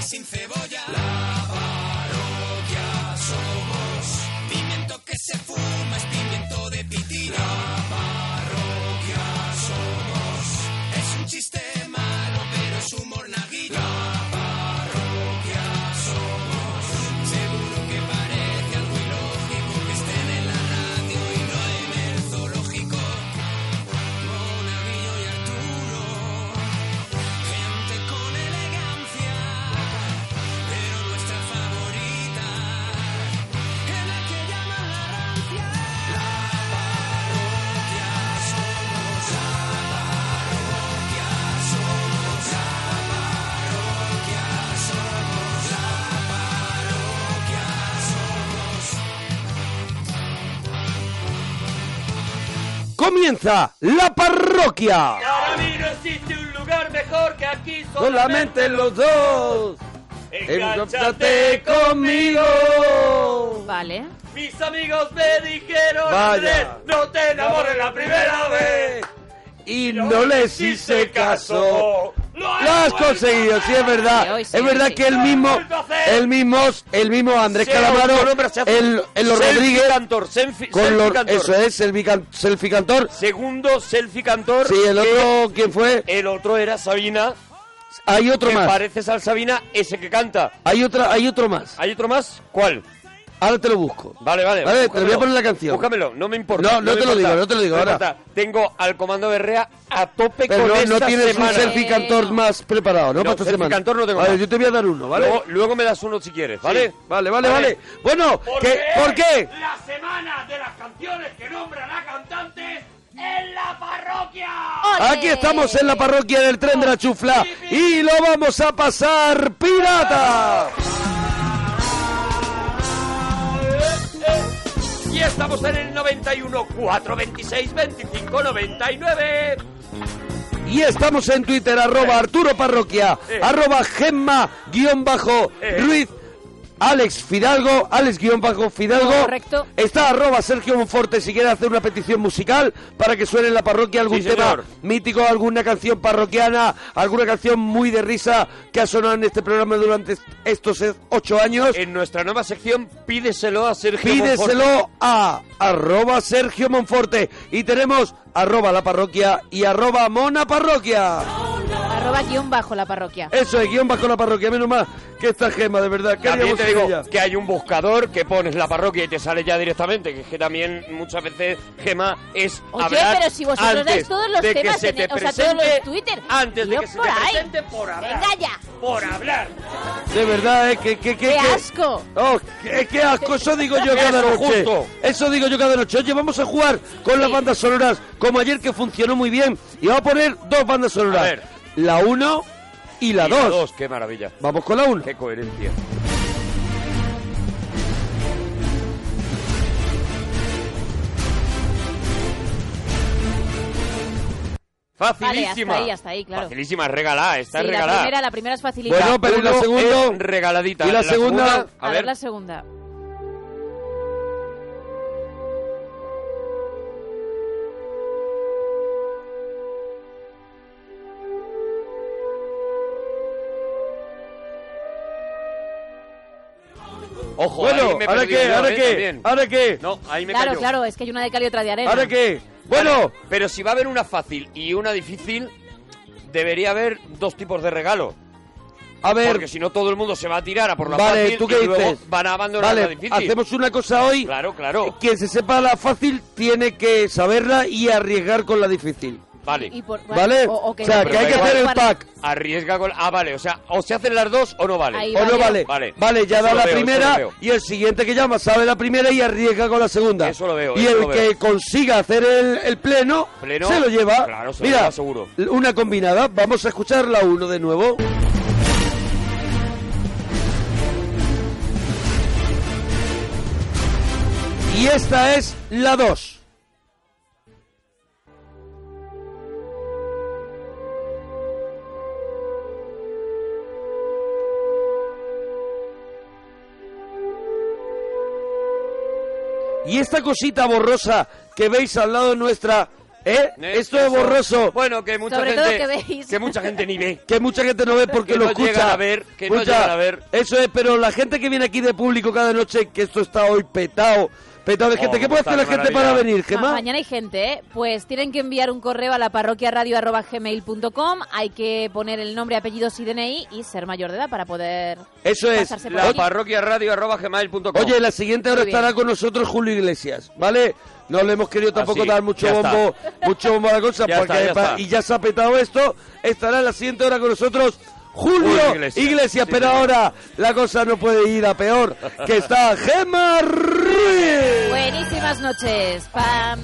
sin cebolla. La parroquia somos. Pimiento que se fuma es pimiento de pitina. La parroquia somos. Es un chiste malo, pero es humor naguillo. La parroquia somos. Seguro que parece algo ilógico que estén en la radio y no en el zoológico. Monaguillo y Arturo. Gente con elegancia, pero nuestra favorita es la que llaman la rancia. La parroquia somos, la parroquia somos, la parroquia somos, la parroquia somos. Comienza la parroquia. Para mí no existe un lugar mejor que aquí Solamente los dos. Engánchate conmigo. Vale. Mis amigos me dijeron, Vaya. Andrés, no te enamores la primera vez. Y no les hice caso. Lo Lo has conseguido, sí es verdad. hoy sí, Es verdad hoy que sí. el Lo mismo, has vuelto a hacer. el mismo, el mismo Andrés Calamaro, el, el los Rodríguez, Cantor, selfie, con selfie los, cantor. eso es, selfie, can- selfie cantor. Segundo, selfie cantor. Sí, el otro, ¿quién fue? El otro era Sabina. Hay otro que más. parece al Sabina, ese que canta. Hay otra, hay otro más. ¿Hay otro más? ¿Cuál? Ahora te lo busco. Vale, vale. Vale, te búscamelo. voy a poner la canción. Búscamelo, no me importa. No, no me te lo importa, digo, no te lo digo, me ahora. importa. Tengo al comando Berrea a tope Pero con no, no esta tienes semana. un selfie cantor Bueno. más preparado, ¿no? No, Para esta selfie semana. cantor no tengo Vale, nada. yo te voy a dar uno, ¿vale? Luego, luego me das uno si quieres, ¿vale? Vale, vale, vale, vale. Bueno, ¿qué- ¿por qué? La semana de las canciones que nombran a cantantes en la parroquia. ¡Ole! Aquí estamos en la parroquia del tren de la chufla y lo vamos a pasar pirata. Eh, Y estamos en el 91 426 25 99. Y estamos en Twitter, Eh. arroba Arturo Parroquia, Eh. arroba Gemma, guión bajo, Eh. Ruiz, Alex Fidalgo, Alex guión bajo Fidalgo. Correcto. Está arroba Sergio Monforte si quiere hacer una petición musical para que suene en la parroquia algún Sí, tema señor. mítico, alguna canción parroquiana, alguna canción muy de risa que ha sonado en este programa durante estos ocho años. En nuestra nueva sección, pídeselo a Sergio Monforte. Pídeselo a arroba Sergio Monforte y tenemos arroba la parroquia y arroba mona parroquia. Arroba guión bajo la parroquia. Eso es, guión bajo la parroquia, menos más que esta gema, de verdad. ¿Qué También haríamos te sin digo ella? que hay un buscador que pones la parroquia y te sale ya directamente, que es que también muchas veces Gema es Oye, hablar pero si vosotros antes dais todos los de que temas se en te el- o sea, todos los presente, Twitter. antes de Yo que se por te ahí. presente por hablar. Venga ya. Por hablar. De verdad, es que... que, que ¡Qué que- asco! Oh, qué, qué asco, eso digo yo Eso, cada noche. justo. Eso digo yo cada noche. Oye, vamos a jugar con las bandas sonoras, como ayer que funcionó muy bien. Y vamos a poner dos bandas sonoras. A ver. La 1 y la Y la 2. dos, qué maravilla. Vamos con la 1. Qué coherencia. Facilísima. Vale, hasta ahí, hasta ahí, claro. Facilísima, es regalada, está Sí, la regalada. primera, la primera es facilita. Bueno, pero ¿y la Uno segunda? es regaladita. ¿Y la segunda? a, ver la segunda. Ojo, ahí Bueno, me he ¿ahora perdido qué? yo, ¿Ahora eh, qué? también. ¿Ahora qué? No, ahí me Claro, cayó. claro, es que hay una de cal y otra de arena. ¿Ahora qué? Bueno, Bueno, pero si va a haber una fácil y una difícil, debería haber dos tipos de regalo. a ver... Porque si no, todo el mundo se va a tirar a por la Vale, fácil ¿tú qué y luego dices? van a abandonar la Vale, difícil. hacemos una cosa hoy. Claro, claro. Quien se sepa la fácil tiene que saberla y arriesgar con la difícil. Vale. Y por- ¿Vale? O, o O sea, que hay que Pero hacer el para- pack. Arriesga con... Ah, vale, o sea, o se hacen las dos o no vale. Ahí. Y ¿O no vale? vale. Vale. Vale, ya Eso da lo la veo, eso lo primera veo. y el siguiente que llama sabe la primera y arriesga con la segunda. Eso lo veo, Y eso el lo que veo. consiga hacer el, el pleno, Pleno, se lo lleva. claro, se lo Mira, lleva seguro. una combinada. Vamos a escuchar la 1 de nuevo. Y esta es la 2. Y esta cosita borrosa que veis al lado nuestra ¿Eh? Esto es borroso. Bueno, que mucha Sobre todo gente. que veis. que mucha gente ni ve. Que mucha gente no ve porque Que lo no escucha. llegan a ver, que no llegan a ver. Eso es, pero la gente que viene aquí de público cada noche, que esto está hoy petado, petado de Oh, gente. ¿Qué cómo puede está hacer la de gente para maravilla. venir, Ma- Gemma? mañana hay gente, ¿eh? Pues tienen que enviar un correo a la parroquiaradio.gmail.com. Hay que poner el nombre, apellidos y DNI y ser mayor de edad para poder. Eso es. pasarse por La allí. parroquia radio arroba gmail punto com. Oye, la siguiente hora Muy bien. estará con nosotros Julio Iglesias, ¿vale? No le hemos querido tampoco Así, dar mucho ya está. bombo, mucho bombo a la cosa, Ya porque está, ya pa- está. y ya se ha petado esto. Estará la siguiente hora con nosotros Julio Julio Iglesias, Iglesias. Sí, pero señor. ahora la cosa no puede ir a peor, que está Gemma Ruiz. Buenísimas noches. Pam.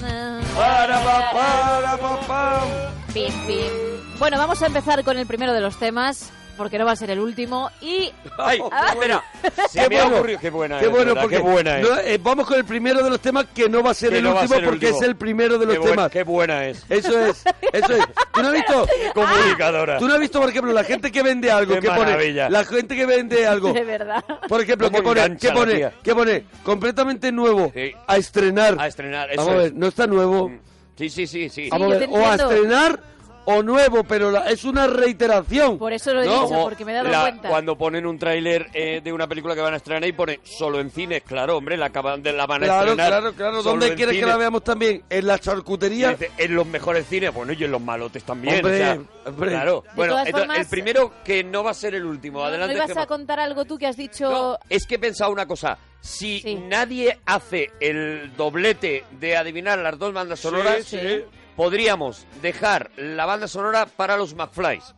Para, pa, para, pa, pam. Pim, pim. Bueno, vamos a empezar con el primero de los temas, porque no va a ser el último. Y Ah. Ay, espera. Se Qué me ha bueno. ocurrido. Qué buena Qué es, bueno, de verdad, porque qué buena es. no, eh, vamos con el primero de los temas que no va a ser Que el no va a último ser el porque último. es el primero de los Qué buena- temas. Qué buena es. Eso es, eso es. ¿Tú no has visto? Comunicadora. ¿Tú no has visto, por ejemplo, la gente que vende algo? Qué que pone, maravilla. la gente que vende algo. de verdad. Por ejemplo, Cómo que pone, engancha que la pone, tía. que pone, completamente nuevo, Sí. a estrenar. A estrenar, eso Vamos a ver, es. Mm. no está nuevo. Sí, sí, sí, sí. Ah, Vamos yo a ver, te o a entiendo. estrenar o nuevo, pero la- es una reiteración. Por eso lo he ¿No? dicho, Como porque me he dado la- cuenta. Cuando ponen un tráiler eh, de una película que van a estrenar y pone solo en cines, claro, hombre, la, acaban de- la van a Claro, estrenar. claro, claro. solo ¿Dónde en quieres que cines. la veamos también? En la Y charcutería. dice, en los mejores cines, bueno, y en los malotes también. Hombre, o sea, hombre. Claro. De Bueno, entonces, todas el formas- primero que no va a ser el último. ¿No- Adelante. ¿No ibas Gemma. a contar algo tú que has dicho? No, es que he pensado una cosa. Si Sí. nadie hace el doblete de adivinar las dos bandas sonoras, sí. podríamos dejar la banda sonora para los McFlys.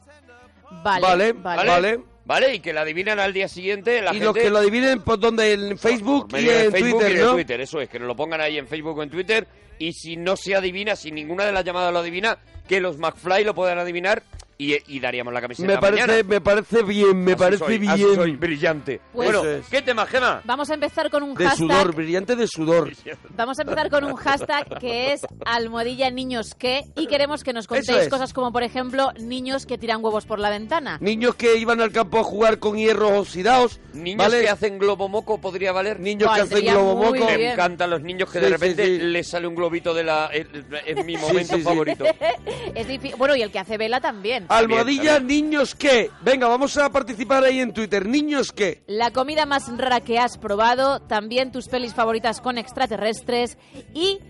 Vale, Vale, vale. Vale, y que la adivinan al día siguiente la y gente... los que lo adivinen, pues donde en Facebook por y medio de en Facebook Twitter, y de ¿no? Twitter, eso es, que nos lo pongan ahí en Facebook o en Twitter. Y si no se adivina, si ninguna de las llamadas lo adivina, que los McFly lo puedan adivinar y, y daríamos la camiseta Me parece, mañana. me parece bien, me Así parece soy, así bien. soy, brillante. Pues- bueno, Eso es. ¿qué tema, Gema? Vamos a empezar con un De hashtag. sudor, brillante de sudor. Vamos a empezar con un hashtag que es almohadilla niños que y queremos que nos Eso contéis es. cosas como por ejemplo niños que tiran huevos por la ventana. Niños que iban al campo a jugar con hierros oxidados. Niños ¿vale? que hacen globomoco podría valer. Niños Buah, que hacen sería globo muy moco. Me bien. encantan los niños que Sí, de sí, repente sí. les sale un globito de la... Es, es mi Sí, momento sí, sí. favorito. Es difí- bueno, y el que hace vela también. Almohadilla, También, niños que. Venga, vamos a participar ahí en Twitter. Niños que. La comida más rara que has probado, también tus pelis favoritas con extraterrestres y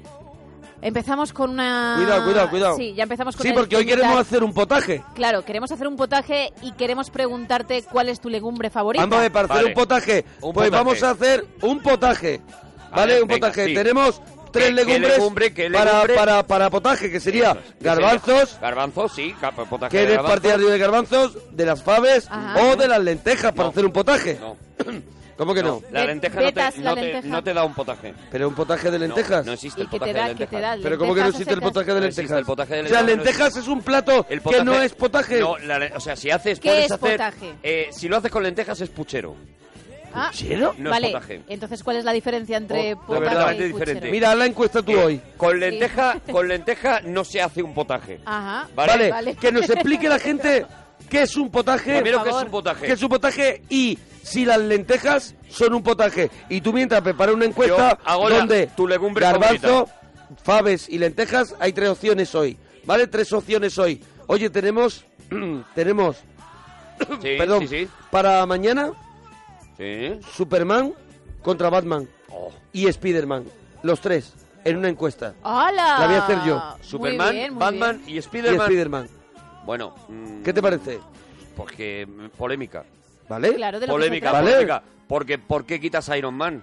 empezamos con una Cuidado, cuidado, cuidado. Sí, ya empezamos con Sí, el porque hoy temita. queremos hacer un potaje. Claro, queremos hacer un potaje y queremos preguntarte cuál es tu legumbre favorita. Vamos a ver, para hacer Vale. un potaje. Un pues potaje. vamos a hacer un potaje. ¿Vale? ver, un venga, potaje. sí. Tenemos tres ¿Qué- qué legumbres legumbre, qué para, legumbre? Para, para potaje, que sería garbanzos, Garbanzos, sí. capa- potaje que de eres garbanzos. partidario de garbanzos, de las faves Ajá. o de las lentejas para No. hacer un potaje. No, ¿Cómo que no? no, la Ve- lenteja no vetas te, la no, te, lenteja. no te da un potaje. ¿Pero un potaje de lentejas? No, no existe y el que potaje te de da, que te da lentejas. ¿Pero cómo que no lentejas existe el secas. potaje de No existe lentejas? el potaje de o sea, lentejas, no lentejas es un plato El potaje- que no es potaje. No, la le- o sea, si haces... ¿Qué puedes es hacer- potaje? eh, si lo haces con lentejas es puchero. Ah, ¿Puchero? No es vale, potaje. entonces ¿cuál es la diferencia entre Oh, de potaje verdad. y Completamente puchero? diferente. Mira, haz la encuesta tú Eh, hoy. Con lenteja, con lenteja no se hace un potaje. Ajá. Vale. Vale, Ah, Vale. que nos explique la gente qué es un potaje. Primero, Por ¿qué es favor. un potaje? que es un potaje y si las lentejas son un potaje. Y tú mientras preparas una encuesta Yo hago la- donde tu legumbre garbanzo, faves y lentejas, hay tres opciones hoy, ¿vale? Tres opciones hoy. Oye, tenemos, tenemos, Sí, perdón, Sí, sí. para mañana Sí. Superman contra Batman Oh. y Spiderman, los tres, en una encuesta. ¡Hala! La voy a hacer yo. Muy Superman, bien, muy Batman bien. y Y Spiderman. Spiderman, Bueno, mm, ¿qué te parece? Porque mm, polémica. ¿Vale? Claro, de lo que se Polémica, trata. ¿Vale? polémica. Porque ¿por qué quitas a Iron Man?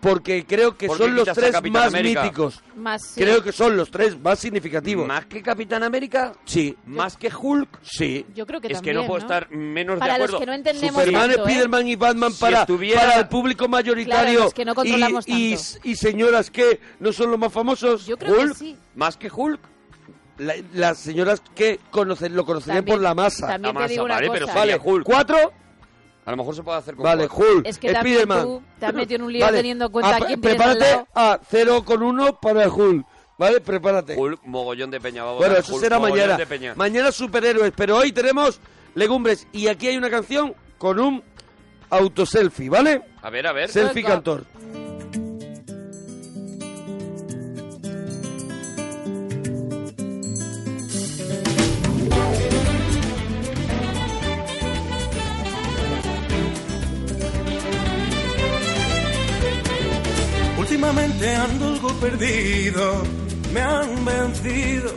Porque creo que Porque son los quitas a tres Capitán más América. míticos. Más, sí. Creo que son los tres más significativos. ¿Más que Capitán América? Sí. ¿Más que Hulk? Sí. Yo creo que Es también, que no puedo ¿no? estar menos Para de los acuerdo. que no entendemos Superman, tanto, ¿eh? Spiderman y Batman Si para, estuviera- para el público mayoritario Claro, los que no controlamos y, y- y señoras que no son los más famosos. Yo creo que Hulk, sí. ¿Más que Hulk? la- las señoras que conocen, lo conocerían También- por la masa. también. La te digo una vale, cosa. pero sería Vale, Hulk. cuatro. A lo mejor se puede hacer con Vale, cuatro. Hulk, Es que también Spiderman. tú te has metido en un lío teniendo en cuenta Ah, a quién tienes al Prepárate lado. a cero con uno para Hulk. Vale, prepárate. Hulk, mogollón de peña. va a Bueno, votar eso Hulk, será mogollón mañana. de peña. Mañana superhéroes, pero hoy tenemos legumbres. Y aquí hay una canción con un autoselfie, ¿vale? A ver, a ver. Selfie Venga. cantor. Últimamente ando algo perdido, me han vencido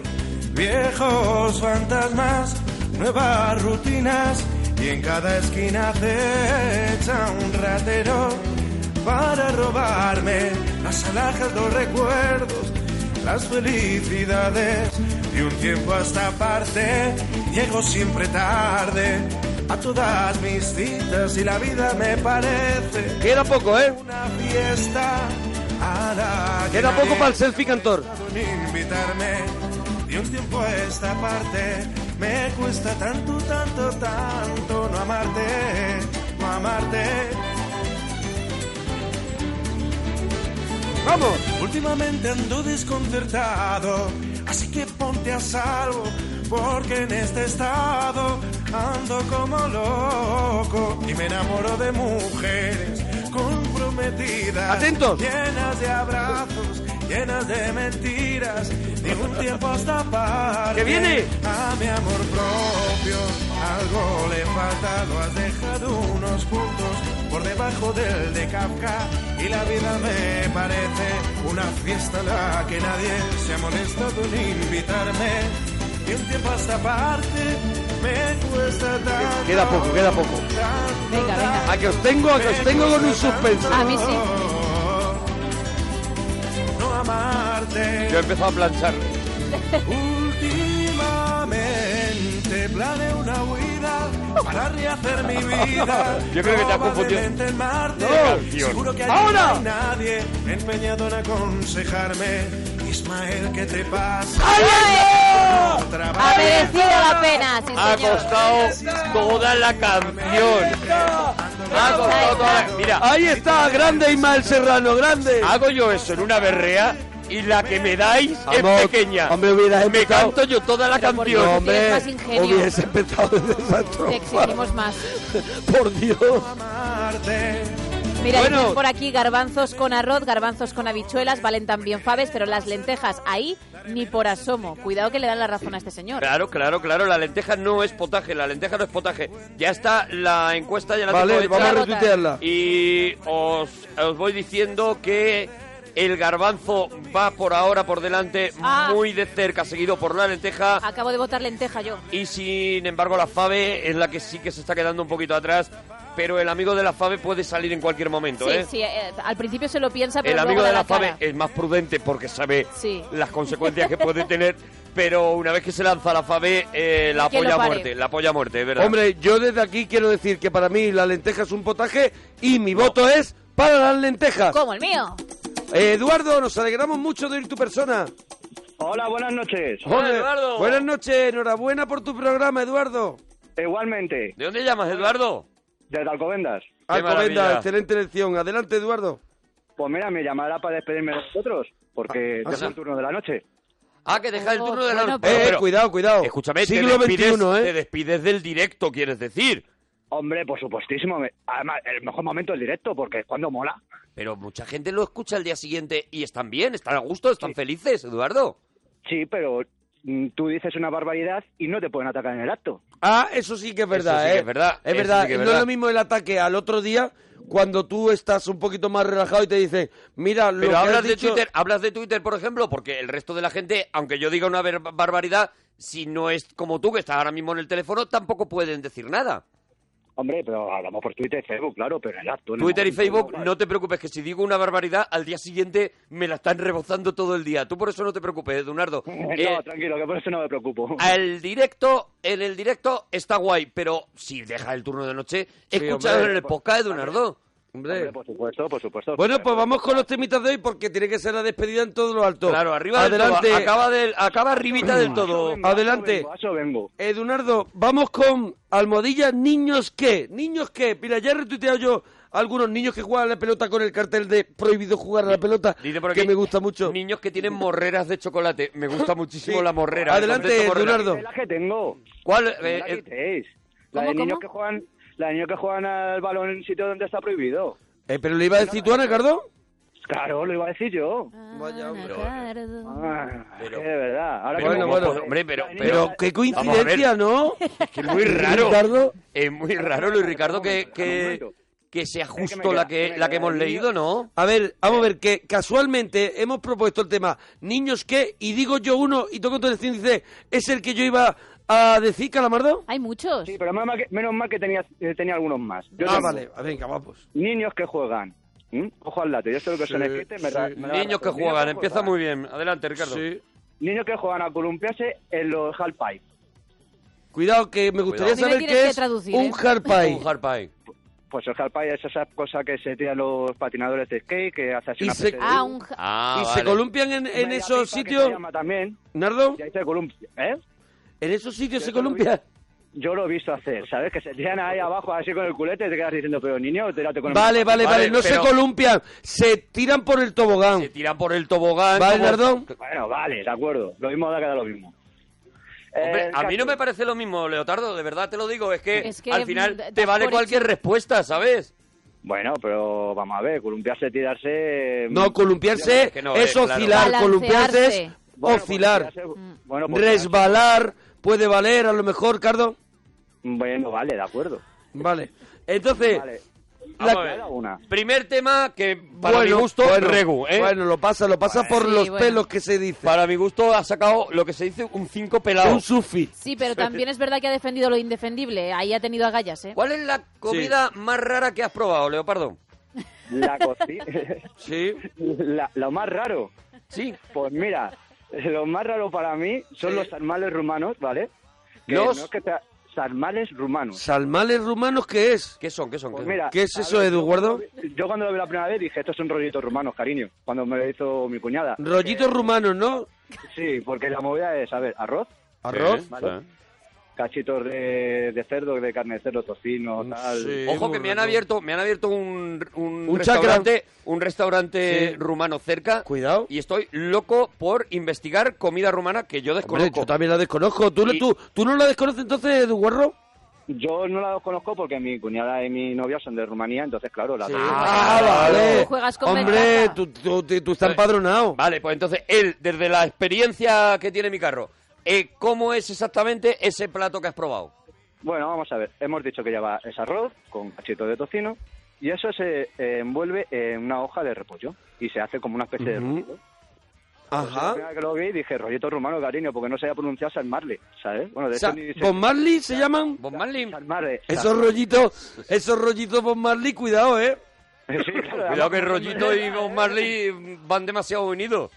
viejos fantasmas, nuevas rutinas y en cada esquina acecha un ratero para robarme las alhajas, los recuerdos, las felicidades y un tiempo hasta parte llego siempre tarde a todas mis citas y la vida me parece Queda poco, ¿eh? una fiesta a la que Queda poco nadie para el selfie cantor. ha pensado en invitarme y un tiempo a esta parte me cuesta tanto tanto tanto no amarte no amarte ¡Vamos! últimamente ando desconcertado así que ponte a salvo porque en este estado ando como loco y me enamoro de mujeres comprometidas Atentos. llenas de abrazos, llenas de mentiras, de un tiempo hasta parte. ¡Que viene! A mi amor propio algo le falta, lo has dejado unos puntos por debajo del de Kafka y la vida me parece una fiesta a la que nadie se ha molestado en invitarme. Y un tiempo hasta parte me cuesta tanto. Queda poco, queda poco. tanto, Venga, venga. A que os tengo, a que os tengo con un suspenso. A mí sí. No amarte. Yo he empezado a planchar. Últimamente planeé una huida para rehacer mi vida. Yo creo que te has confundido. Probablemente en Marte. canción. Seguro que allí ¡Ahora! no hay nadie empeñado en aconsejarme. Ismael, ¿qué te pasa? Ha merecido la pena, sí, Ah, Ha señor. costado toda la canción. Ha costado toda la... Mira, Ahí está, grande Ismael Serrano, grande. hago yo eso en una berrea y la que me dais Vamos, es pequeña. Hombre, hubieras me empezado. canto yo toda la Pero por canción. Dios. hombre, Tienes más ingenio. hubiese empezado desde esa Te trompa. exigimos más. Por Dios. Amarte. Mira, Bueno. dicen por aquí garbanzos con arroz, garbanzos con habichuelas, valen también faves, pero las lentejas ahí ni por asomo. Cuidado que le dan la razón a este señor. Claro, claro, claro. La lenteja no es potaje, la lenteja no es potaje. Ya está la encuesta, ya la Vale, tengo vamos hecha. a retuitearla. Y os, os voy diciendo que el garbanzo va por ahora por delante Ah. muy de cerca, seguido por la lenteja. Acabo de votar lenteja yo. Y sin embargo la Fave es la que sí que se está quedando un poquito atrás. Pero el amigo de la Fave puede salir en cualquier momento, Sí, ¿eh? sí, eh, al principio se lo piensa, pero El luego amigo da de la la Fave cara. es más prudente porque sabe Sí. las consecuencias que puede tener. Pero una vez que se lanza la Fave, eh, la Que lo apoya a pare. muerte. La apoya a muerte, es ¿verdad? Hombre, yo desde aquí quiero decir que para mí la lenteja es un potaje y mi voto es para las lentejas. Como el mío. Eh, Eduardo, nos alegramos mucho de oír tu persona. Hola, buenas noches. Hola, Hombre, Eduardo. Buenas noches, enhorabuena por tu programa, Eduardo. Igualmente, ¿De dónde llamas, Eduardo? desde Alcobendas. Qué Alcobenda, maravilla. excelente elección. Adelante, Eduardo. Pues mira, me llamará para despedirme de vosotros, porque Ah, ya es sí. el turno de la noche. Ah, que deja el Oh, turno de la... bueno, Eh, Pero, eh, cuidado, cuidado. Escúchame, Siglo te, despides, XXI, te ¿eh? despides del directo, quieres decir. Hombre, pues por supuestísimo. me- Además, el mejor momento es directo, porque es cuando mola. Pero mucha gente lo escucha al día siguiente y están bien, están a gusto, están felices, Eduardo. Sí, pero mm, tú dices una barbaridad y no te pueden atacar en el acto. Ah, eso sí que es verdad, sí que ¿eh? es verdad, Es eso verdad. sí que es No es verdad. lo mismo el ataque al otro día cuando tú estás un poquito más relajado y te dicen, mira, lo que Pero hablas has de dicho... Twitter, hablas de Twitter, por ejemplo, porque el resto de la gente, aunque yo diga una bar- barbaridad, si no es como tú que estás ahora mismo en el teléfono, tampoco pueden decir nada. Hombre, pero hablamos por Twitter y Facebook, claro, pero en el acto. en el Twitter y momento, Facebook, mola. no te preocupes que si digo una barbaridad, al día siguiente me la están rebozando todo el día. Tú por eso no te preocupes, Eduardo. Eh, No, tranquilo, que por eso no me preocupo. al directo, en el directo está guay, pero si deja el turno de noche, escúchalo hombre, en el por- podcast, Eduardo. Hombre. Hombre, por supuesto, por supuesto. Bueno, pues vamos con los temitas de hoy porque tiene que ser la despedida en todo lo alto. Claro, arriba del Adelante. todo, acaba del, acaba arribita del todo. vengo, a eso adelante. vengo, a eso vengo. Edunardo, vamos con almohadilla niños que, niños que, mira, ya he retuiteado yo a algunos niños que juegan a la pelota con el cartel de prohibido jugar a la pelota, Dice por que aquí, me gusta mucho. Niños que tienen morreras de chocolate. Me gusta muchísimo la morrera. Adelante, el concepto morrera. Leonardo. Es la que tengo. ¿Cuál? No eh, la eh, quitéis. La de ¿Cómo, niños cómo? que juegan, la de niños que juegan al balón en un sitio donde está prohibido. Eh, pero le iba a decir tú, Ana Cardón. Claro, lo iba a decir yo. Vaya, hombre. Anacardo. Ah, Pero- es que de verdad. Ahora pero que bueno, me- bueno. la Hombre, pero- niña- Pero Pero, vamos a qué ver. coincidencia, ¿no? que es muy raro. Leonardo. Es muy raro, Luis Ricardo, que, Un que, momento. que sea me justo queda- la que, me la que queda hemos el leído, ¿no? A ver, vamos a ver, que casualmente hemos propuesto el tema niños qué, y digo yo uno, y toco todo el cine y dice, ¿es el que yo iba a decir, Calamardo? Hay muchos. Sí, pero menos mal que, menos mal que tenía, eh, tenía algunos más. Yo ah, tengo vale, venga, pues. vamos. Niños que juegan. ¿Mm? Ojo al dato, yo sé lo que son Sí, escritos. sí. Niños que juegan, empieza muy bien. Adelante, Ricardo. Sí. Niños que juegan a columpiarse en los halfpipe. Cuidado, que me gustaría Cuidado. A mí saber me tienes qué que es traducir, un ¿eh? hard pie. Un harpai. Pues el halfpipe es esa cosa que se tiran los patinadores de skate, que hace así Y una se- especie de- Ah, un... ja- Ah, ¿Y se vale. columpian en, en Media esos pipa, que sitios? se llama también, ¿Nardo? y ahí se columpia, ¿eh? ¿En esos sitios Yo se lo vi. columpian? Yo lo he visto hacer, ¿sabes? Que se tiran ahí abajo así con el culete y te quedas diciendo, pero niño, tírate con el... Vale, vale, Vale, vale, no pero- se columpian, se tiran por el tobogán. Se tiran por el tobogán. ¿Vale, como- Nardo? Bueno, vale, de acuerdo. Lo mismo da que da lo mismo. Eh, Hombre, El a mí no caso- me parece lo mismo, Leotardo, de verdad te lo digo. Es que, Es que, al mm, final das te vale por cualquier hecho. respuesta, ¿sabes? Bueno, pero vamos a ver, columpiarse, tirarse... mm, No, columpiarse Es que no, eh, es claro. oscilar, Balancearse. columpiarse es Bueno, pues oscilar, tirarse- Bueno, pues, resbalar, puede valer a lo mejor, Cardo. Bueno, vale, de acuerdo. Vale, entonces, Vale. Vamos La- a ver. Cada una. Primer tema que para mi gusto, bueno, Regu, ¿eh? bueno, lo pasa, lo pasa por Sí, los bueno. pelos que se dice. Para mi gusto ha sacado lo que se dice un 5 pelado. Un sufi. Sí, pero también es verdad que ha defendido lo indefendible. Ahí ha tenido agallas, ¿eh? ¿Cuál es la comida más rara que has probado, Leopardo? La cocina... Sí. la- lo más raro. Sí. Pues mira, lo más raro para mí son los sarmales rumanos, ¿vale? Que Los- no es que sea- sarmales rumanos. ¿Salmales rumanos qué es? ¿Qué son? ¿Qué son? Pues ¿Qué son? mira, ¿Qué es a eso, ver, Edu yo Guardo? cuando vi- Yo cuando lo vi la primera vez dije, estos son rollitos rumanos, cariño, cuando me lo hizo mi cuñada. Eh, Eh, Rollitos rumanos, ¿no? Sí, porque la movida es, a ver, arroz, Arroz. Sí, ¿vale? sí. cachitos de, de cerdo, de carne de cerdo, tocino, tal. Mm, Sí, Ojo muy que me han rico. abierto, me han abierto un, un, Un chakra. restaurante, un restaurante Sí. rumano cerca. Cuidado. Y estoy loco por investigar comida rumana que yo Hombre, desconozco. yo también la desconozco. ¿Tú, Y- tú, ¿tú no la desconoces entonces, Edu Guarro? Yo no la conozco porque mi cuñada y mi novia son de Rumanía, entonces claro, la Ah, Ah, claro. vale. Tú juegas con Hombre, ventaja. tú, tú, tú- tú estás empadronado. Vale, pues entonces él, desde la experiencia que tiene mi carro, eh, ¿cómo es exactamente ese plato que has probado? Bueno, vamos a ver. Hemos dicho que lleva ese arroz con cachito de tocino y eso se eh, envuelve en una hoja de repollo y se hace como una especie Ujú. de rollito. Pues la Ajá. primera vez que lo vi dije rollito rumano, cariño, porque no sabía pronunciar San Marley, ¿sabes? Bueno, de O sea, hecho ni se- Bob Marley se llaman. Bob Marley. San Marley. Esos rollitos, esos rollitos Bob Marley, cuidado, ¿eh? Sí, claro, Cuidado que además- Rollito y Bob Marley van demasiado unidos.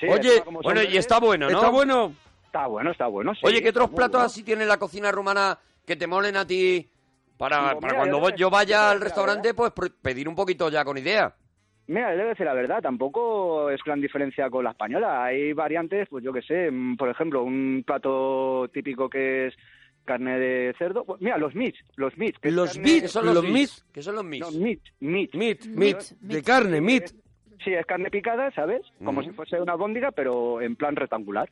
Sí, Oye, encima como son Bueno, y verdes, está bueno, ¿no? Está bueno. Está bueno, está bueno, sí. Oye, ¿qué otros Muy platos bueno. así tiene la cocina rumana que te molen a ti para, Pues para mira, cuando yo vos- te- yo vaya te- al la restaurante, pues pr- pedir un poquito ya con idea? Mira, debe decir la verdad, tampoco es gran diferencia con la española. Hay variantes, pues yo qué sé, mm, por ejemplo, un plato típico que es carne de cerdo. Pues mira, los meats, los meats. que es Los carne- meats, ¿Qué son los, Los mis? mis. ¿Qué son los mis? No, meat, Meat, meat. meat, Meat, de meat. carne, meat. Sí, es carne picada, ¿sabes? Como Ujú. si fuese una bóndiga, pero en plan rectangular.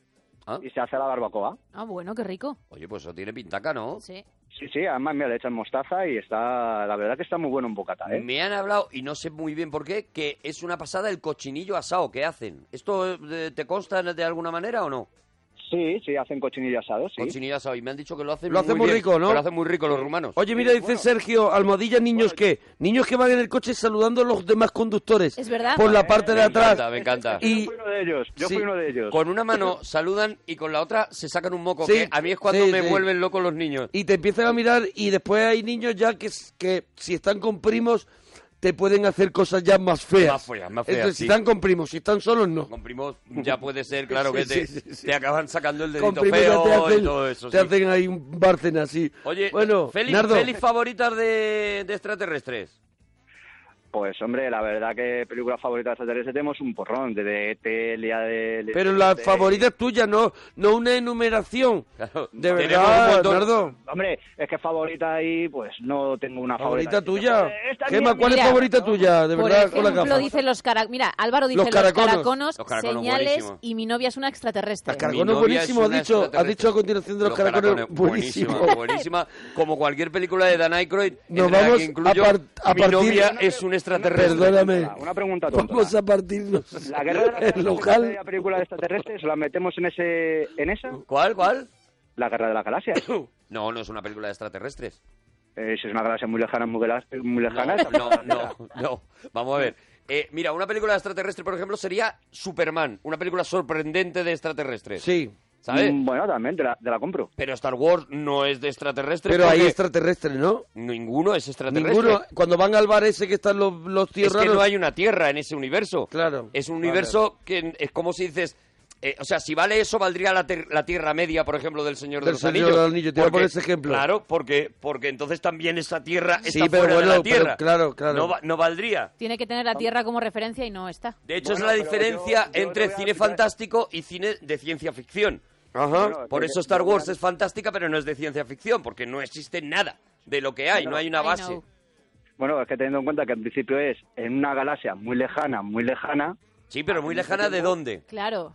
Ah. Y se hace a la barbacoa. Ah, bueno, qué rico. Oye, pues eso tiene pintaca, ¿no? Sí. Sí, sí, además mira, le echan mostaza y está, la verdad que está muy bueno en bocata, ¿eh? Me han hablado, y no sé muy bien por qué, que es una pasada el cochinillo asado que hacen. ¿Esto eh, te consta de alguna manera o no? Sí, sí, hacen cochinillo asado, sí. Cochinillo asado. Y me han dicho que lo hacen Lo hacen muy bien, rico, ¿no? que Lo hacen muy rico los rumanos. Oye, mira, dice Sergio Almohadilla, niños que, niños que van en el coche saludando a los demás conductores. Es verdad. Por la parte de me atrás. encanta, me encanta. Y- Yo fui uno de ellos, yo Sí. fui uno de ellos. Con una mano saludan y con la otra se sacan un moco. Sí, que a mí es cuando sí, me sí. vuelven locos los niños. y te empiezan a mirar y después hay niños ya que, s- que si están con primos te pueden hacer cosas ya más feas. Más feas, más feas, Entonces, sí. si están con primos, si están solos, no. Con primos ya puede ser, claro, que Sí, te, sí, sí, sí. te acaban sacando el Con dedito primos ya feo te y hacen, todo eso. te sí. hacen ahí un barcena así. Oye, bueno, Félix, Nardo, Félix, favoritas de, de extraterrestres. Pues hombre, la verdad que película favorita de extraterrestres tenemos un porrón, desde E ET, Lía de... E pero las de- favoritas tuyas, no, no una enumeración. Claro, De tenemos un verdad, montón. Nardo. Hombre, es que favorita ahí, pues no tengo una favorita. Favorita tuya. Eh, esta Gemma, mía, ¿cuál es mira. favorita tuya? De Por verdad, con la ejemplo, gafa. dice los caraconos. Mira, Álvaro dice Los los caraconos. caraconos, Los caraconos, señales buenísimo. y mi novia es una extraterrestre. Las Mi caracones novia buenísimo, es ha una dicho, ha extraterrestre. dicho a continuación de los, caracones, buenísimo. buenísima, buenísima. Como cualquier película de Dan Aykroyd, Nos entre la que vamos a incluyo, par- a mi partir- novia es un extraterrestre. Perdóname. Una pregunta tonta. Vamos a partirnos. La guerra de el las galaxias, la local. primera película de extraterrestres, ¿la metemos en ese, en esa? ¿Cuál, cuál? La guerra de las galaxias. No, no es una película de extraterrestres. Eh, si es una galaxia muy lejana, muy, gala- muy lejana. esa- No, no, no. Vamos a ver. Eh, mira, una película de extraterrestre, por ejemplo, sería Superman. Una película sorprendente de extraterrestres. Sí. ¿Sabes? Mm, Bueno, también te la, te la compro. Pero Star Wars no es de extraterrestres. Pero hay porque extraterrestres, ¿no? Ninguno es extraterrestre. Ninguno. Cuando van al bar ese que están los, los tíos Es que no raros, hay una Tierra en ese universo. Claro. Es un Vale. universo que es como si dices... eh, o sea, si vale eso, valdría la, ter- la Tierra Media, por ejemplo, del Señor de Del los Señor Anillos. de los Anillos, te iba a poner ese ejemplo. Claro, porque, porque entonces también esa Tierra Sí, está pero fuera de la bueno, pero Tierra. claro, claro. No, va- no valdría. Tiene que tener la Tierra como referencia y no está. De hecho, Bueno, es la pero diferencia yo- yo te entre voy a cine explicar- fantástico y cine de ciencia ficción. Bueno, Por pero eso yo- Star yo voy a- Wars es fantástica, pero no es de ciencia ficción, porque no existe nada de lo que hay, no hay una I base. know. Bueno, es que teniendo en cuenta que en principio es en una galaxia muy lejana, muy lejana, Sí, pero muy lejana de dónde. Claro.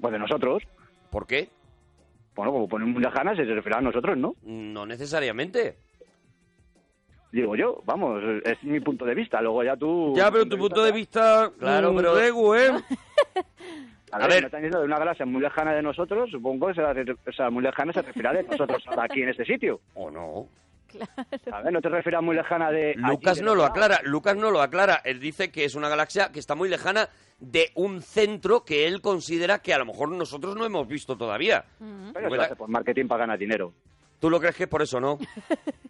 pues de nosotros, ¿Por qué? bueno, como ponen muy lejana, se refiere a nosotros, ¿no? No necesariamente. Digo yo, vamos, es mi punto de vista. Luego ya tú. ya, pero tu punto de vista... Claro, mm, pero- regu, ¿eh? A A ver, ver. me están diciendo de una galaxia muy lejana de nosotros, supongo que será, o sea, muy lejana se refiere a de nosotros, ahora aquí en este sitio. ¿O no? A ver, no te refieras muy lejana de. Lucas allí, de no lo verdad. aclara, Lucas no lo aclara. Él dice que es una galaxia que está muy lejana de un centro que él considera que a lo mejor nosotros no hemos visto todavía. Pero eso lo hace por marketing para ganar dinero. ¿Tú lo crees que es por eso, no?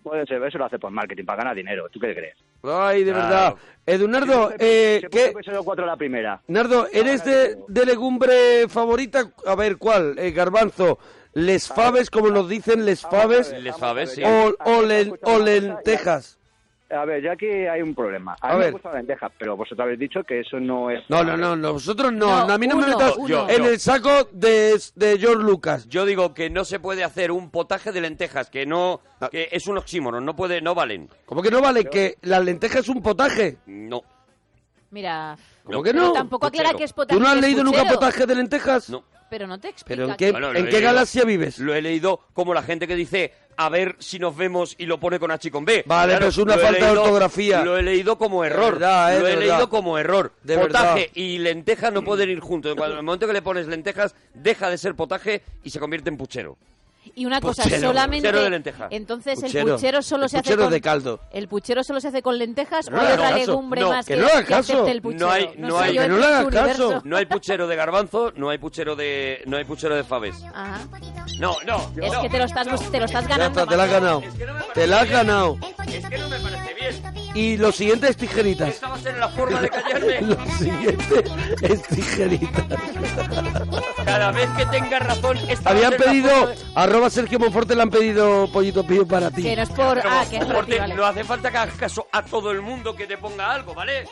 Puede ser, eso lo hace por marketing para ganar dinero. ¿Tú qué crees? Ay, de Claro. verdad. Eduardo, eh, Se puso ¿qué? episodio 4 pues la primera. Nardo, ¿eres de, de legumbre favorita? A ver, ¿cuál? Eh, garbanzo, les faves, como nos dicen, les faves, Les faves, sí. o, o len- Escucha o una cosa, lentejas. A ver, ya que hay un problema. A, A mí ver. me gustan las lentejas, pero vosotros habéis dicho que eso no es. No, no, no, nosotros no. No, a mí no me uno, metas uno. en Yo. el saco de, de George Lucas. Yo digo que no se puede hacer un potaje de lentejas, que no, Ah. que es un oxímoron, no puede, no valen. ¿Cómo que no vale? Que la lenteja es un potaje. No. Mira. ¿Cómo No, que pero no? tampoco puchero. aclara que es potaje. ¿Tú no has y es leído nunca puchero. potaje de lentejas? No. Pero no te explica. ¿Pero en qué, Bueno, lo ¿en he qué leído. galaxia vives? Lo he leído como la gente que dice a ver si nos vemos y lo pone con H y con B. Vale, pero es una lo he falta de ortografía. Lo he leído como error. verdad, eh, lo de he verdad. leído como error. De potaje verdad. y lentejas no pueden ir juntos. Cuando en el momento que le pones lentejas, deja de ser potaje y se convierte en puchero. Y una cosa, Puchero, solamente. puchero de lenteja. Entonces el Puchero. puchero solo El se hace. puchero con- de caldo. El puchero solo se hace con lentejas No o le es hagas la caso. legumbre No, más que no le hagas que acepte caso. el No puchero. hay- no sé hay- yo que en no le este hagas caso. universo. No hay puchero de garbanzo, no hay puchero de no hay puchero de faves. Ajá. No, no. Es no. que te lo estás, bus- te lo estás Ya ganando. está, te la has ganado. Te la has ganado. Es que no me parece bien. Y lo siguiente es tijeritas. Esta va a ser la forma de callarme. Lo siguiente es tijeritas. Cada vez que tengas razón, esta va a Habían ser la pedido, forma de- arroba Sergio Monforte, le han pedido pollito pío para ti. Que no es por. Pero, Ah, que es por Monforte, ti, vale. no hace falta que hagas caso a todo el mundo que te ponga algo, ¿vale?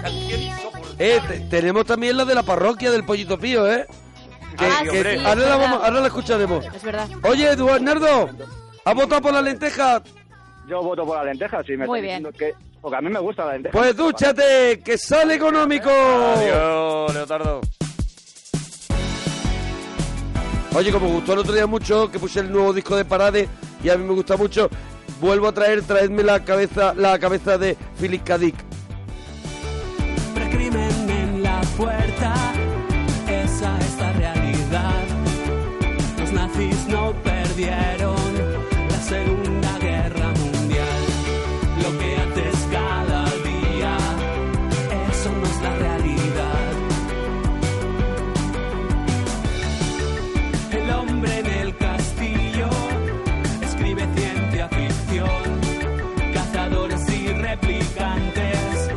Canción insoportable. Eh, te- tenemos también la de la parroquia del pollito pío, ¿eh? Que- Ah, que- sí, hombre. es ahora, la verdad. vamos- ahora la escucharemos. Es verdad. Oye, Eduardo Nardo, ¿has votado por la lenteja? Yo voto por las lentejas, si me Muy están bien. diciendo que. Porque a mí me gusta la lenteja. Pues dúchate, que sale económico. Adiós, Leotardo. Oye, como gustó el otro día mucho, que puse el nuevo disco de Parade y a mí me gusta mucho, vuelvo a traer, traedme la cabeza, la cabeza de Philip Kadik. Siempre crimen en la puerta, esa es la realidad. Los nazis no perdieron la Segunda Guerra Mundial. Lo que haces cada día, eso no es la realidad. El hombre en el castillo escribe ciencia ficción, cazadores y replicantes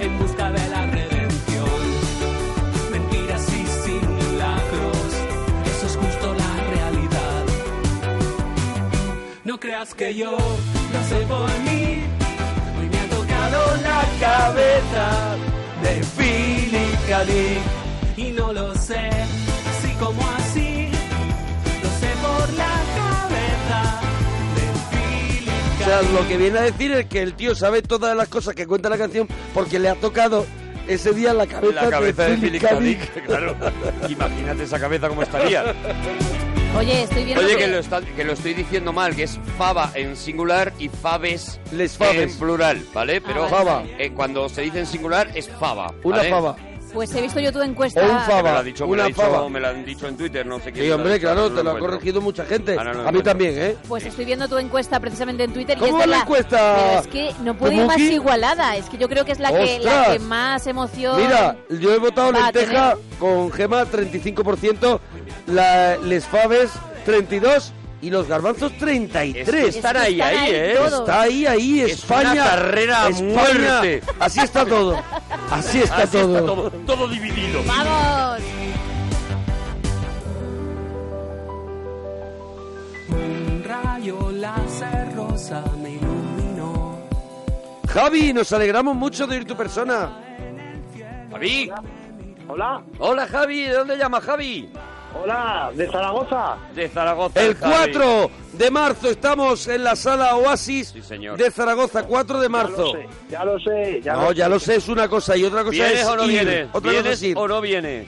en busca de la redención. Mentiras y simulacros, eso es justo la realidad. No creas que yo lo sé por mí, hoy me ha tocado la cabeza de Philip K. Dick. y no lo sé, así como así, lo sé por la cabeza de Philip O K. sea, Dick. lo que viene a decir es que el tío sabe todas las cosas que cuenta la canción porque le ha tocado ese día la cabeza, La cabeza de Philip K. Dick. Dick, claro. Imagínate esa cabeza como estaría. Oye, estoy viendo. Oye, que- que lo, está- que lo estoy diciendo mal, que es fava en singular y faves Les faves. en plural, ¿vale? Pero Ah, vale. Fava. eh, cuando se dice en singular es fava. Una ¿vale? fava. Pues he visto yo tu encuesta. O un fava. Me lo, ha dicho, me, lo Una ha dicho- fava. me lo han dicho en Twitter, no sé qué. Sí, hombre, claro, te lo ha corregido mucha gente. Ahora Ah, no lo A mí encuentro. también, ¿eh? Pues estoy viendo tu encuesta precisamente en Twitter. y ¿Cómo es va de la la encuesta, Pero es que no puede ir más Tomoki? igualada. Es que yo creo que es la que, la ¡Ostras! que más emoción. Mira, yo he votado Va a lenteja con gema 35%, la, les faves 32% y los garbanzos 33%. Es- están ahí, están ahí, ahí ¿eh? todos. Está ahí, ahí, Es España. una carrera a España. muerte. Así está todo. Así está Así todo. está todo, todo dividido. ¡Vamos! Un rayo láser rosa me iluminó. Javi, nos alegramos mucho de ir tu persona. Javi, Hola, hola Javi, ¿de dónde llamas Javi? hola, de Zaragoza. De Zaragoza. El Javi. 4 de marzo estamos en la sala Oasis Sí, señor. de Zaragoza, 4 de marzo. Ya lo sé, ya No, ya lo sé, es una cosa y otra cosa ¿Vienes es o no ir. vienes? Otra cosa es ¿Vienes ir. o no vienes?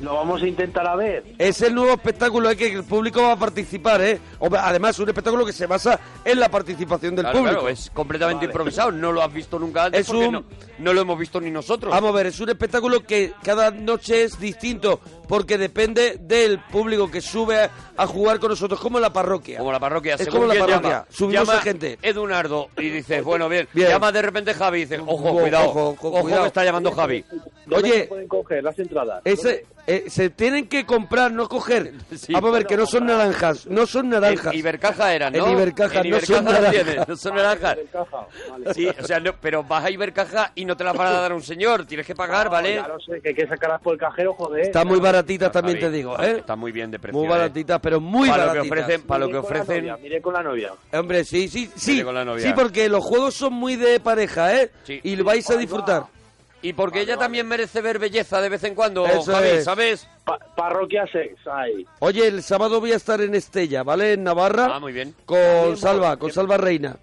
Lo vamos a intentar a ver. Es el nuevo espectáculo en que el público va a participar, ¿eh? O- Además, un espectáculo que se basa en la participación del Claro, público. claro, es completamente improvisado, no lo has visto nunca antes Es porque un- no, no lo hemos visto ni nosotros. Vamos a ver, es un espectáculo que cada noche es distinto porque depende del público que sube a, a jugar con nosotros, como la parroquia. Como la parroquia, Es según como la quién parroquia. llama. Subimos llama a gente. Edunardo y dices, bueno, bien. Bien. Llama de repente Javi y dices, ojo, Ojo, cuidado, ojo, ojo, ojo, cuidado. que está llamando Javi. Oye, pueden coger las entradas? ese, eh, se tienen que comprar, no coger. Sí. Vamos a ver, que no son naranjas, no son naranjas. En Ibercaja eran, ¿no? En Ibercaja, En no son Ibercaja las naranjas. tienes, no son naranjas. Sí, o sea, no, pero vas a Ibercaja y no te las van a dar a un señor, tienes que pagar, ¿vale? Ya lo sé, que hay que sacarlas por el cajero, joder. Están muy baratitas también, Javi, te digo, ¿eh? Está muy bien de precio. Muy ¿eh? baratitas, pero muy para baratitas. Lo que ofrecen, para lo que Miré con la novia, ofrecen. Miré con la novia. Hombre, sí, sí, sí. con la novia. Sí, porque los juegos son muy de pareja, ¿eh? Sí. Y lo vais a disfrutar. Y porque ella también merece ver belleza de vez en cuando, Eso Javi, es. ¿sabes? Pa- parroquia 6, ahí. Oye, el sábado voy a estar en Estella, ¿vale? En Navarra. Ah, muy bien. Con Salva, con Salva Reina,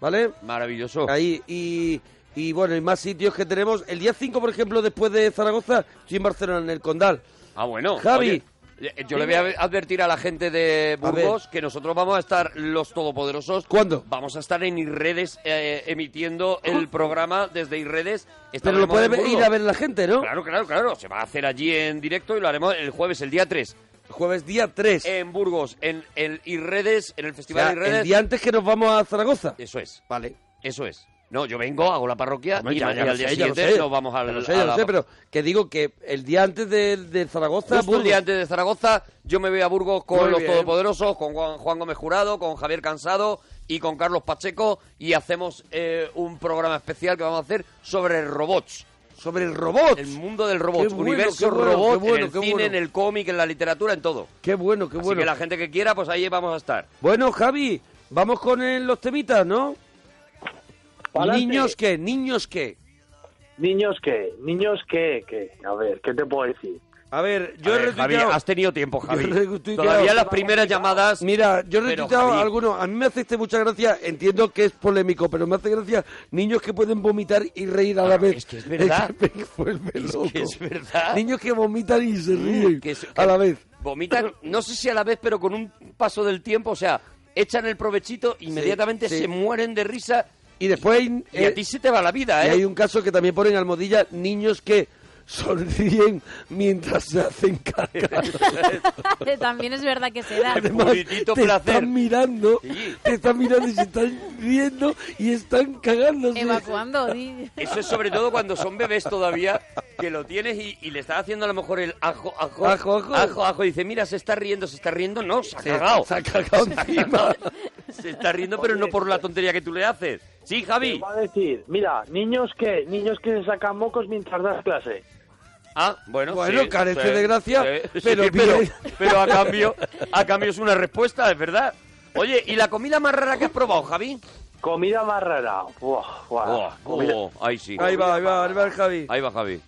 ¿vale? Maravilloso. Ahí, y, y bueno, y más sitios que tenemos. El día 5, por ejemplo, después de Zaragoza, estoy en Barcelona, en el Condal. Ah, bueno. Javi. Oye, eh, yo le voy a advertir a la gente de A ver. Burgos que nosotros vamos a estar los todopoderosos. ¿Cuándo? Vamos a estar en Irredes eh, emitiendo el programa desde Irredes. Pero Estaremos lo puede en ver- Burgos. ir a ver la gente, ¿no? Claro, claro, claro. Se va a hacer allí en directo y lo haremos el jueves, el día 3. Jueves día 3. En Burgos, en el Irredes, en el O Festival sea, Irredes. el día antes que nos vamos a Zaragoza. Eso es, Vale. eso es. No, yo vengo, hago la parroquia Hombre, y, ya- ma- ya y lo al día sé, ya lo siguiente sé. nos vamos al... Ya lo sé, a ya lo la- sé, pero que digo que el día antes de, de Zaragoza, Justo el día Burgos. antes de Zaragoza, yo me voy a Burgos con Muy los bien. Todopoderosos, con Juan, Juan Gómez Jurado, con Javier Cansado y con Carlos Pacheco y hacemos eh, un programa especial que vamos a hacer sobre robots. sobre robots. El mundo del robot, Qué bueno, universo qué bueno, robot, qué bueno, en el qué cine, bueno. en el cómic, en la literatura, en todo. Qué bueno, qué Así bueno. que la gente que quiera, pues ahí vamos a estar. Bueno, Javi, vamos con eh, los temitas, ¿no? Pa'lante. Niños que, niños que. Niños qué, niños qué, qué. A ver, ¿qué te puedo decir? A ver, yo A he ver, Javi, retuiteado- has tenido tiempo, Javi. Yo he retuiteado- Todavía las primeras llamadas... Mira, yo he Pero, retuiteado Javi. algunos. A mí me hace este mucha gracia. Entiendo que es polémico, pero me hace gracia niños que pueden vomitar y reír a la Claro, vez. es que es verdad. Es que me vuelve Es que loco. es verdad. Niños que vomitan y se ríen que se- a la vez. vomitan, no sé si a la vez, pero con un paso del tiempo, o sea, echan el provechito, inmediatamente sí. se mueren de risa Y después y eh, a ti se te va la vida, Y ¿eh? hay un caso que también ponen almohadilla, niños que sonríen mientras se hacen caca. También es verdad que se da. Además, puritito te placer. están mirando, Sí. te están mirando y se están riendo y están cagándose. Evacuando, di. Eso es sobre todo cuando son bebés todavía, que lo tienes y, y le estás haciendo a lo mejor el ajo, ajo, Ajo, ajo. ajo, ajo, y dice, mira, se está riendo, se está riendo, no, se ha Se- cagado. se ha cagado encima. Se está riendo, pero no por la tontería que tú le haces. Sí, Te Javi. voy a decir, mira, niños qué, niños que se sacan mocos mientras das clase. Ah, bueno, Bueno, sí, carece sí, Eh, de gracia, sí, pero sí, pero, bien. pero a cambio, a cambio es una respuesta, es verdad. Oye, ¿y la comida más rara que has probado, Javi? Comida más rara. Buah, buah. comida, oh, ahí sí. Ahí va, ahí va, ahí va el Javi. Ahí va, Javi.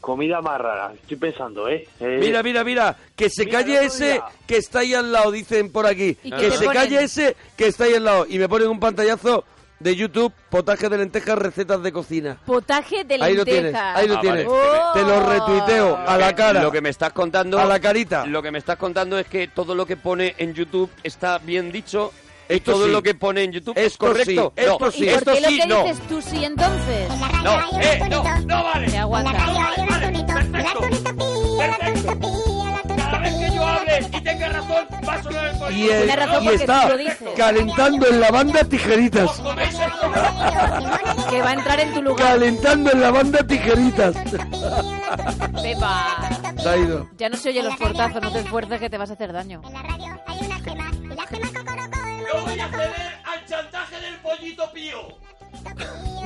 comida más rara. Estoy pensando, ¿eh? Eh, Mira, mira, mira, que se Mira, el calle otro ese día. que está ahí al lado, dicen por aquí. ¿Y Que qué te se ponen? calle ese que está ahí al lado. Y me ponen un pantallazo de YouTube, potaje de lentejas, recetas de cocina. Potaje de Oh. lenteja. Ahí lo tienes, ahí lo Ah, tienes. vale. Te lo retuiteo a la cara. Lo que me estás contando. A la carita. Lo que me estás contando es que todo lo que pone en YouTube está bien dicho Esto todo sí. lo que pone en YouTube es Esto sí, correcto. esto no, sí. ¿Y esto por qué lo sí, que no. dices tú sí entonces? En la radio No, hay un eh, tunito. No vale. Te En la aguanta. radio hay un tunito. La perfecto. tunitopía, la Perfecto. tunitopía, la tunitopía. Cada vez que yo hable y tenga razón, va a sonar el Y, pollo. el- Tiene razón y porque está tú lo dices. calentando en la banda tijeritas. coméis el La radio, la radio, Que va a entrar en tu lugar. Calentando en la banda tijeritas. la tunitopía, Pepa. la tunitopía. Se ha ido. Ya no se oye los portazos, no te esfuerces que te vas a hacer daño. En la radio hay una gema. Y la gema cocorocó, Yo voy a ceder al chantaje del pollito pío.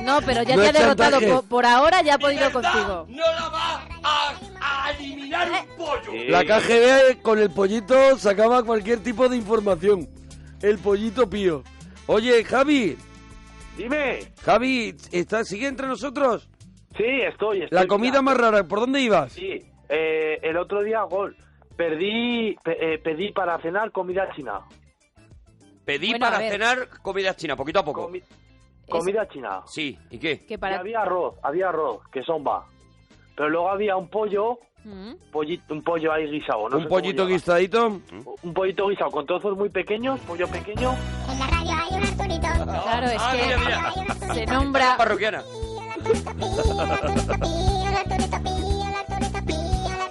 No, pero ya No te ha es derrotado chantaje. por, por ahora, ya ha podido Libertad contigo. No la va a, a eliminar un pollo. La KGB con el pollito sacaba cualquier tipo de información. El pollito pío. Oye, Javi, Dime. Javi, ¿está, ¿sigue entre nosotros? Sí, estoy. estoy La comida mira. más rara, ¿por dónde ibas? Sí, eh, el otro día gol. Perdí, pe- eh, pedí para cenar comida china. Pedí Bueno, a para ver. cenar comida china, poquito a poco. Comi- comida china. Sí, ¿y qué? Que Y para... había arroz, había arroz, que son va. Pero luego había un pollo, ¿Mm? pollito, un pollo ahí guisado. no sé Un cómo pollito llama. guisadito. Un pollito guisado con trozos muy pequeños, pollo pequeño. En la radio hay un Arturito. Claro, es Ah, mira, que mira. se nombra... Parroquiana.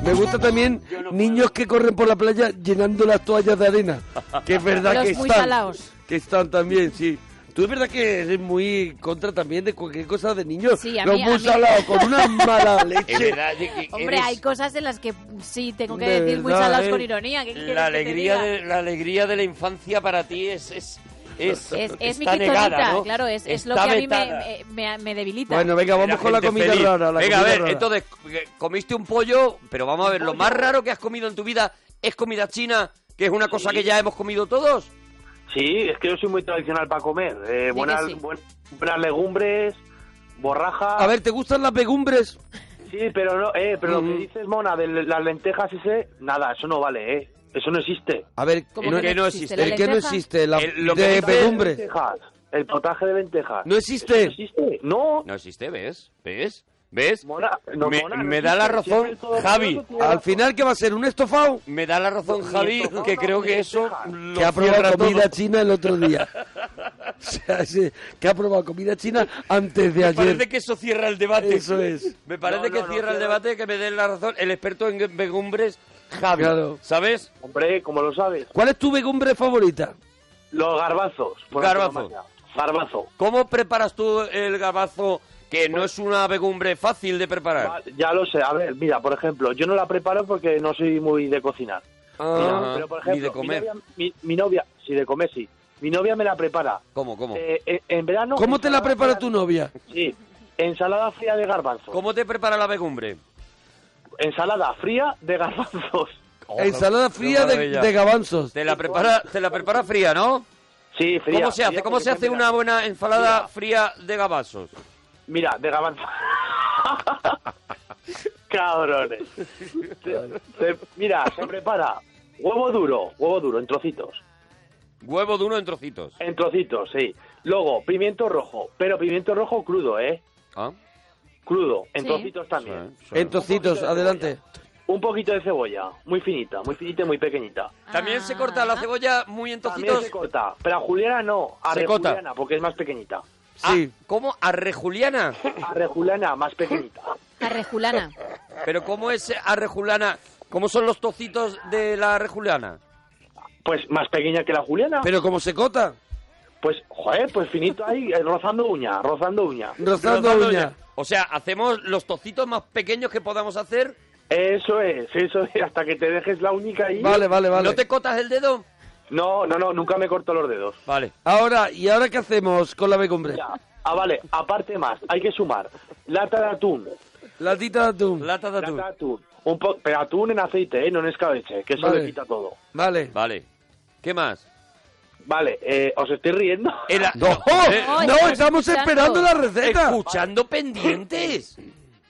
Me gusta también niños que corren por la playa llenando las toallas de arena. Que es verdad Los que muy están. salaos. Que están también, sí. Tú es verdad que eres muy contra también de cualquier cosa de niños. Sí, a Los mí- a muy mí- salados, con una mala Es leche. verdad que- que Hombre, eres hay cosas en las que sí tengo que De decir muy verdad, salados ¿eh? con ironía. ¿qué quieres la que te alegría diga? de la alegría de la infancia para ti es es es, Es, es mi está kriptonita, negada, ¿no? claro, es, es lo que Está a mí me, vetada. me- me- me debilita. Bueno, venga, vamos La con la gente comida feliz. rara. la Venga, a comida ver, rara. entonces, eh, comiste un pollo, pero vamos a ver, lo más raro que has comido en tu vida es comida china, que es una cosa que ya hemos comido todos. Sí, es que yo soy muy tradicional para comer. Eh, que buenas, sí. buen- buenas legumbres, borraja. A ver, ¿te gustan las legumbres? Sí, pero no, eh, pero lo Mm. que dices, Mona, de las lentejas ese, nada, eso no vale, eh. Eso no existe. Eh, A ver, Como que no existe. la ¿el qué no lenteja? existe? La El- lo que de dice- legumbres. Lentejas, el potaje de lentejas. No existe. Eso no existe. No. No existe, ¿ves? ¿Ves? ¿Ves? Mona, no, me, Mona, no me da la existe. razón, Siempre todo Javi. poderoso tiene Al razón. final, ¿qué va a ser? ¿Un estofado? Me da la razón, Javi, no, que no, creo que no, eso deja. lo Que ha cierra probado todo. comida china el otro día. o sea, sí, que ha probado comida china antes de Me parece ayer. que eso cierra el debate. Eso es. Me parece No, no, que no, cierra el cierra- debate, que me den la razón el experto en legumbres, Javi. Claro. ¿Sabes? Hombre, como lo sabes, ¿Cuál es tu legumbre favorita? los garbanzos. por Garbanzo. antonomasia. Garbanzo. ¿Cómo preparas tú el gabazo que no es una legumbre fácil de preparar? Va- Ya lo sé. A ver, mira, por ejemplo, yo no la preparo porque no soy muy de cocinar. Ah, pero, por ni ejemplo, de comer. Mi novia, mi- mi novia- sí, de comer sí. Mi novia me la prepara. ¿Cómo, cómo? Eh, eh, en verano. ¿Cómo te la ensalada prepara fría- tu novia? Sí, ensalada fría de garbanzos. ¿Cómo te prepara la legumbre? Ensalada fría de garbanzos. Ensalada Oh, qué fría de, maravilla. de garbanzos. Te la prepara, te la prepara fría, ¿no? Sí, fría. ¿Cómo se hace? fría ¿Cómo se porque hace cambia- una buena ensalada fría de gabazos? Mira, de garbanzos. Cabrones. Se- se- mira, se prepara huevo duro, huevo duro, en trocitos. Huevo duro en trocitos. En trocitos, sí. Luego, pimiento rojo, pero pimiento rojo crudo, ¿eh? Ah, Crudo, en Sí. trocitos sí, también. sí. En trocitos, adelante. Un poquito de cebolla, muy finita, muy finita y muy pequeñita. También se corta Ah. la cebolla muy en También trocitos. se corta, pero a Juliana no, a Se Re corta. Juliana, porque es más pequeñita. Ah, Sí. ¿Cómo? ¿Arrejuliana? A Re Juliana, más pequeñita. Arrejulana. ¿Pero cómo es arrejulana? ¿Cómo son los tocitos de la arrejulana? Pues más pequeña que la Juliana. Pero como se cota, Pues, joder, pues finito ahí, eh, rozando uña, rozando uña. rozando uña. O sea, hacemos los tocitos más pequeños que podamos hacer. Eso es, eso es, hasta que te dejes la única ahí. Vale, vale, vale. ¿No te cotas el dedo? No, no, no, nunca me corto los dedos. Vale. Ahora, ¿y ahora qué hacemos con la legumbre? Ya. Ah, vale, aparte más, hay que sumar lata de atún, Latita de atún. Lata de lata atún. de atún, un po- pero atún en aceite, ¿eh? no en escabeche, que eso Vale. le quita todo. Vale. Vale. ¿Qué más? Vale, eh, os estoy riendo. El a- ¡No! eh, No, ¡No! estamos ¡Estamos escuchando. esperando la receta! Escuchando pendientes.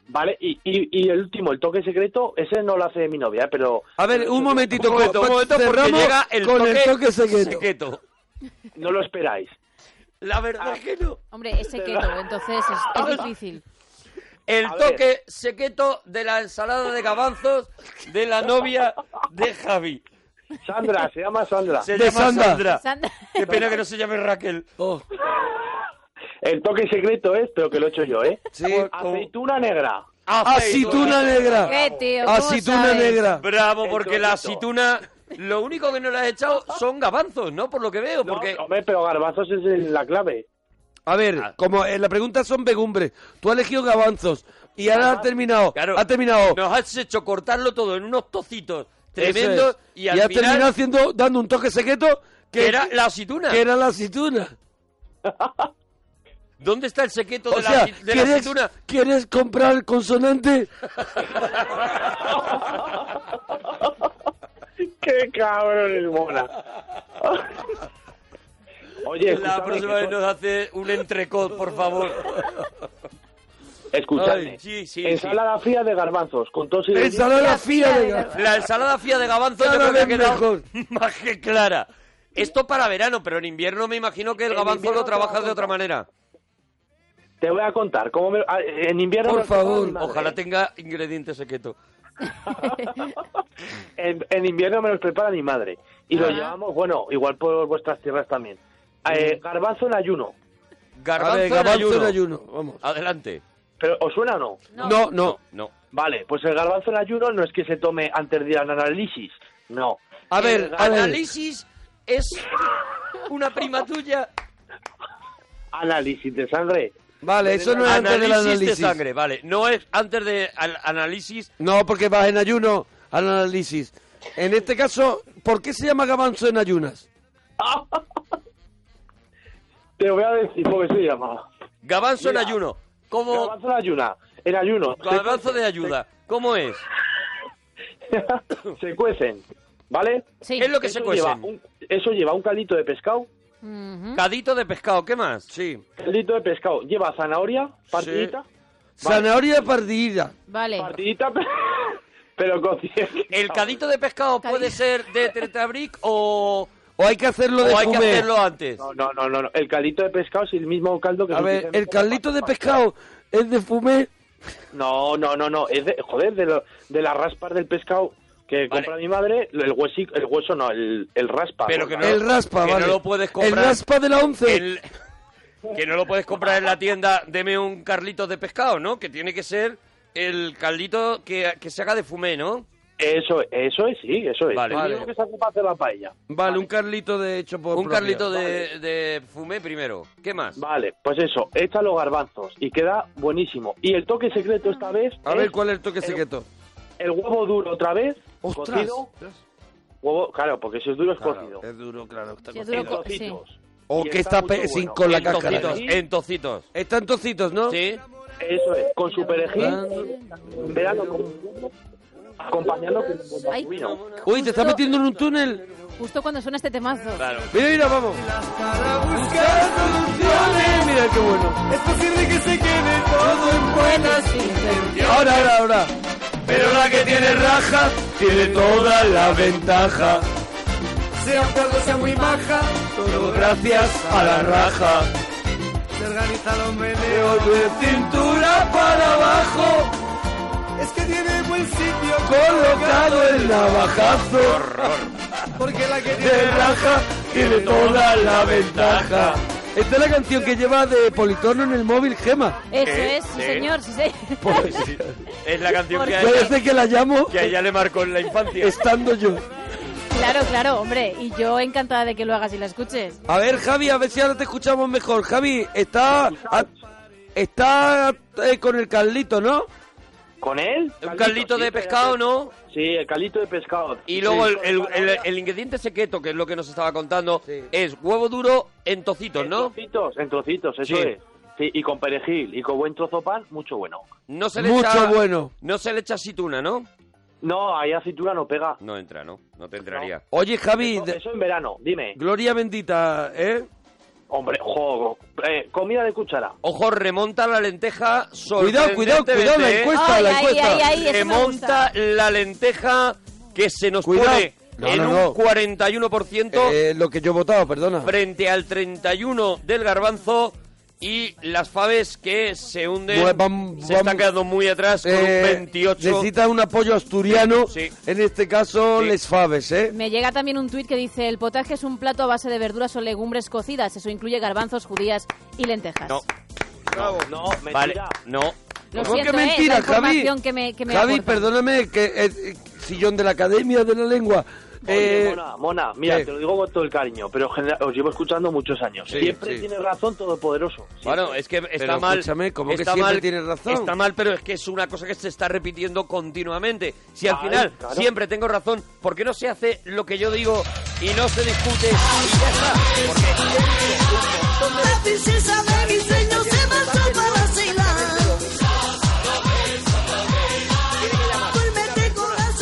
Vale, y, y, y el último, el toque secreto, ese no lo hace mi novia, ¿eh? pero A ver, un momentito, Un momento, un momento, porque cerramos llega el con toque, el toque secreto. secreto. no lo esperáis. La verdad es que no. Ah. Hombre, es keto, entonces es, es difícil. El A ver. toque secreto de la ensalada de gabanzos de la novia de Javi. Sandra, se llama Sandra. Se llama Sandra. Sandra. Qué pena que no se llame Raquel. Oh. El toque secreto es, pero que lo he hecho yo, ¿eh? Sí, como- Aceituna negra. Aceituna negra. ¿Qué, tío? Ah, ¿Cómo Aceituna sabes? negra. Bravo, porque El la trocito. aceituna... Lo único que no le has echado son gabanzos, ¿no? Por lo que veo, No, porque... hombre, pero garbanzos es la clave. A Ah. ver, como en la pregunta son legumbres, tú has elegido gabanzos y ahora ha terminado. Claro, Ha terminado. Nos has hecho cortarlo todo en unos tocitos Eso tremendos es. y al ha final terminado haciendo, dando un toque secreto que, que era la aceituna. que era la aceituna. ¿Dónde está el secreto O de, sea, la, aci- de la ¿quieres, aceituna? ¿quieres comprar consonante? ¡Qué cabrón el mona! Oye, La próxima vez nos hace un entrecot, por favor. escuchadme. Ay, sí, sí, Ensalada fría de garbanzos, con tos y... Ensalada fría de gar- La ensalada fría de gabanzo Cada creo que ha vez quedado mejor. más que clara. Esto para verano, pero en invierno me imagino que el En gabanzo invierno lo te va trabajas a de otra contar. manera. Te voy a contar cómo me... ah, En invierno... Por me acordaba favor. mi madre. Ojalá tenga ingredientes secretos. En, en invierno me los prepara mi madre. Y Ah. los llevamos, bueno, igual por vuestras tierras también. Eh, garbanzo en ayuno. Garbanzo, A ver, en gabanzo ayuno. en ayuno. Vamos. Adelante. ¿Pero os suena o no? No. No, no. No. Vale, pues el garbanzo en ayuno no es que se tome antes de ir al análisis. No. A ver, El a ver. Análisis es una prima tuya. Análisis de sangre. Vale, eso no es antes del Análisis de análisis. sangre, vale. No es antes de al- análisis. No, porque vas en ayuno al análisis. En este caso, ¿por qué se llama gabanzo en ayunas? Te voy a decir cómo se llama. Gabanzo en Mira. ayuno. ¿Cómo? Garbanzo en ayuna. En ayuno. Se Gabanzo cuecen, de ayuda. ¿Cómo es? se- Se cuecen, ¿vale? Sí. Es lo que se Eso lleva, cuecen. un, eso lleva un caldito de pescado. Ujú. Cadito de pescado, ¿qué más? Sí. Caldito de pescado. Lleva zanahoria, partidita. Zanahoria partida. Vale. Partidita, pero, pero con cien- El cadito de pescado puede Cadito. ser de Tetrabric o, O hay que hacerlo de o hay que comer. hacerlo antes. No, no, no, no, no. El caldito de pescado es el mismo caldo que... A se ver, utiliza en- el caldito de pescado es de fumé. No, no, no, no. Es de, joder, de, lo- de las raspas del pescado que compra mi madre, el hueso, el hueso no, el, el raspa. Pero que no- El raspa, que vale. no lo puedes El comprar. raspa de la once. El- que no lo puedes comprar en la tienda, deme un carlito de pescado, ¿no? Que tiene que ser el caldito que, que se haga de fumé, ¿no? Eso, eso es, sí, eso es. Vale. El mismo que se hace para hacer la paella. Vale, un carlito de hecho por Un propio. carlito de, de fumé primero. ¿Qué más? Vale, pues eso, echa los garbanzos y queda buenísimo. Y el toque secreto esta vez A es ver, ¿cuál es el toque el- secreto? el huevo duro otra vez, ¡Ostras! cocido. Huevo, claro, porque si es duro es cocido. es duro, claro. Está Sí, es cocido. duro. co- Trocitos. O Y que está está muy pe- sin bueno. con la en cáscara. tocitos, ¿no? en tocitos. Están tocitos, ¿no? ¿Sí? Eso es, con su Ah. perejil, verano con- acompañando con Ay. con vino. Uy, te está Justo- metiendo en un túnel. Justo cuando suena este temazo. Claro. Mira, mira, vamos. Mira qué bueno. Es posible que se quede todo en buenas intenciones. Ahora, ahora, ahora. Pero la que tiene raja tiene toda la ventaja. Sea un perro, sea muy maja, todo gracias a la raja. Se organiza los meneos de cintura para abajo. Es que tiene buen sitio colocado el navajazo. Porque la que tiene raja tiene toda la ventaja. Esta es la canción que lleva de Politorno en el móvil Gema. Eso ¿Eh? es, sí, ¿Sí? señor, sí, sí. Pues, Es la canción que a, yo ella, desde que la llamo, que a ella le marcó en la infancia. estando yo. Claro, claro, hombre. Y yo encantada de que lo hagas y la escuches. A ver, Javi, a ver si ahora te escuchamos mejor. Javi, está... a- está eh, con el Carlito, ¿no? ¿Con él? Un caldito sí, de espérate. pescado, ¿no? Sí, el caldito de pescado. Y luego Sí. el, el- el- el ingrediente secreto, que es lo que nos estaba contando, es huevo duro en tocitos, En ¿no? trocitos, en trocitos, eso Sí. es. Sí, y con perejil y con buen trozo pan, mucho bueno. No se le echa, Mucho bueno. No se le echa aceituna, ¿no? No, ahí aceituna no pega. No entra, ¿no? No te entraría. Oye, Javi, Eso, de- eso en verano, dime. gloria bendita, ¿eh? Hombre, juego. Eh, comida de cuchara. Ojo, remonta la lenteja Cuidado, cuidado, cuidado, la sorprendentemente, encuesta, Ay, la ay, encuesta. ay, ay. ¿eh? eso me Remonta la lenteja que se nos Cuidado. pone No, en no, un no. 41% Eh, lo que yo he votado, perdona. frente al 31 del garbanzo Y las Faves que se hunden, Bueno, vam- se vam- están quedando muy atrás con Eh, un 28. Necesita un apoyo asturiano. Sí. En este caso, Les Faves, ¿eh? Me llega también un tuit que dice, el potaje es un plato a base de verduras o legumbres cocidas. Eso incluye garbanzos, judías y lentejas. No. Bravo. No, mentira. Vale, no. Lo ¿Cómo siento, que ¿eh? mentira, Es la Javi? información que me- que me Javi, aportan. perdóname, que eh, eh, sillón de la Academia de la Lengua. Oye, Eh, Mona, Mona, mira, ¿qué? te lo digo con todo el cariño, pero genera- os llevo escuchando muchos años. Sí, siempre sí. tiene razón Todopoderoso. Bueno, es que está Pero mal. escúchame, ¿cómo que está siempre mal, tienes razón? Está mal, pero es que es una cosa que se está repitiendo continuamente. Si al Ay, final claro. siempre tengo razón, ¿por qué no se hace lo que yo digo y no se discute? Y ya está. Porque La princesa de mis sueños se marchó para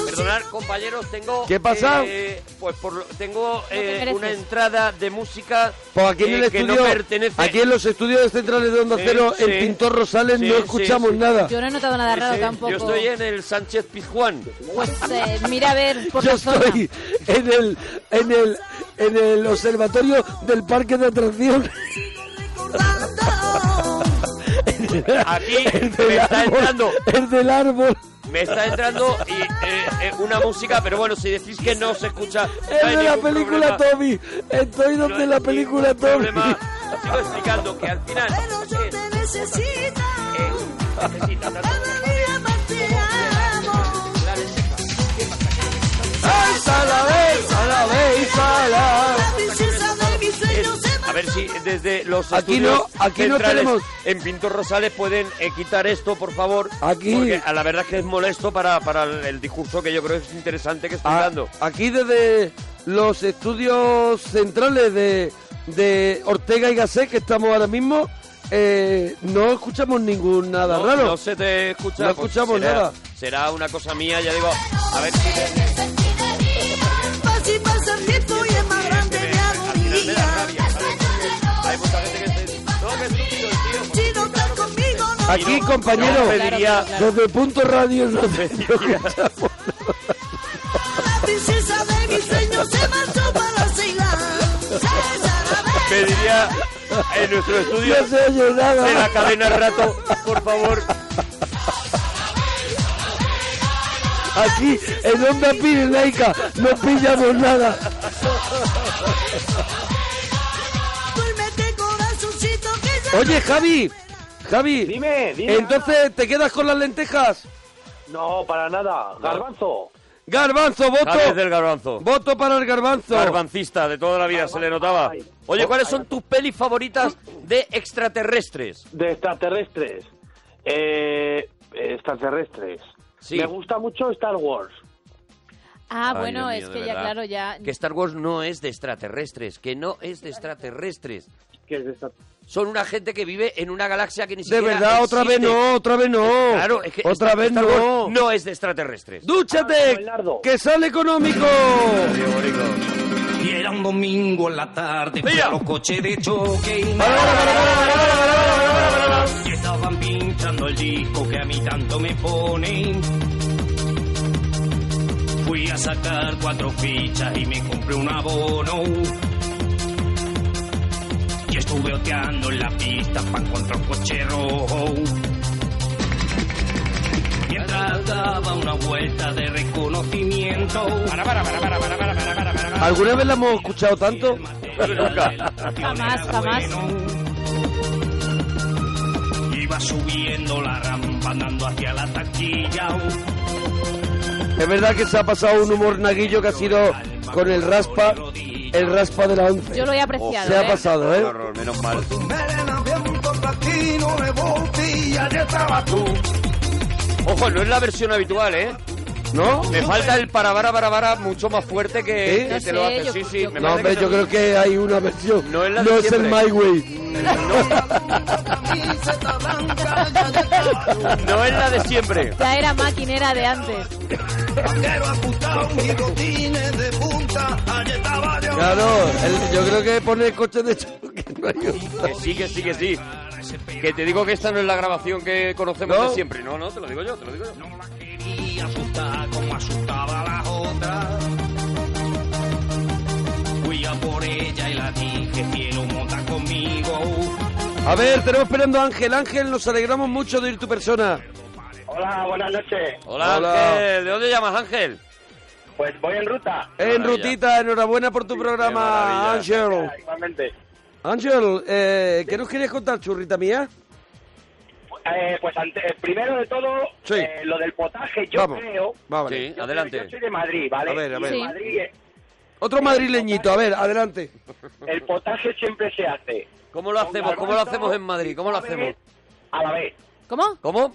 Perdonad, compañeros, tengo. ¿Qué pasa? eh, pues por, lo- tengo eh, mereces. una entrada de música pues aquí en eh, el que estudio, no pertenece. aquí en los estudios centrales de Onda Sí, Cero, sí. el pintor Rosales, Sí, no sí, escuchamos sí. nada. Yo no he notado nada Sí, raro sí, tampoco. Yo estoy en el Sánchez Pizjuán. Pues eh, mira a ver por Yo la zona. estoy en el, en el, en el observatorio del parque de atracción. Aquí me está entrando. El del árbol. Me está entrando y, eh, eh, una música, pero bueno, si decís que no se escucha. no hay El de la ningún película problema. Toby. Estoy No donde hay la ningún película Toby. problema. Sigo explicando que al final. eh, eh, necesita tanto- ¡Ay, Salabéis, Salabéis, Salabéis! A ver si desde los Aquí estudios no, aquí no centrales tenemos- en Pintor Rosales pueden eh, quitar esto, por favor. Aquí. Porque a la verdad es que es molesto para, para el, el discurso que yo creo que es interesante que estoy A- dando. Aquí desde los estudios centrales de, de Ortega y Gasset, que estamos ahora mismo, eh, no escuchamos ningún nada No, raro. no se te escucha. No pues escuchamos será- nada. Será una cosa mía, ya digo. A ver si te- al final me da rabia, ¿sabes? Hay mucha gente que dice, "No, que estúpido el tío". Aquí, no, compañero, no pediría- desde Punto Radio no te escuchamos. Pediría en nuestro estudio No se oye de la nada. cadena rato, por favor. Aquí, en Onda Pirenaica, no pillamos nada. Oye, Javi, Javi, Dime, dime. entonces, ¿te quedas con las lentejas? No, para nada. Garbanzo. Garbanzo, Javier voto. del garbanzo. Voto para el garbanzo. Garbancista de toda la vida, se le notaba. Oye, ¿cuáles son tus pelis favoritas de extraterrestres? De extraterrestres. Eh, extraterrestres. Sí. Me gusta mucho Star Wars. Ah, Ay, bueno, Dios mío, es de que ya, verdad. claro, ya... Ah, Que Star Wars no es de extraterrestres, que no es de extraterrestres. Que es de extra- Son una gente que vive en una galaxia que ni De siquiera verdad, otra vez existe. no, otra vez no. Claro, es que otra Star- vez Star no. Wars no es de extraterrestres. Ah, ¡Dúchate! Abelardo. ¡Que sale económico! Y era un domingo en la tarde, fui Mira. a los coches de choque y Para, para, para, para, para, para, para, para, para, para, para. Y estaban pinchando el disco que a mí tanto me ponen. Fui a sacar cuatro fichas y me compré un abono. Y estuve oteando en la pista para encontrar un coche rojo. Mientras daba una vuelta de reconocimiento. Para, para, para, para, para, para, para, para, para. ¿Alguna vez la hemos escuchado tanto? Jamás, jamás. Iba subiendo la rampa andando hacia la taquilla. Es verdad que se ha pasado un humor naguillo que ha sido con el raspa, el raspa de la once. Yo lo he apreciado, Se ha ¿eh? pasado, Qué ¿eh? horror, menos mal. Ojo, no es la versión habitual, ¿eh? ¿No? Me falta el para bara bara bara mucho más fuerte que, ¿Sí? que No te lo sé, hace. yo- sí, sí, yo me No, parece hombre, que yo se- creo que hay una versión. No es la de No es el siempre. My Way. No es la de siempre. Ya era maquinera de antes. Claro, el- yo creo que pone el coche de choque. no hay otra. Que sí, que sí, que sí. Que te digo que esta no es la grabación que conocemos ¿No? de siempre. No, no, te lo digo yo, te lo digo yo. Y asustar como asustaba a las otras. Fui a por ella y la dije, quiero montar conmigo. A ver, tenemos esperando a Ángel. Ángel, nos alegramos mucho de ir tu persona. Hola, buenas noches. Hola, Ángel. ¿De dónde llamas, Ángel? Pues voy en ruta. En rutita, enhorabuena por tu programa, Ah, Ángel. Igualmente. Ángel, eh, ¿qué nos quieres contar, churrita mía? Eh, pues ante- eh, primero de todo, Sí. eh, lo del potaje, yo Vamos. creo. Vamos. Sí, yo adelante. creo- Yo soy de Madrid, ¿vale? A ver, a Y ver. en Sí. Madrid, eh, Otro madrileñito, a ver, adelante. el potaje siempre se hace. ¿Cómo lo hacemos? ¿Cómo lo hacemos en Madrid? ¿Cómo lo hacemos? A la vez. ¿Cómo? ¿Cómo?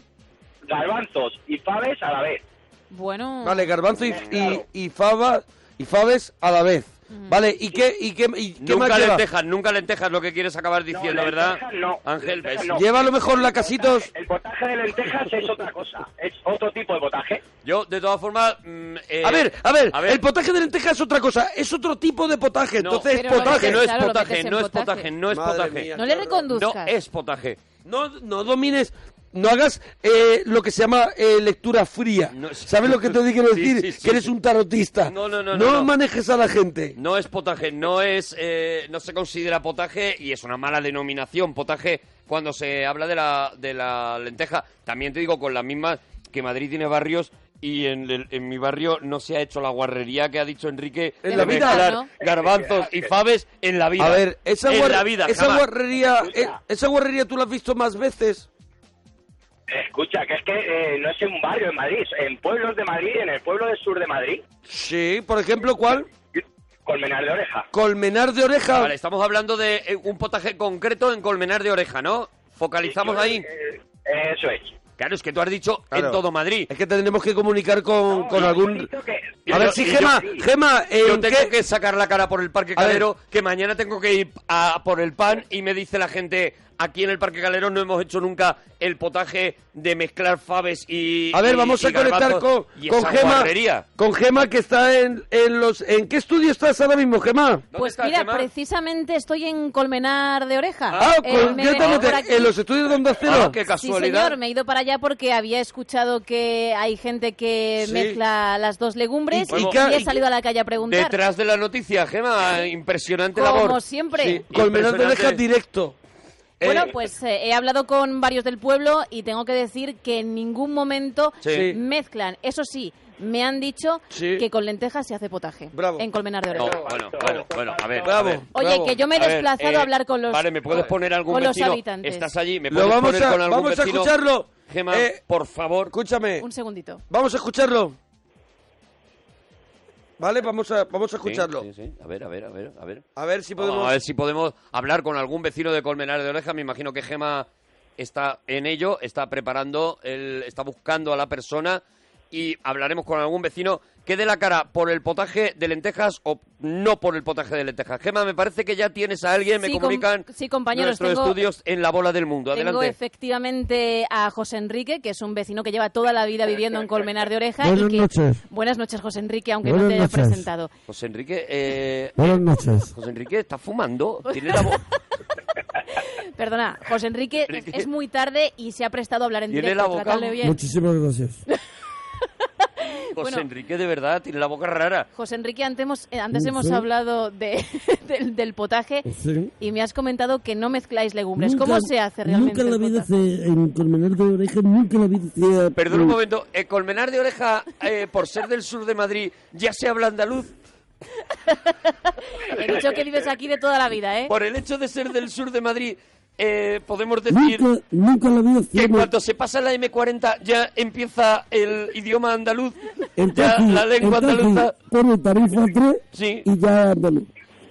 Garbanzos y faves a la vez. Bueno. Vale, garbanzo y, y, y fava- y faves a la vez. Vale, ¿y qué, y qué, y qué más Nunca lleva? lentejas, nunca lentejas lo que quieres acabar diciendo, ¿verdad? Ángel, pues ves. Lleva a lo mejor la casitos. El potaje de lentejas es otra cosa. Es otro tipo de potaje. Yo, de todas formas... mm, eh, A ver, a ver, el potaje de lenteja es otra cosa, es otro tipo de potaje, no, entonces es pero lo potaje. metes, No es claro, lo potaje, metes en no es potaje. potaje, no es Madre potaje. mía, No qué le horror. reconduzcas. No es potaje. No, no domines, no hagas eh, lo que se llama eh, lectura fría. ¿Sabes lo que te quiero Sí, decir? sí, sí. Que eres un tarotista. No, no, no, No, no, no. manejes a la gente. No es potaje, no es, eh, no se considera potaje y es una mala denominación. Potaje, cuando se habla de la, de la lenteja, también te digo con las mismas que Madrid tiene barrios y en, el- en mi barrio no se ha hecho la guarrería que ha dicho Enrique En de la vida, mezclar ¿no? garbanzos y faves en la vida. A ver, esa, en guar- la vida, esa jamás. guarrería, eh, esa guarrería tú la has visto más veces. Escucha, que es que eh, no es en un barrio en Madrid, es en pueblos de Madrid, en el pueblo del sur de Madrid, Sí, por ejemplo, ¿cuál? Colmenar de Oreja. Colmenar de oreja. Vale, estamos hablando de eh, un potaje concreto en Colmenar de Oreja, ¿no? Focalizamos ahí. eh, Eso es. Claro, es que tú has dicho Claro. en todo Madrid. Es que tendremos que comunicar con, con algún. A ver Yo- si yo- Gema, Gema, ¿en yo tengo qué- que sacar la cara por el Parque A ver. Calero, que mañana tengo que ir a por el pan y me dice la gente, aquí en el Parque Calero no hemos hecho nunca el potaje de mezclar faves y A ver, y- vamos y a conectar con, garbanzos y con esa Gema. guarrería. Con Gema que está en, en los. ¿En qué estudio estás ahora mismo, Gema? Pues mira, precisamente estoy en Colmenar de Oreja. Ah, Eh, me he venido concretamente por aquí. en los estudios de Onda Cero. Ah, qué Sí, casualidad. señor, me he ido para allá porque había escuchado que hay gente que Sí. mezcla las dos legumbres Y- y, y y ca- he salido a la calle a preguntar. Detrás de la noticia, Gema, impresionante Como labor. siempre. Sí, Colmenar de impresionante. Oreja directo. Bueno, Eh, pues eh, he hablado con varios del pueblo y tengo que decir que en ningún momento Sí. mezclan. Eso sí, me han dicho Sí. que con lentejas se hace potaje Bravo. en Colmenar de No, Oreja. bueno, bueno, bueno, a ver. a Bravo, ver. Oye, bravo. que yo me he A ver, desplazado eh, a hablar con los... Vale, ¿me puedes poner algún con los vecino? habitantes. Estás allí, ¿me Lo puedes vamos poner a- con algún vamos a vecino? escucharlo. Gema, Eh, por favor. Escúchame. Un segundito. Vamos a escucharlo. Vale, vamos a, vamos Sí, a escucharlo. sí, sí. A ver, a ver, a ver, a ver. A ver si Vamos podemos. a ver si podemos hablar con algún vecino de Colmenar de Oreja. Me imagino que Gema está en ello, está preparando, el- está buscando a la persona y hablaremos con algún vecino que dé la cara por el potaje de lentejas o no por el potaje de lentejas. Gema, me parece que ya tienes a alguien, me Sí, com- comunican sí, compañeros, nuestros tengo- estudios en la bola del mundo. Tengo Adelante. efectivamente a José Enrique, que es un vecino que lleva toda la vida viviendo en Colmenar de Oreja. y Buenas que- noches. Buenas noches, José Enrique, aunque no Buenas te haya noches. presentado. José Enrique, eh, Buenas noches. José Enrique está fumando. Tiene la voz. Perdona, José Enrique Enrique. es muy tarde y se ha prestado a hablar en Tiene directo. la boca trátale bien. Muchísimas gracias. José Enrique, de verdad, tiene la boca rara. José Enrique, antes hemos, eh, antes Sí. hemos hablado de, del, del potaje Sí. y me has comentado que no mezcláis legumbres. Nunca- ¿Cómo se hace realmente? Nunca la el vida potaje? se, Eh, en Colmenar de Oreja, nunca la vida se... Perdón un momento, eh, Colmenar de Oreja, eh, por ser del sur de Madrid, ya se habla andaluz. He dicho que vives aquí de toda la vida, ¿eh? Por el hecho de ser del sur de Madrid, eh, podemos decir Nunca, nunca la vida se... que cuando se pasa la M40 ya empieza el idioma andaluz. Ya Entonces, la lengua entonces, andaluza. pone tarifa 3 Sí. y ya andamos.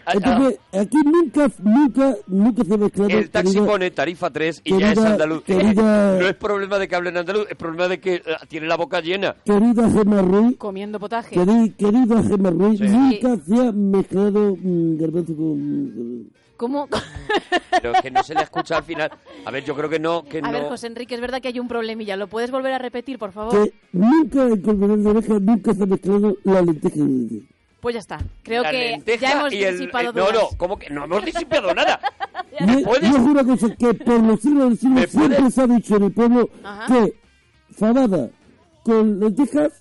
Ah, Entonces, aquí nunca, nunca, nunca se mezcla... El taxi pone tarifa 3 y ya es querida- andaluz. querida- No es problema de que hablen andaluz, es problema de que eh, tiene la boca llena. Querida Gemma Ruiz, Comiendo potaje. querida, querida Gemma Ruiz, Sí. nunca se ha mezclado mm, garbanzo con... mm, ¿Cómo? Pero es que no se le escucha al final. A ver, yo creo que no, que A ver, no. José Enrique, es verdad que hay un problemilla. ¿Lo puedes volver a repetir, por Oh. favor? que nunca en Colmenar de Oreja nunca se ha mezclado la lenteja y el guiso. Pues ya está. Creo La que lenteja ya hemos y el- disipado eh, No, no, dudas. ¿cómo que no hemos disipado nada? Yo, ¿Me puedes yo juro que, se- que por los siglos del siglo ¿Me siempre puedes? se ha dicho en el pueblo Ajá. que fabada con lentejas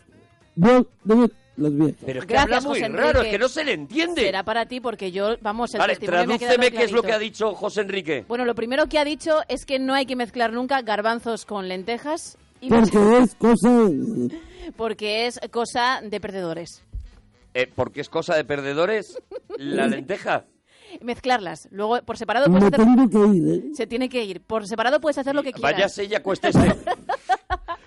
no debe las vías. Pero es que Gracias, habla muy José raro, Enrique. es que no se le entiende. Será para ti porque yo, vamos, el Vale, testimonio me ha quedado tradúceme qué es lo clarito. que ha dicho José Enrique. Bueno, lo primero que ha dicho es que no hay que mezclar nunca garbanzos con lentejas y Porque es cosa... porque es cosa de perdedores. Eh, porque es cosa de perdedores la lenteja. Mezclarlas. Luego, por separado, puedes Me hacer- tengo que ir, ¿eh? se tiene que ir. Por separado puedes hacer lo que quieras. Váyase y acuéstese.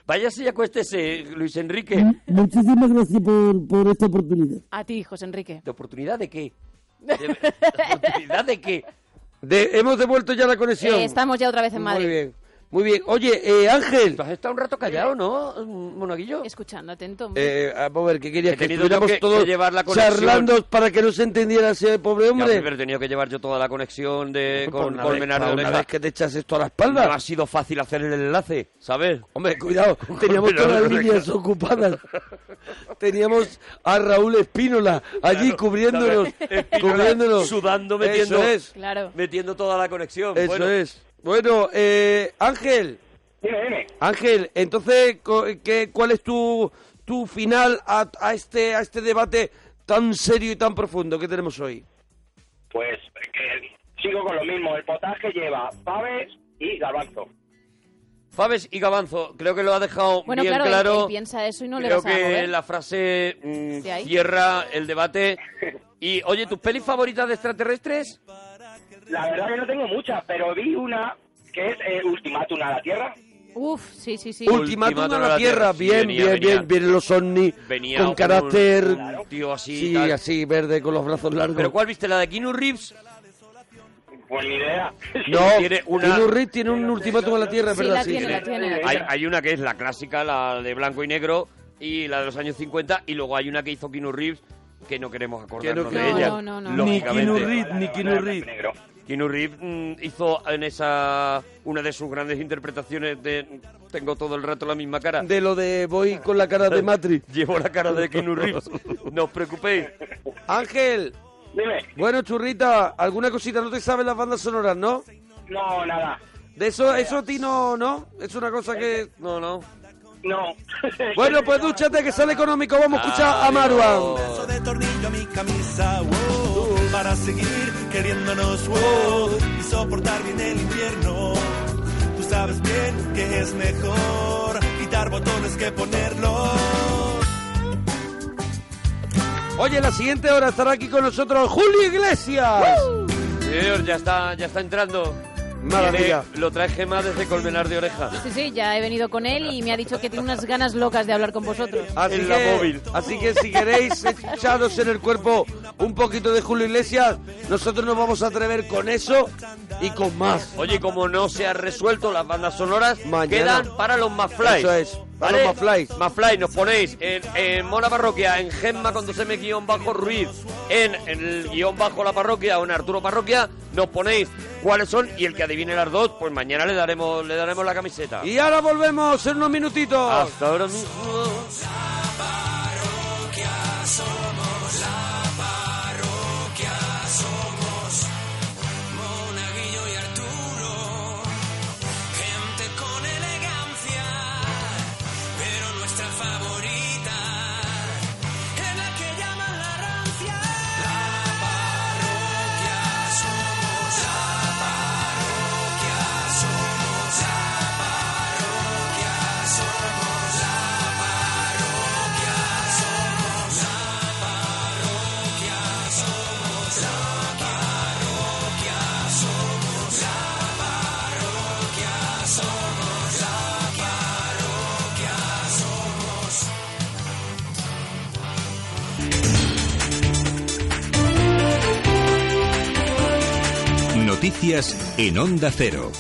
Váyase y acuéstese, Luis Enrique. Muchísimas gracias por, por esta oportunidad. A ti, José Enrique. ¿De oportunidad de qué? ¿Oportunidad de qué? De- hemos devuelto ya la conexión. Eh, estamos ya otra vez en Madrid. Muy bien. Muy bien. Oye, eh, Ángel. has estado un rato callado, ¿no, Monaguillo? Escuchando, atento. Eh, vamos a ver, ¿qué querías? He Que tenido estuviéramos yo que- todos que llevar la conexión. charlando para que no se entendiera ese pobre Ya, hombre. pero he tenido que llevar yo toda la conexión de, Por con una con vez- Menardo por una Oreja. vez que te echas esto a la espalda. No ha sido fácil hacer el enlace, ¿sabes? Hombre, Cuidado, teníamos todas las líneas ocupadas. Teníamos a Raúl Espínola allí cubriéndonos, cubriéndonos. Sudando, Eso metiendo, es. metiendo toda la conexión. Eso bueno. es. Bueno, eh, Ángel. Ángel, entonces, co- ¿qué, ¿cuál es tu, tu final a, a este, a este debate tan serio y tan profundo que tenemos hoy? Pues que sigo con lo mismo. El potaje lleva paves y garbanzo. Faves y Gabanzo, creo que lo ha dejado Bueno, bien claro, él- claro. él piensa eso y no le creo vas a que mover. la frase mm, Sí, ¿eh? ahí. cierra el debate. Y, oye, ¿tus pelis favoritas de extraterrestres? La verdad que no tengo muchas, pero vi una que es eh, Ultimátum a la Tierra. Uf, sí, sí, sí. Ultimátum a la Tierra, sí, bien, venía, bien, venía. bien, bien, los ovni, Venía con un- carácter, un tío así, sí, tal. así, verde, con los brazos largos. ¿Pero cuál viste? ¿La de Keanu Reeves? Pues ni idea. No, tiene una- Keanu Reeves tiene un ultimátum a la Tierra, es Sí, ¿verdad? la tiene, la tiene. Hay, hay una que es la clásica, la de blanco y negro, y la de los años 50, y luego hay una que hizo Keanu Reeves que no queremos acordarnos Que no de queremos. ella. No, no, no. Ni lógicamente. Keanu Reeves, ni Keanu Reeves. Keanu Reeves, mm, hizo en esa una de sus grandes interpretaciones de Tengo todo el rato la misma cara. De lo de voy con la cara de Matrix. Llevo la cara de Keanu Reeves. No os preocupéis. Ángel. Dime. Bueno, churrita, alguna cosita, no te sabes las bandas sonoras, ¿no? No, nada. De eso, eso a ti no, ¿no? Es una cosa que... No, no. No. Bueno, pues dúchate que sale económico. Vamos a escuchar a Marwan. Beso de tornillo a mi camisa, wow, para seguir queriéndonos, wow, y soportar bien el invierno. Tú sabes bien que es mejor quitar botones que ponerlos. Oye, la siguiente hora estará aquí con nosotros Julio Iglesias. Señor, ya está, ya está entrando. Maravilla. Viene- Lo trae Gema desde Colmenar de Oreja. Sí, sí, ya he venido con él y me ha dicho que tiene unas ganas locas de hablar con vosotros. Así En la que, móvil. Así que si queréis echaros en el cuerpo un poquito de Julio Iglesias, nosotros nos vamos a atrever con eso y con más. Oye, como no se han resuelto las bandas sonoras, Mañana. quedan para los Maflies. Eso es, para los Maflies. Maflies, nos ponéis en, en Mona Parroquia, en Gemma con 2M guión bajo Ruiz, en, en el guión bajo La Parroquia o en Arturo Parroquia, nos ponéis cuáles son y el que adivine las dos, pues mañana le daremos, le daremos la camiseta. Y ahora volvemos en unos minutitos. Hasta ahora mismo. parroquia somos, la parroquia somos, Monaguillo y Arturo, gente con elegancia, pero nuestra favorita es la que llaman la rancia. La parroquia somos, la parroquia somos, la parroquia somos, la parroquia somos, la parroquia somos, la parroquia somos, la parroquia somos, la parroquia somos. Noticias en Onda Cero.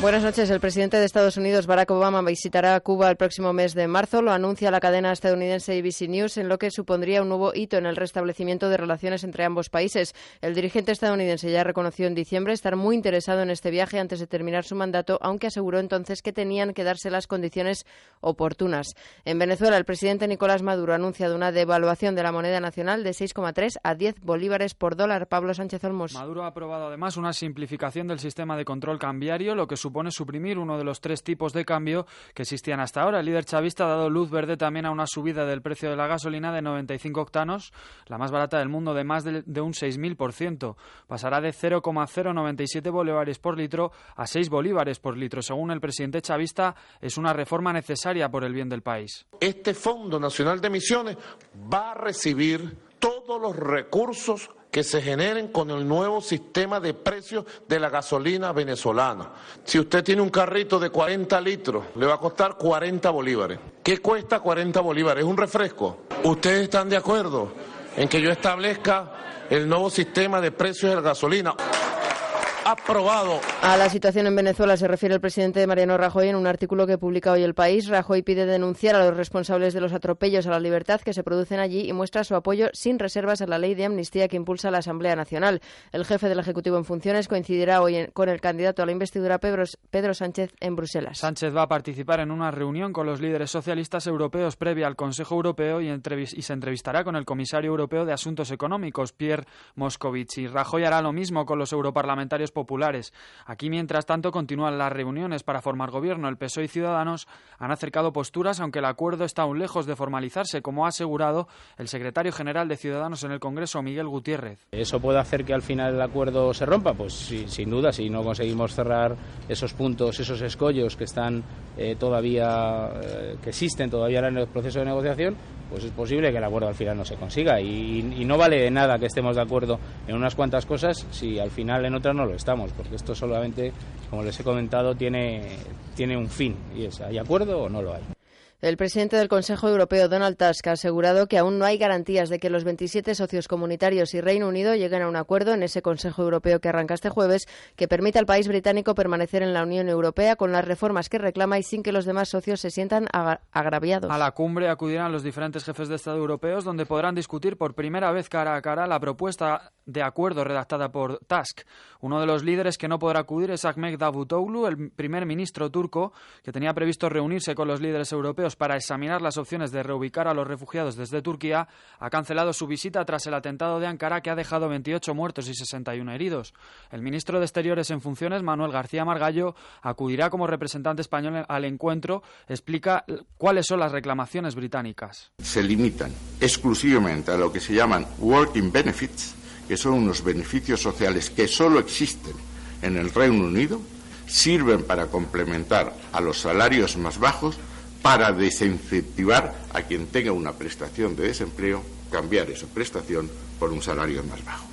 Buenas noches. El presidente de Estados Unidos, Barack Obama, visitará Cuba el próximo mes de marzo. Lo anuncia la cadena estadounidense ABC News, en lo que supondría un nuevo hito en el restablecimiento de relaciones entre ambos países. El dirigente estadounidense ya reconoció en diciembre estar muy interesado en este viaje antes de terminar su mandato, aunque aseguró entonces que tenían que darse las condiciones oportunas. En Venezuela, el presidente Nicolás Maduro ha anunciado una devaluación de la moneda nacional de 6,3 a 10 bolívares por dólar. Pablo Sánchez Olmos. Maduro ha aprobado además una simplificación del sistema de control cambiario, lo que supone supone suprimir uno de los tres tipos de cambio que existían hasta ahora. El líder chavista ha dado luz verde también a una subida del precio de la gasolina de 95 octanos, la más barata del mundo, de más de, de un 6.000%. Pasará de 0,097 bolívares por litro a 6 bolívares por litro. Según el presidente chavista, es una reforma necesaria por el bien del país. Este Fondo Nacional de Emisiones va a recibir todos los recursos que se generen con el nuevo sistema de precios de la gasolina venezolana. Si usted tiene un carrito de 40 litros, le va a costar 40 bolívares. ¿Qué cuesta 40 bolívares? ¿Un refresco? ¿Ustedes están de acuerdo en que yo establezca el nuevo sistema de precios de la gasolina? Aprobado. A la situación en Venezuela se refiere el presidente Mariano Rajoy en un artículo que publica hoy El País. Rajoy pide denunciar a los responsables de los atropellos a la libertad que se producen allí y muestra su apoyo sin reservas a la ley de amnistía que impulsa la Asamblea Nacional. El jefe del Ejecutivo en funciones coincidirá hoy en- con el candidato a la investidura Pedro, Pedro Sánchez en Bruselas. Sánchez va a participar en una reunión con los líderes socialistas europeos previa al Consejo Europeo y, entrevis- y se entrevistará con el comisario europeo de Asuntos Económicos, Pierre Moscovici. Rajoy hará lo mismo con los europarlamentarios populares. Aquí, mientras tanto, continúan las reuniones para formar gobierno. El PSOE E y Ciudadanos han acercado posturas, aunque el acuerdo está aún lejos de formalizarse, como ha asegurado el secretario general de Ciudadanos en el Congreso, Miguel Gutiérrez. ¿Eso puede hacer que al final el acuerdo se rompa? Pues sí, sin duda, si no conseguimos cerrar esos puntos, esos escollos que están eh, todavía, eh, que existen todavía en el proceso de negociación, pues es posible que el acuerdo al final no se consiga. Y, y no vale de nada que estemos de acuerdo en unas cuantas cosas si al final en otras no lo estamos, porque esto solamente, como les he comentado, tiene, tiene un fin. Y es, ¿hay acuerdo o no lo hay? El presidente del Consejo Europeo, Donald Tusk, ha asegurado que aún no hay garantías de que los 27 socios comunitarios y Reino Unido lleguen a un acuerdo en ese Consejo Europeo que arranca este jueves, que permita al país británico permanecer en la Unión Europea con las reformas que reclama y sin que los demás socios se sientan aga- agraviados. A la cumbre acudirán los diferentes jefes de Estado europeos, donde podrán discutir por primera vez cara a cara la propuesta de acuerdo redactada por Tusk. Uno de los líderes que no podrá acudir es Ahmet Davutoglu, el primer ministro turco, que tenía previsto reunirse con los líderes europeos para examinar las opciones de reubicar a los refugiados desde Turquía, ha cancelado su visita tras el atentado de Ankara que ha dejado 28 muertos y 61 heridos. El ministro de Exteriores en funciones, Manuel García Margallo, acudirá como representante español al encuentro, explica eh, cuáles son las reclamaciones británicas. se limitan exclusivamente a lo que se llaman working benefits, que son unos beneficios sociales que solo existen en el Reino Unido, sirven para complementar a los salarios más bajos, para desincentivar a quien tenga una prestación de desempleo, cambiar esa prestación por un salario más bajo.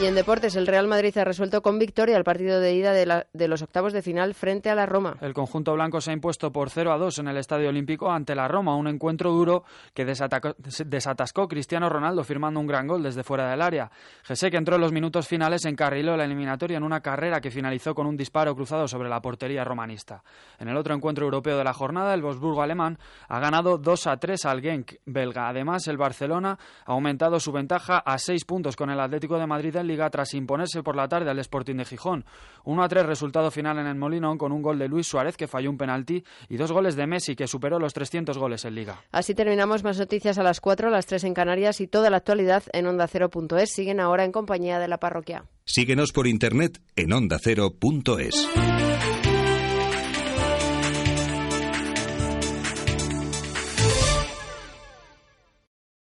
Y en deportes, el Real Madrid ha resuelto con victoria el partido de ida de, la- de los octavos de final frente a la Roma. El conjunto blanco se ha impuesto por 0 a 2 en el Estadio Olímpico ante la Roma, un encuentro duro que desatacó- desatascó Cristiano Ronaldo firmando un gran gol desde fuera del área. Jesse, que entró en los minutos finales, encarriló la eliminatoria en una carrera que finalizó con un disparo cruzado sobre la portería romanista. En el otro encuentro europeo de la jornada, el Wolfsburgo alemán ha ganado 2 a 3 al Genk belga. Además, el Barcelona ha aumentado su ventaja a 6 puntos con el Atlético de Madrid en Liga tras imponerse por la tarde al Sporting de Gijón. 1 a 3 resultado final en el Molinón con un gol de Luis Suárez que falló un penalti y dos goles de Messi que superó los 300 goles en Liga. Así terminamos más noticias a las 4, las 3 en Canarias y toda la actualidad en onda0.es. Siguen ahora en compañía de la parroquia. Síguenos por internet en ondacero.es.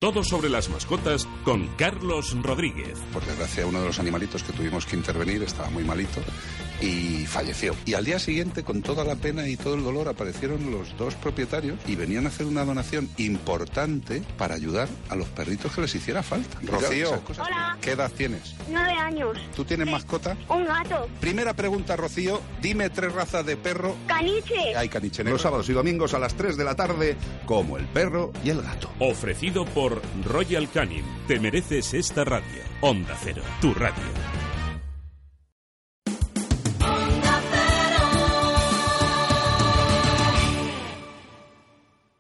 Todo sobre las mascotas con Carlos Rodríguez. Por desgracia, uno de los animalitos que tuvimos que intervenir estaba muy malito y falleció. Y al día siguiente, con toda la pena y todo el dolor, aparecieron los dos propietarios y venían a hacer una donación importante para ayudar a los perritos que les hiciera falta. Rocío. Esas cosas. ¿qué edad tienes? Nueve años. ¿Tú tienes mascota? Un gato. Primera pregunta, Rocío, dime tres razas de perro. Caniche. Hay caniche negro. Los sábados y domingos a las 3 de la tarde, como el perro y el gato. Ofrecido por Royal Canin. Te mereces esta radio. Onda Cero, tu radio.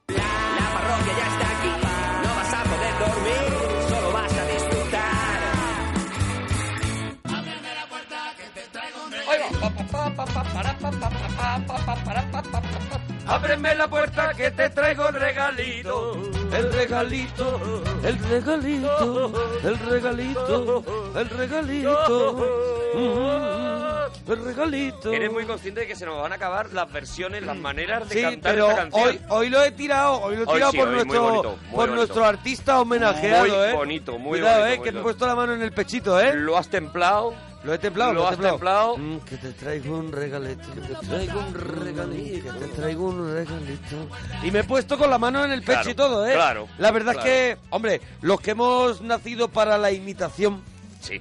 parroquia ya está aquí. No vas a poder dormir, solo vas a disfrutar. Ábreme la puerta que te traigo un Ábreme la puerta que te traigo el regalito. El regalito, el regalito, el regalito, el regalito. Mm. el regalito. Eres muy consciente de que se nos van a acabar las versiones, las maneras de Sí, cantar pero esta canción. hoy, hoy lo he tirado, hoy lo he Hoy tirado sí, por, hoy, muy nuestro, bonito, muy por bonito. nuestro artista homenajeado, Muy ¿eh? bonito, muy Cuidado, bonito, ¿eh? muy Que te he bonito. puesto la mano en el pechito, ¿eh? Lo has templado. Lo he templado, Lo he has templado. Mm, que te traigo un regalito, que te traigo un regalito, que te traigo un regalito. Y me he puesto con la mano en el pecho Claro, y todo, ¿eh? claro, La verdad claro. es que, hombre, los que hemos nacido para la imitación,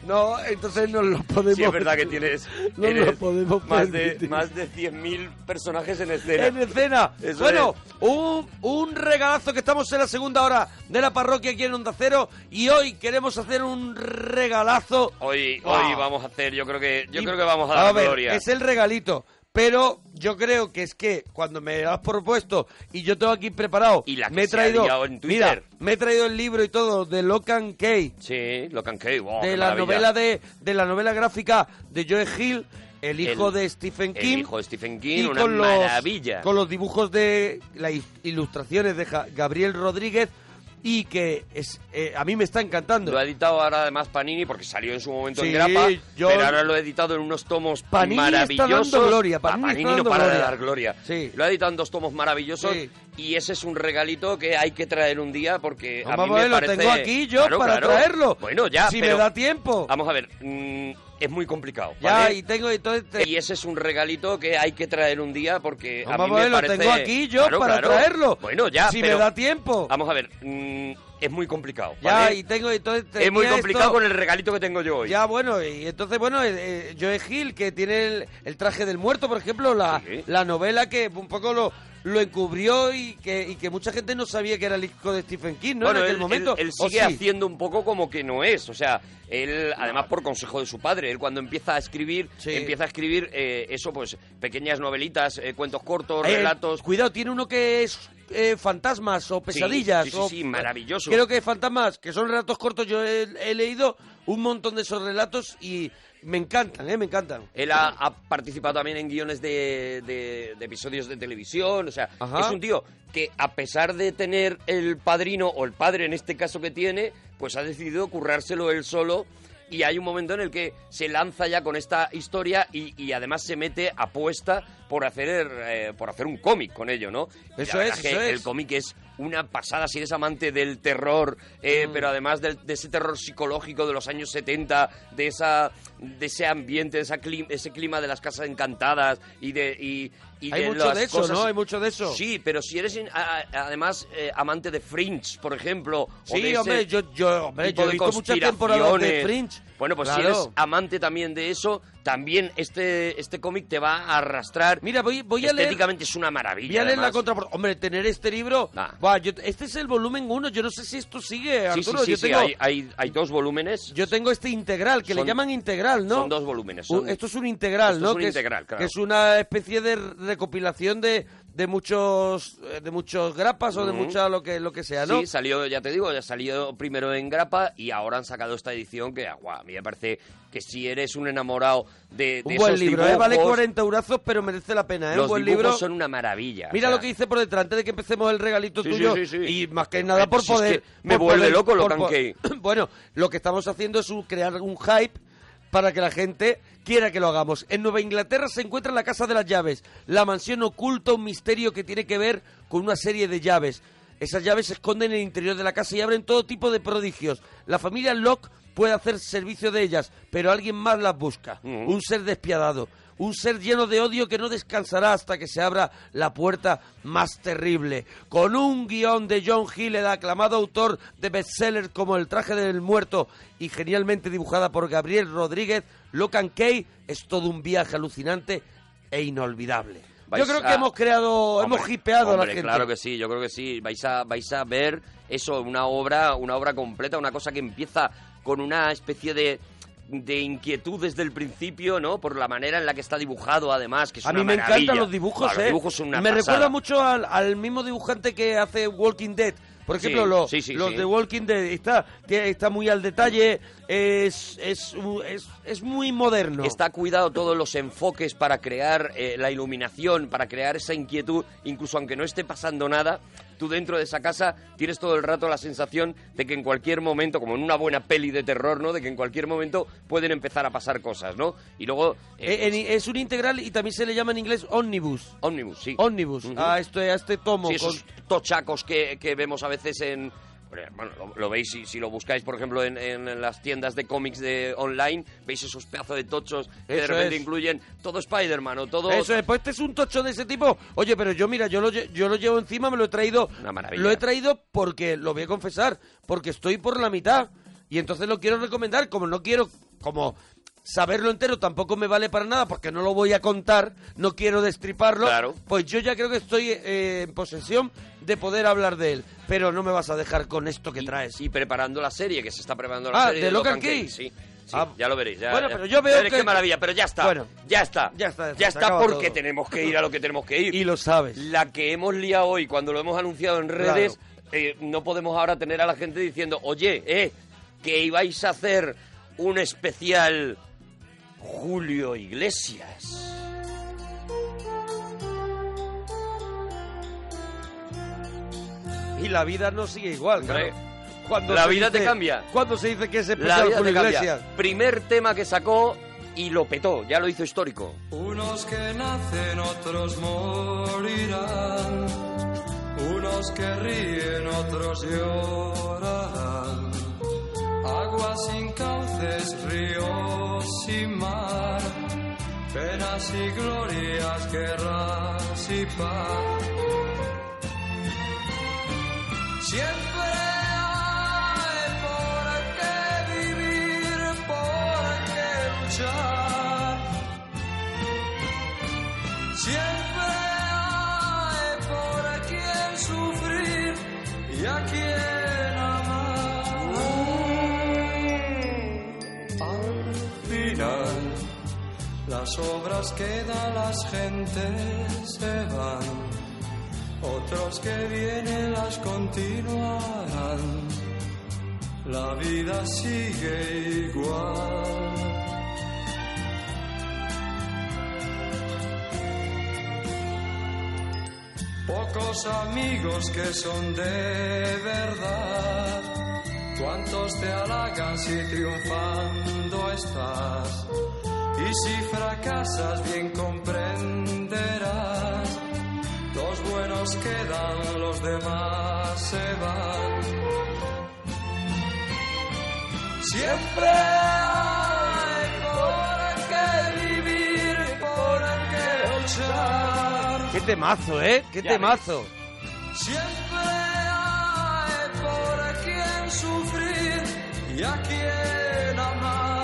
no, entonces nos lo podemos... Sí, es verdad que tienes, No eres lo podemos más de, permitir. más de 100.000 personajes en escena. En escena. Eso bueno, un, un regalazo que estamos en la segunda hora de la parroquia aquí en Onda Cero y hoy queremos hacer un regalazo. Hoy, Wow. hoy vamos a hacer, yo creo que, yo creo que vamos a Vamos dar ver, gloria. Es el regalito. Pero yo creo que es que cuando me lo has propuesto y yo tengo aquí preparado, y la que me he se ha traído, liado en mira, Twitter. me he traído el libro y todo de Locan Kay, Sí, lo canqué. wow, de Oh, qué la maravilla. novela de, de la novela gráfica de Joe Hill, el hijo de Stephen el King, hijo de Stephen King, una con los- maravilla. con los dibujos de las is- ilustraciones de Ja- Gabriel Rodríguez y que es eh, a mí me está encantando. Lo ha editado ahora además Panini porque salió en su momento Sí, en grapa, yo- pero ahora lo ha editado en unos tomos Panini está maravillosos. dando gloria, Ah, Panini está no dando para de gloria. dar gloria. Lo ha editado en dos tomos maravillosos y ese es un regalito que hay que traer un día porque a mí Vamos a me ver, lo parece- tengo aquí yo Claro, para claro. traerlo. Bueno, ya, si pero me da tiempo. vamos a ver, mm, es muy complicado. Ya, ¿vale? y tengo y todo este- Y ese es un regalito que hay que traer un día porque a Vamos mí a ver, me lo parece... tengo aquí yo Claro, para claro. traerlo. Bueno, ya, Si pero- me da tiempo. Vamos a ver, mm, es muy complicado. Ya, ¿vale? y tengo y todo este- Es muy tenía complicado esto. con el regalito que tengo yo hoy. Ya, bueno, y entonces, bueno, eh, eh, Joe Hill, que tiene el, el traje del muerto, por ejemplo, la, la novela que un poco lo, lo encubrió y que, y que mucha gente no sabía que era el hijo de Stephen King, ¿no? bueno, en aquel él, momento. él- él ¿O sigue sí? haciendo un poco como que no es. O sea, él, además por consejo de su padre, él cuando empieza a escribir, empieza a escribir eh, eso, pues pequeñas novelitas, eh, cuentos cortos, Eh, relatos. Cuidado, tiene uno que es eh, fantasmas o pesadillas. sí, sí, o- sí, maravilloso. Creo que fantasmas, que son relatos cortos. Yo he, he leído un montón de esos relatos y me encantan, ¿eh? Me encantan. Él ha, ha participado también en guiones de, de- de episodios de televisión. O sea, Ajá. es un tío que, a pesar de tener el padrino o el padre en este caso que tiene, pues ha decidido currárselo él solo. Y hay un momento en el que se lanza ya con esta historia y, y además se mete apuesta por hacer eh, por hacer un cómic con ello, ¿no? Y la Eso verdad es, que eso es. El cómic es una pasada si eres amante del terror, Mm. eh, pero además del- de ese terror psicológico de los años 70, de esa de ese ambiente, de esa clim- ese clima de las casas encantadas y de y, y Hay de mucho las de eso, cosas- ¿no? Hay mucho de eso. Sí, pero si eres in- a- a- además eh, amante de Fringe, por ejemplo, o de Sí, ese hombre, yo, yo, hombre, tipo yo he de visto muchas temporadas de conspiraciones. Fringe. Bueno, pues si Claro. eres amante también de eso, también este este cómic te va a arrastrar. Mira, voy, voy a leer- Estéticamente es una maravilla. Voy a leer la además. contraportada. Hombre, tener este libro. Buah, yo- este es el volumen 1. Yo no sé si esto sigue, Sí, sí, Eh, Arturo. sí, yo sí, tengo, hay, hay- hay dos volúmenes. Yo tengo este integral, que le Son- llaman integral, ¿no? Son dos volúmenes. son- Un- Uh, esto es un integral, Esto ¿no? es un que integral, claro. Que es una especie de recopilación de, de muchos eh, de muchos grapas o de Ujú. mucha lo que lo que sea, ¿no? Mm. Sí, salió, ya te digo, ya salió primero en grapa y ahora han sacado esta edición que, ah, guau, a mí me parece que si eres un enamorado de, de un esos buen libro, ¿eh? vale dibujos, 40 eurazos, pero merece la pena, ¿eh? los un buen dibujos libro. son una maravilla. o Mira sea, lo que hice por detrás, antes de que empecemos el regalito Sí, tuyo. sí, sí, sí. Y más que nada por Si es que poder. me por vuelve poder- loco lo por po- canqué. Bueno, lo que estamos haciendo es un- crear un hype para que la gente quiera que lo hagamos. En Nueva Inglaterra se encuentra la Casa de las Llaves. La mansión oculta un misterio que tiene que ver con una serie de llaves. Esas llaves se esconden en el interior de la casa y abren todo tipo de prodigios. La familia Locke puede hacer servicio de ellas, pero alguien más las busca. Un ser despiadado. Un ser lleno de odio que no descansará hasta que se abra la puerta más terrible. Con un guión de John Hill, el aclamado autor de bestsellers como El traje del muerto y genialmente dibujada por Gabriel Rodríguez, Locan Kay es todo un viaje alucinante e inolvidable. Vais Yo creo a- que hemos creado, hemos hipeado a la Hombre, gente. claro que sí, yo creo que sí. Vais a, vais a ver eso, una obra, una obra completa, una cosa que empieza con una especie de de inquietud desde el principio, ¿no? Por la manera en la que está dibujado, además, que es a una mí me maravilla. encantan los dibujos, Ah, ¿eh? Los dibujos son una me pasada. recuerda mucho al, al mismo dibujante que hace Walking Dead, Por Sí, ejemplo, los, sí, sí, los sí. de Walking Dead está, tiene- está muy al detalle, es, es, un- es, es muy moderno. Está cuidado todos los enfoques para crear eh, la iluminación, para crear esa inquietud, incluso aunque no esté pasando nada, tú dentro de esa casa tienes todo el rato la sensación de que en cualquier momento, como en una buena peli de terror, ¿no? De que en cualquier momento pueden empezar a pasar cosas, ¿no? Y luego... Eh, en- es un integral y también se le llama en inglés omnibus. Omnibus, sí. Omnibus, a, este, a este tomo. Sí, con- esos tochacos que, que vemos a veces en... eh, Bueno, lo, lo veis si, si lo buscáis, por ejemplo, en, en las tiendas de cómics de online, veis esos pedazos de tochos que de Eso repente es. incluyen todo Spider-Man o todo... Eso es, pues este es un tocho de ese tipo. Oye, pero yo, mira, yo lo, lle- yo lo llevo encima, me lo he traído. Una maravilla. Lo he traído porque, lo voy a confesar, porque estoy por la mitad. Y entonces lo quiero recomendar, como no quiero, como saberlo entero tampoco me vale para nada porque no lo voy a contar, no quiero destriparlo. Pues yo ya creo que estoy eh, en posesión de poder hablar de él. Pero no me vas a dejar con esto que traes. Y preparando la serie, que se está preparando la Ah, serie de Lock and Key. Sí, sí, ya lo veréis. ya- Bueno, ya- pero yo veo veréis que- qué maravilla, pero ya está. Bueno. ya está. Ya está, ya está, Ya se está acaba porque todo. tenemos que ir a lo que tenemos que ir. Y lo sabes. La que hemos liado hoy, cuando lo hemos anunciado en redes, eh, no podemos ahora tener a la gente diciendo, oye, eh, que ibais a hacer un especial Julio Iglesias. Y la vida no sigue igual, Hombre, claro. Cuando la se vida te dice- cambia. Cuando se dice que es La especial vida con te cambia. Iglesias. Primer tema que sacó y lo petó, ya lo hizo histórico. Uh. Unos que nacen, otros morirán. Unos que ríen, otros llorarán. Aguas sin cauces, ríos sin mar. Penas y glorias, guerras y paz. Siempre hay por qué vivir, por qué luchar. Siempre hay por quien sufrir y a quien amar. Al final, las obras que da las gentes se van. Otros que vienen las continuarán. La vida sigue igual. Pocos amigos que son de verdad. Cuántos te halagan si triunfando estás. Y si fracasas bien comprenderás. Los buenos quedan, los demás se van. Siempre hay por qué vivir, por qué luchar. Qué temazo, ¿eh? Qué Ya temazo. Siempre hay por quien sufrir y a quien amar.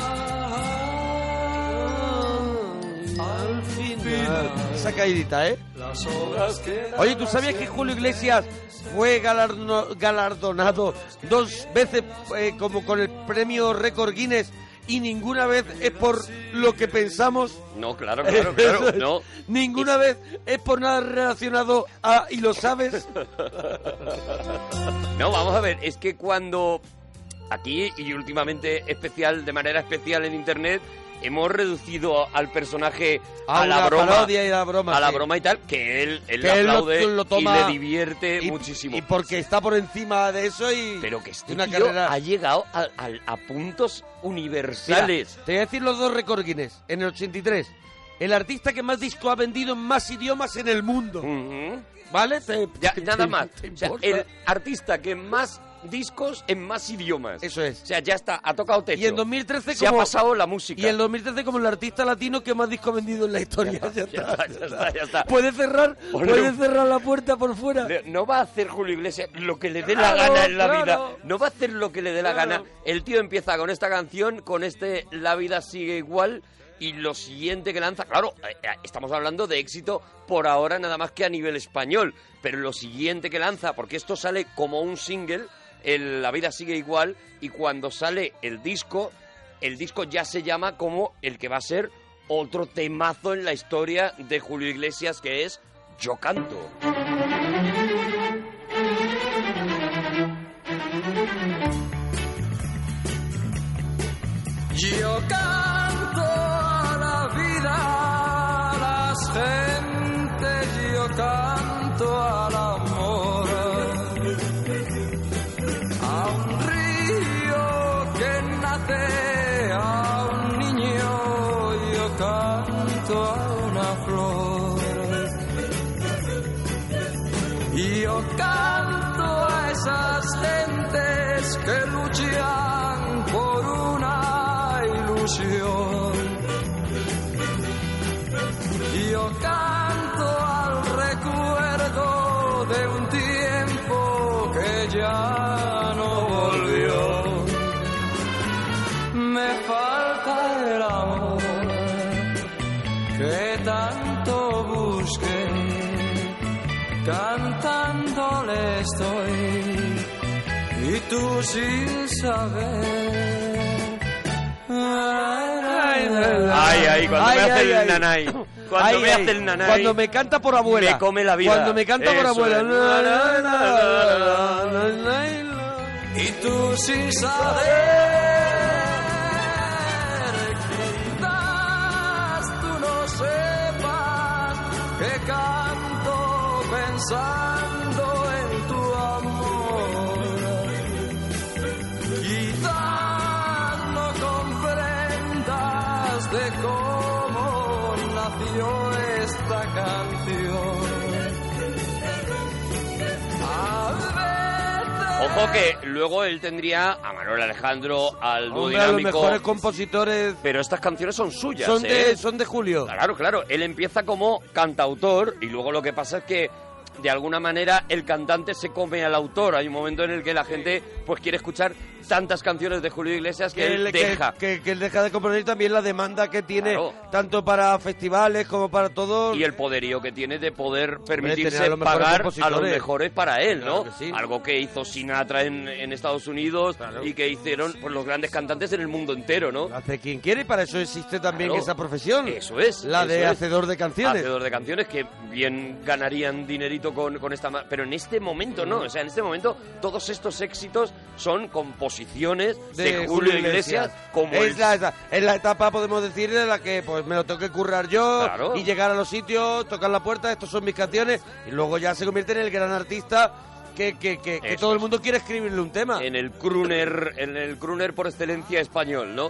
Al final, Esa caidita, ¿eh? las obras que. Oye, ¿tú sabías que Julio Iglesias fue galarno- galardonado dos veces eh, como con el premio récord Guinness y ninguna vez es por lo que pensamos? No, claro, claro, claro, no. Ninguna vez es por nada relacionado a... ¿Y lo sabes? No, vamos a ver, es que cuando aquí y últimamente especial, de manera especial en internet, hemos reducido al personaje a, A la una broma. parodia y la broma, a la sí. broma y tal, que él, él Que le él lo- aplaude lo toma- y le divierte muchísimo. Y porque está por encima de eso y... Pero que este una tío carrera- ha llegado a, a- a puntos universales. Mira, te voy a decir los dos récord Guinness. En el 83, el artista que más disco ha vendido en más idiomas en el mundo. ¿Vale? Te- Ya, nada más. ¿Te O sea, importa? el artista que más discos en más idiomas. Eso es. O sea, ya está, ha tocado techo. Y en 2013 Se como- ha pasado la música. Y en 2013 como el artista latino que más disco ha vendido en la historia. Ya está, ya está, ya está. Puede cerrar, Ponle puede un- cerrar la puerta por fuera. Le- No va a hacer Julio Iglesias lo que le dé la Claro, gana en la claro. vida. No va a hacer lo que le dé la Claro. gana. El tío empieza con esta canción, con este La vida sigue igual. Y lo siguiente que lanza, claro, eh, eh, estamos hablando de éxito por ahora nada más que a nivel español. Pero lo siguiente que lanza, porque esto sale como un single, el La vida sigue igual. Y cuando sale el disco, el disco ya se llama como el que va a ser otro temazo en la historia de Julio Iglesias, que es Yo canto. Thank you. Yo canto a la vida, a las gentes, yo canto al amor. A un río que nace, a un niño, yo canto a una flor. Yo canto a esas gentes que luchan por una ilusión. Yo canto al recuerdo de un tiempo que ya no volvió. Me falta el amor que tanto busqué. Cantándole estoy y tú sin saber. Ay, ay, cuando me hace el nanay. Cuando Ay, me ay, hace el nanay. Cuando me canta por abuela. Me come la vida. Cuando me canta por Eso abuela. es. Na, na, na, na, na, na. y tú sin saber. Quizás tú no sepas que canto pensando en tu amor. Quizás no comprendas de cómo nació esta canción. A Ojo que luego él tendría a Manuel Alejandro, al dúo Hombre, a los dinámico. mejores compositores. Pero estas canciones son suyas. Son de- ¿eh? son de Julio. Claro, claro. Él empieza como cantautor y luego lo que pasa es que de alguna manera el cantante se come al autor. Hay un momento en el que la gente pues quiere escuchar tantas canciones de Julio Iglesias que, él él- que- deja. Que, que él deja de componer y también la demanda que tiene Claro. tanto para festivales como para todo. Y el poderío que tiene de poder tener permitirse a los mejores pagar a los compositores. mejores para él, ¿no? Algo que hizo Sinatra en, en Estados Unidos y que hicieron pues, los grandes cantantes en el mundo entero, ¿no? Hace quien quiere y para eso existe también Claro. esa profesión. Eso es. La de eso es. hacedor de canciones. Hacedor de canciones que bien ganarían dinerito con, con esta... ma- Pero en este momento no. O sea, en este momento todos estos éxitos son composiciones de, Julio, Iglesias. como es, el- la, esa- es la etapa, podemos decir, de la que pues me lo tengo que currar yo Claro. y llegar a los sitios, tocar la puerta, estas son mis canciones, y luego ya se convierte en el gran artista que, que, que, que todo el mundo quiere escribirle un tema. En el crooner, en el crooner por excelencia español, ¿no?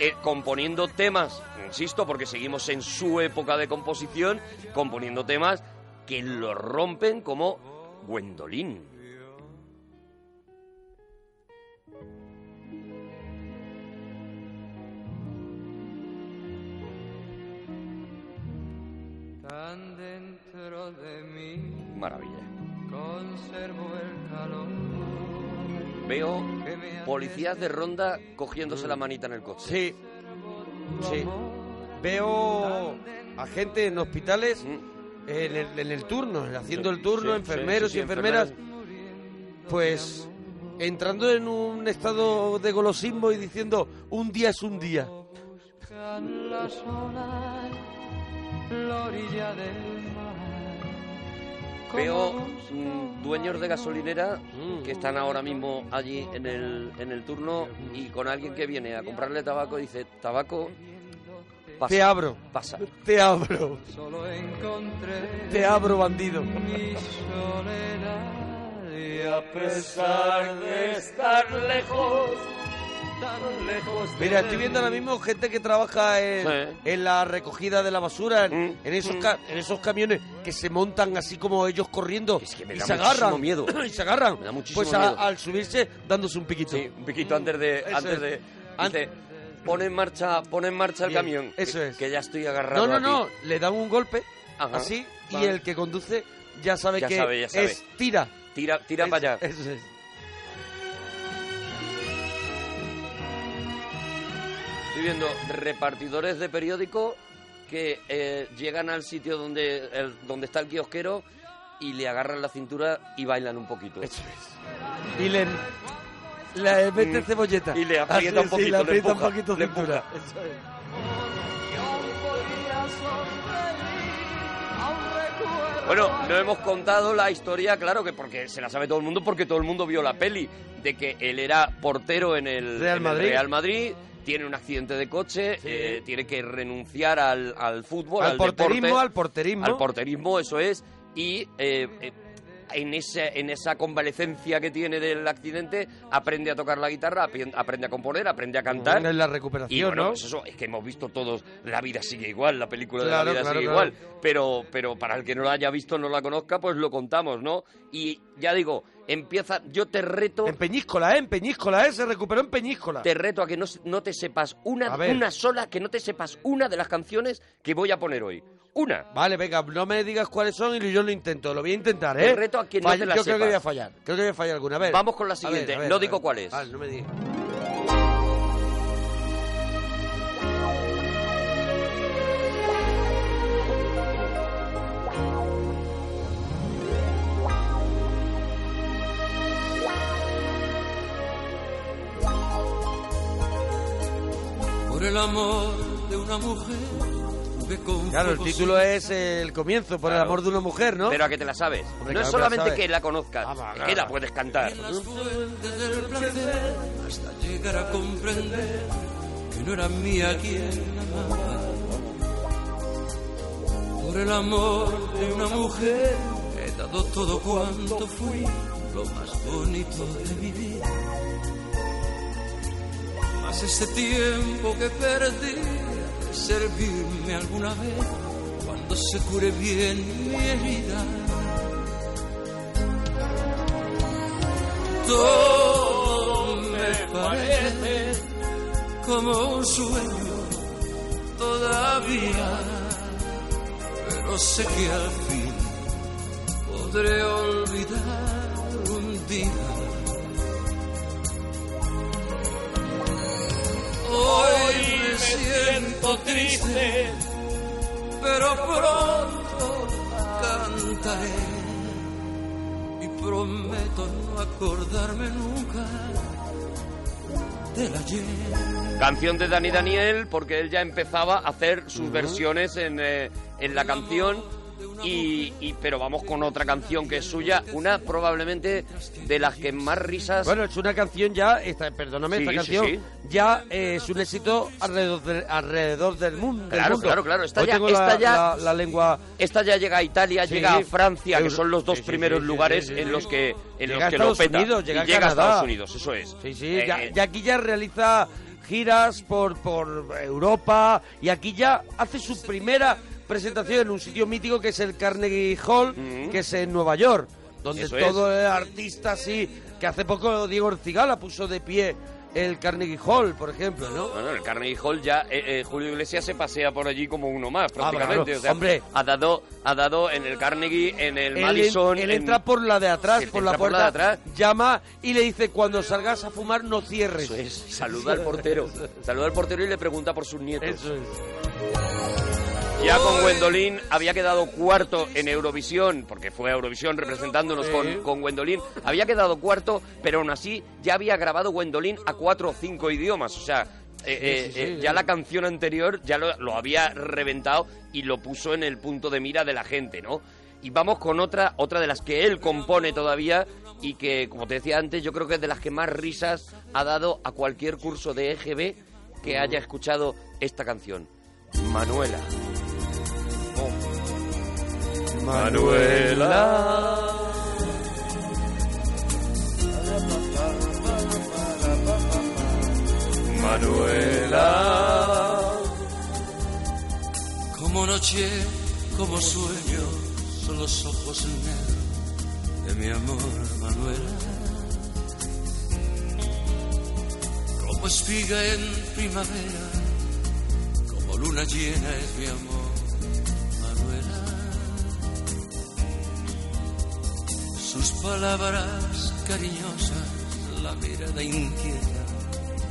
Eh, componiendo temas, insisto, porque seguimos en su época de composición, componiendo temas que lo rompen como Gwendolyn. Tan dentro de mí Maravilla. conservo el calor. Veo policías de ronda cogiéndose la manita en el coche. Sí. Sí. Veo a gente en hospitales Mm. en, el, en el turno, haciendo Sí, el turno, sí, enfermeros sí, sí, y enfermeras, pues entrando en un estado de golosismo y diciendo un día es un día. Buscan las olas, la orilla del mar. Veo Como mm, dueños de gasolinera Mm. que están ahora mismo allí en el, en el turno y con alguien que viene a comprarle tabaco y dice, tabaco, pasa, Te abro. Pasa. Te abro. Solo encontré Te abro, bandido. mi soledad y a pesar de estar lejos, tan lejos. de Mira, estoy viendo ahora mismo gente que trabaja en, en la recogida de la basura, Mm, en, en esos, ca- en esos camiones que se montan así como ellos corriendo me y da se muchísimo agarran. miedo. Y se agarran. Me da muchísimo pues a- miedo. al subirse, dándose un piquito. Sí, un piquito antes de... antes de, antes, pone en marcha, pone en marcha el Bien, camión. eso que, es. Que ya estoy agarrado No, no, a ti. no. Le dan un golpe Ajá, así y vale. el que conduce ya sabe Ya que sabe, ya sabe. es tira. Tira, tira para allá. Eso es. Estoy viendo repartidores de periódico que eh, llegan al sitio donde, el- donde está el kiosquero y le agarran la cintura y bailan un poquito. Y le, le mete cebolleta. Mm. Y le aprieta Así, un poquito, sí, le le aprieta empuja, un poquito le cintura. empuja. Eso es. Bueno, no hemos contado la historia, claro, que porque se la sabe todo el mundo, porque todo el mundo vio la peli, de que él era portero en el Real en el Madrid. Real Madrid, tiene un accidente de coche, eh, tiene que renunciar al, al fútbol, Al al, porterismo, deporte, al porterismo. Al porterismo, eso es. Y eh, eh, en, esa, en esa convalecencia que tiene del accidente, aprende a tocar la guitarra, apien- aprende a componer, aprende a cantar. En la Y recuperación, bueno, ¿no? pues eso es que hemos visto todos, la vida sigue igual, la película de Claro, la vida claro, sigue claro. igual, pero, pero para el que no la haya visto, no la conozca, pues lo contamos, ¿no? Y ya digo, empieza, yo te reto... En Peñíscola, ¿eh? En Peñíscola, ¿eh? Se recuperó en Peñíscola. Te reto a que no, se- no te sepas una, A ver. una sola, que no te sepas una de las canciones que voy a poner hoy. Una. Vale, venga, no me digas cuáles son y yo lo intento. Lo voy a intentar, ¿eh? Te reto a que no Falla- te la Yo creo que sepas. voy a fallar. Creo que voy a fallar alguna vez. Vamos con la siguiente. No digo cuál es. Vale, Ah, no me digas. Por el amor de una mujer jugué con Claro, el fuegos título es eh, el comienzo, por el Claro. amor de una mujer, ¿no? Pero a que te la sabes. Hombre, no es claro que Ah, la solamente sabes. que la conozcas, es que la puedes cantar. Mm. en las fuentes del placer hasta llegar a comprender que no era mía quien amaba. Por el amor de una mujer he dado todo cuanto fui, lo más bonito de mi vida. Mas ese tiempo que perdí de servirme alguna vez, cuando se cure bien mi herida. Todo me parece como un sueño todavía, pero sé que al fin podré olvidar un día. Hoy me siento triste, pero pronto cantaré y prometo no acordarme nunca del ayer. Canción de Dani Daniel, porque él ya empezaba a hacer sus versiones en, eh, en la canción. Y, y- pero vamos con otra canción que es suya, una probablemente de las que más risas. Bueno, es una canción ya, esta, perdóname, Sí, esta sí, canción sí. ya eh, es un éxito alrededor, de- alrededor del mun- del mundo. Claro, claro, claro. Esta Hoy ya, tengo esta la, ya, la- la lengua. Esta ya llega a Italia, Sí. llega a Francia, que Euro- son los dos sí, sí, primeros sí, sí, lugares sí, sí, en sí. los que, en Llega los a que Estados lo peta. Unidos, llega y a llega a Canadá. Estados Unidos, eso es. Sí, sí, Eh, ya, eh, ya aquí ya realiza giras por, por Europa y aquí ya hace su primera presentación en un sitio mítico que es el Carnegie Hall, que es en Nueva York, donde Eso todo el artista así, que hace poco Diego Orcigala puso de pie el Carnegie Hall, por ejemplo, ¿no? Bueno, el Carnegie Hall ya, eh, eh, Julio Iglesias se pasea por allí como uno más, Ah, prácticamente. claro. O sea, Hombre. Ha dado, ha dado en el Carnegie, en el Él, Madison. en- él en- entra por la de atrás, Él por la entra por puerta la de llama y le dice, cuando salgas a fumar no cierres. Eso es, saluda al portero. saluda al portero y le pregunta por sus nietos. Eso es. Ya con Gwendolyn había quedado cuarto en Eurovisión, porque fue a Eurovisión representándonos Sí. con, con Gwendolyn. Había quedado cuarto, pero aún así ya había grabado Gwendolyn a cuatro o cinco idiomas. O sea, eh, Sí, sí, eh, sí, eh, sí. ya la canción anterior ya lo, lo había reventado y lo puso en el punto de mira de la gente, ¿no? Y vamos con otra, otra de las que él compone todavía y que, como te decía antes, yo creo que es de las que más risas ha dado a cualquier curso de EGB que haya escuchado esta canción. Manuela. Manuela. Como noche, como sueño, son los ojos negros de mi amor, Manuela. Como espiga en primavera, como luna llena es mi amor, Manuela. Sus palabras cariñosas, la mirada inquieta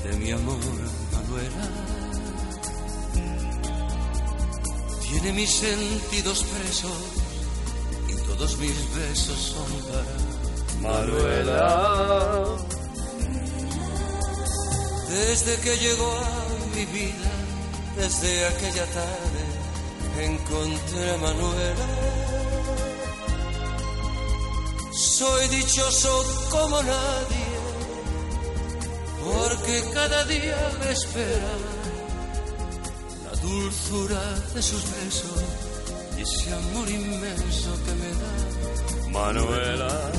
de mi amor, Manuela. Tiene mis sentidos presos y todos mis besos son para Manuela. Desde que llegó a mi vida, desde aquella tarde, encontré a Manuela. Soy dichoso como nadie porque cada día me espera la dulzura de sus besos y ese amor inmenso que me da Manuela.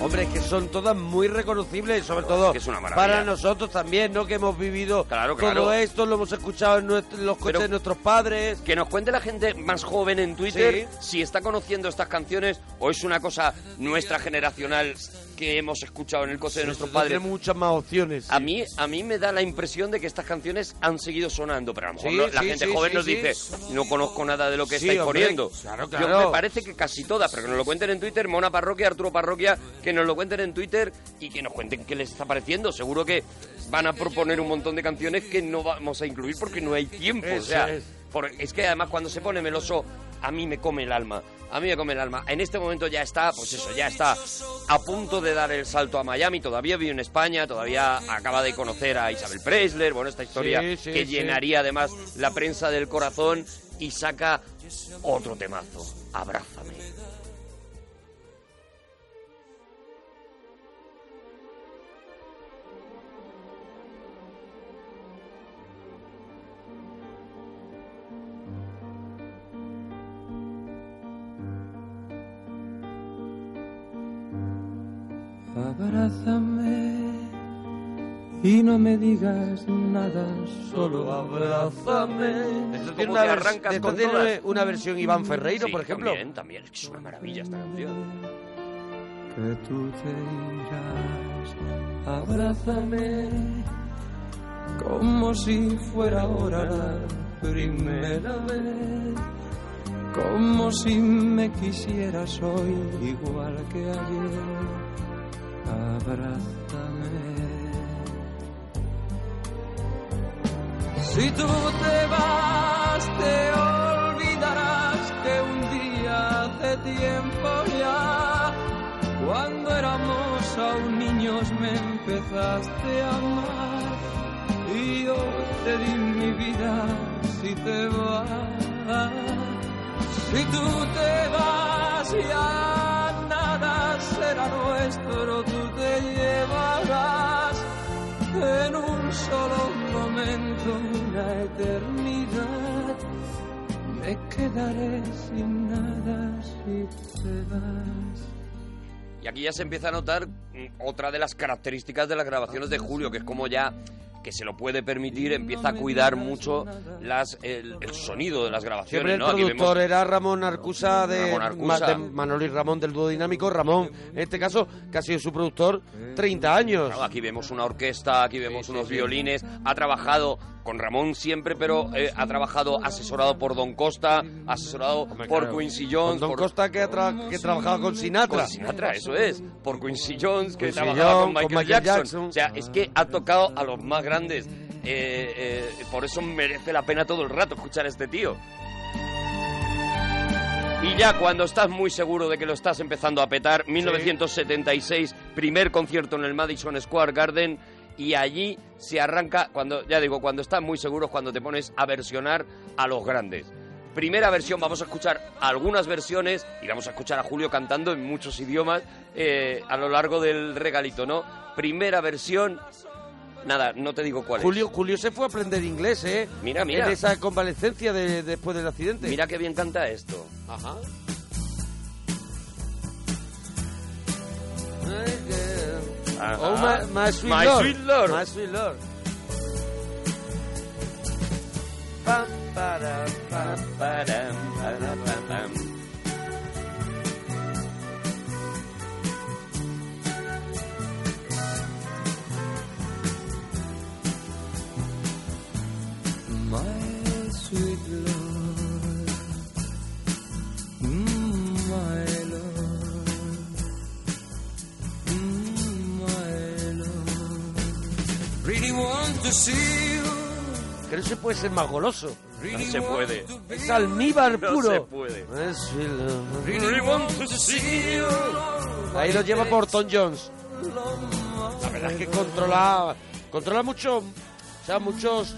Hombre, es que son todas muy reconocibles, sobre todo que es una maravilla. para nosotros también, ¿no? Que hemos vivido claro. todo esto, lo hemos escuchado en nuestro- los coches de nuestros padres. Que nos cuente la gente más joven en Twitter si está conociendo estas canciones o es una cosa nuestra generacional que hemos escuchado en el coche de nuestros padres. Ah, Tiene muchas más opciones. A mí, a mí me da la impresión de que estas canciones han seguido sonando, pero a lo mejor Sí, no- la sí, gente sí, joven sí, nos sí. dice, no conozco nada de lo que Sí, estáis hombre, poniendo. claro, Yo- claro. me parece que casi todas, pero que nos lo cuenten en Twitter, Mona Parroquia, Arturo Parroquia, que nos lo cuenten en Twitter y que nos cuenten qué les está pareciendo. Seguro que van a proponer un montón de canciones que no vamos a incluir porque no hay tiempo. o Eso sea, es. por- es que además cuando se pone meloso, a mí me come el alma. A mí me come el alma. En este momento ya está, pues eso, ya está a punto de dar el salto a Miami. Todavía vive en España, todavía acaba de conocer a Isabel Preisler. Bueno, esta historia Sí, sí, que sí. llenaría además la prensa del corazón y saca otro temazo. Abrázame. Abrázame y no me digas nada, solo abrázame. Esto tiene, una, vers- esto tiene una versión Iván Ferreiro, por ejemplo. También, también. Es que es una maravilla esta canción. que tú te irás. Abrázame como si fuera ahora la primera vez, como si me quisieras hoy igual que ayer. Abrázame. Si tú te vas, te olvidarás que un día hace tiempo ya, cuando éramos aún niños, me empezaste a amar. Y yo te di mi vida si te vas. Si tú te vas ya nada será nuestro, tú te llevarás en un solo momento una eternidad. Me quedaré sin nada si te vas. Y aquí ya se empieza a notar mm, otra de las características de las grabaciones de Julio, que es como ya que se lo puede permitir, empieza a cuidar mucho las, el, el sonido de las Siempre grabaciones. el ¿no? Aquí vemos- productor era Ramón Arcusa de, Ramón Arcusa. Ma- de Manolo y Ramón del dúo dinámico. Ramón, en este caso, que ha sido su productor 30 años. Claro, aquí vemos una orquesta, aquí vemos unos violines. Ha trabajado con Ramón siempre, pero eh, ha trabajado asesorado por Don Costa, asesorado por claro. Quincy Jones. Con Don por- Costa que, ha tra- que trabajaba con Sinatra. Con Sinatra, eso es. Por Quincy Jones, que Quincy trabajaba con Jones, Michael, con Michael Jackson. Jackson. O sea, es que ha tocado a los más grandes. Eh, eh, por eso merece la pena todo el rato escuchar a este tío. Y ya cuando estás muy seguro de que lo estás empezando a petar, 1976, primer concierto en el Madison Square Garden y allí se arranca cuando ya digo, cuando estás muy seguro es cuando te pones a versionar a los grandes. Primera versión, vamos a escuchar algunas versiones y vamos a escuchar a Julio cantando en muchos idiomas eh, a lo largo del regalito, ¿no? Primera versión, nada, no te digo cuál es. Julio, Julio se fue a aprender inglés, ¿eh? Mira, mira. En esa convalecencia de- después del accidente. Mira qué bien canta esto. Ajá. Ajá. Oh, my, my sweet My lord. sweet lord. My sweet lord. Pam, param, pam, param, param, pam, pam. My sweet Lord, mm, my Lord, mm, my Lord. Really want to see you. Que no se puede ser más goloso. No se puede. Es almíbar No puro. se puede. My sweet lord. Really want to see you. Ahí lo lleva Tom Jones. La verdad es que controla, controla mucho, o sea, muchos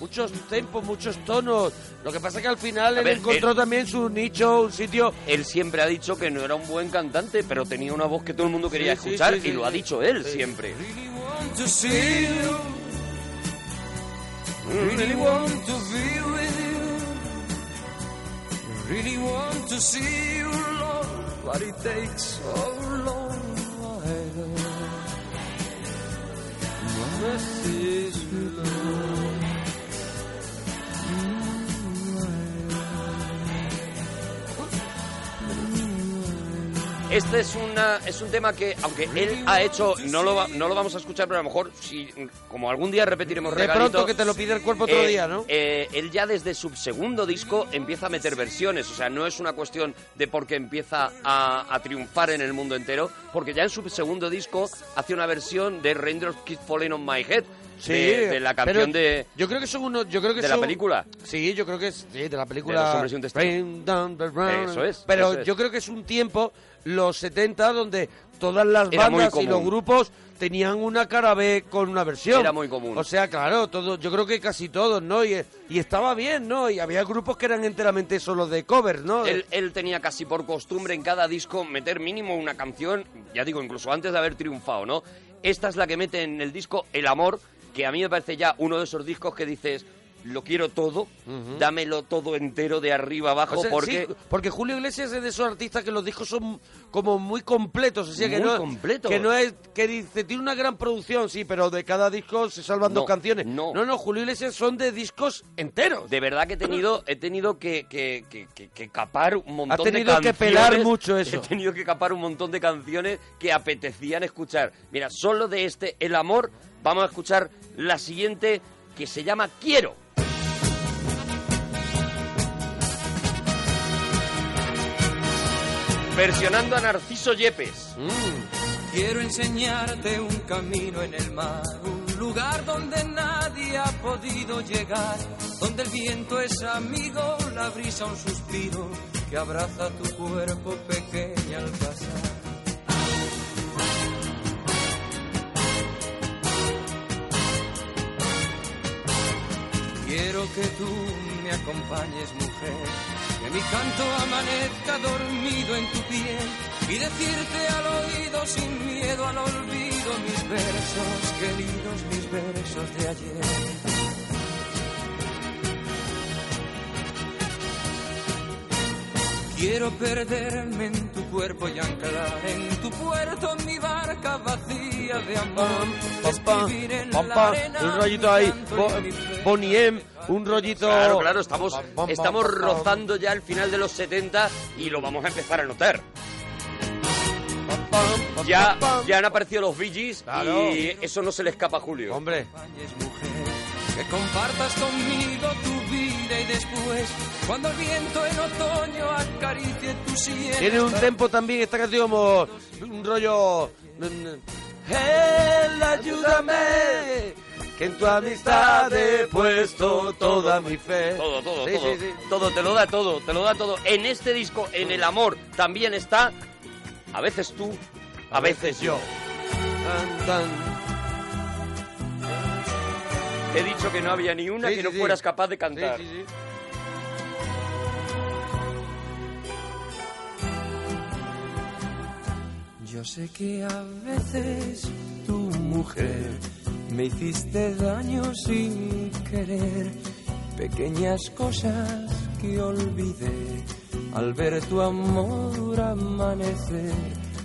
muchos tempos, muchos tonos. Lo que pasa es que al final A él ver, encontró él- también su nicho, un sitio. Él siempre ha dicho que no era un buen cantante, pero tenía una voz que todo el mundo quería Sí, sí, escuchar sí, sí, y lo ha sí. dicho él siempre. want to see you. Really want to be with you. Really want to see you, Lord, but it takes oh, so long. I don't message Lord. Este es, una, es un tema que, aunque él ha hecho, no lo, va- no lo vamos a escuchar, pero a lo mejor, si, como algún día repetiremos De regalito, pronto que te lo pide el cuerpo otro eh, día, ¿no? eh, él ya desde su segundo disco empieza a meter versiones. O sea, no es una cuestión de por qué empieza a, a triunfar en el mundo entero, porque ya en su segundo disco hace una versión de Raindrops Keep Falling on My Head, Sí, de, de la pero canción de... Yo creo que son unos. Yo creo que de la son- película. Sí, yo creo que es sí, de la película. De los hombres y un destino. Rain down the round. Eso es, Pero eso es. yo creo que es un tiempo, los 70, donde todas las Era muy bandas y común. los grupos tenían una cara B con una versión. Era muy común. O sea, claro, todo, yo creo que casi todos, ¿no? Y, y estaba bien, ¿no? Y había grupos que eran enteramente solo de covers, ¿no? Él, él tenía casi por costumbre en cada disco meter mínimo una canción, ya digo, incluso antes de haber triunfado, ¿no? Esta es la que mete en el disco El Amor, que a mí me parece ya uno de esos discos que dices, lo quiero todo, Ujú. dámelo todo entero de arriba abajo, O sea, porque... sí, porque Julio Iglesias es de esos artistas que los discos son como muy completos, o sea que Muy no completos. que no es que dice tiene una gran producción, sí, pero de cada disco se salvan No, dos canciones. No. no, Julio Iglesias son de discos enteros. De verdad que he tenido, he tenido que, que, que- que- que capar un montón de canciones. tenido que pelar mucho eso. He tenido que capar un montón de canciones que apetecían escuchar. Mira, solo de este, El Amor, vamos a escuchar la siguiente que se llama Quiero. Versionando a Narciso Yepes. Mm. Quiero enseñarte un camino en el mar, un lugar donde nadie ha podido llegar, donde el viento es amigo, la brisa un suspiro que abraza tu cuerpo pequeña al pasar. Quiero que tú me acompañes, mujer, que mi canto amanezca dormido en tu piel y decirte al oído sin miedo al olvido mis versos, queridos mis versos de ayer. Quiero perderme en tu cuerpo y anclar en tu puerto mi barca vacía de amor. Pam, Escribir en pam, la pam, arena un rollito mi ahí, llanto Bo- y mi fe. Bonnie M, un rollito... Claro, claro, estamos, Pam, pam, pam, estamos pam, pam. rozando ya el final de los 70 y lo vamos a empezar a notar. Ya, ya han aparecido los Bee Gees Claro. y eso no se le escapa a Julio. Hombre. Que compartas conmigo tu vida y después, cuando el viento en otoño acaricie tu sien. Tiene un tempo también esta canción como un rollo... mm, Él, ayúdame, que en tu amistad he puesto toda mi fe. Todo, todo, Sí, todo. sí, sí. Todo, te lo da todo, te lo da todo. En este disco, en El Amor, también está A veces tú, a veces yo. Tan, tan. Te he dicho que no había ni una Sí, que sí, no sí. fueras capaz de cantar. Sí, sí, sí. Yo sé que a veces tu mujer me hiciste daño sin querer, pequeñas cosas que olvidé al ver tu amor amanecer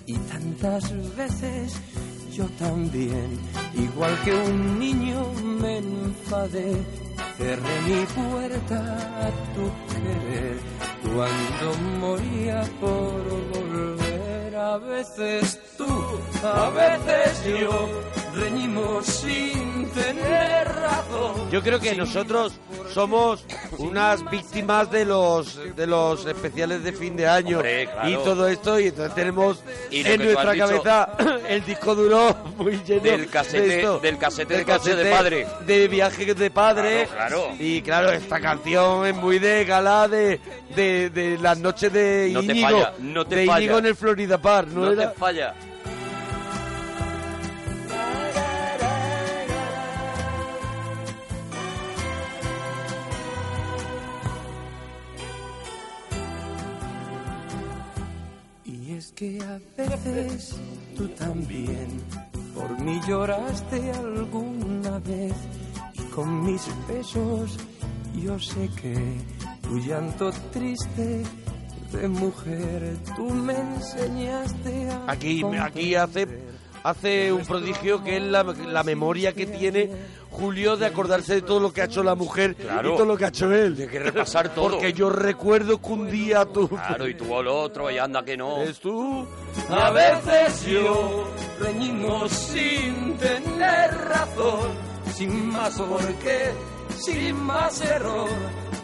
y tantas veces yo también, igual que un niño me enfadé, cerré mi puerta a tu querer cuando moría por volver. A veces tú, a veces yo, reñimos sin tener razón. Yo creo que nosotros somos unas víctimas de los de los especiales de fin de año Hombre, claro. y todo esto y entonces tenemos Y lo que en tú nuestra has dicho- cabeza el disco duro muy lleno Del casete- de esto. del casete de coche de padre. de viaje de padre Claro, claro. y claro esta canción es muy de gala de, de, de las noches de No te Íñigo falla, no te de falla. Íñigo en el Florida Park no, No, era te falla. que a veces tú también por mí lloraste alguna vez y con mis besos yo sé que tu llanto triste de mujer tú me enseñaste a Aquí, aquí hace, hace un prodigio que es la, la memoria que tiene Julio de acordarse de todo lo que ha hecho la mujer Claro. y todo lo que ha hecho él. Tiene que repasar todo. Porque yo recuerdo que un día tú... Claro, y tú al otro, y anda que no. Es tú. A veces yo reñimos sin tener razón, sin más porqué, sin más error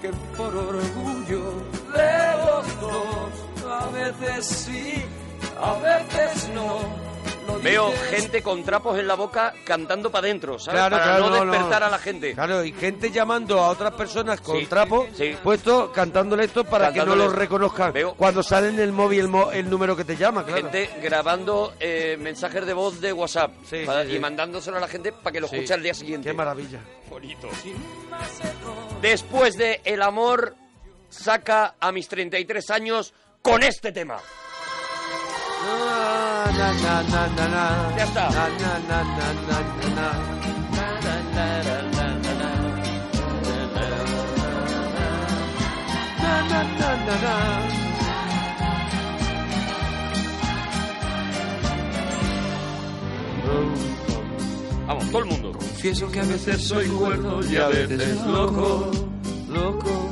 que por orgullo de los dos. A veces sí, a veces no. Lo pues, Veo dices gente con trapos en la boca cantando para adentro, ¿sabes? Claro, para claro, no no, despertar no. a la gente. Claro, y gente llamando a otras personas con trapo puesto cantándole esto para que Cantándole. no los reconozcan. Cuando sale en el móvil el, mo- el número que te llama, claro. Gente grabando eh, mensajes de voz de WhatsApp para- y mandándoselo a la gente para que lo Sí. escuche al día siguiente. Qué maravilla. Bonito. Después de El amor, saca a mis 33 años con este tema. Ya está. Vamos, todo el mundo. Confieso que a veces soy cuerdo y a veces loco, loco.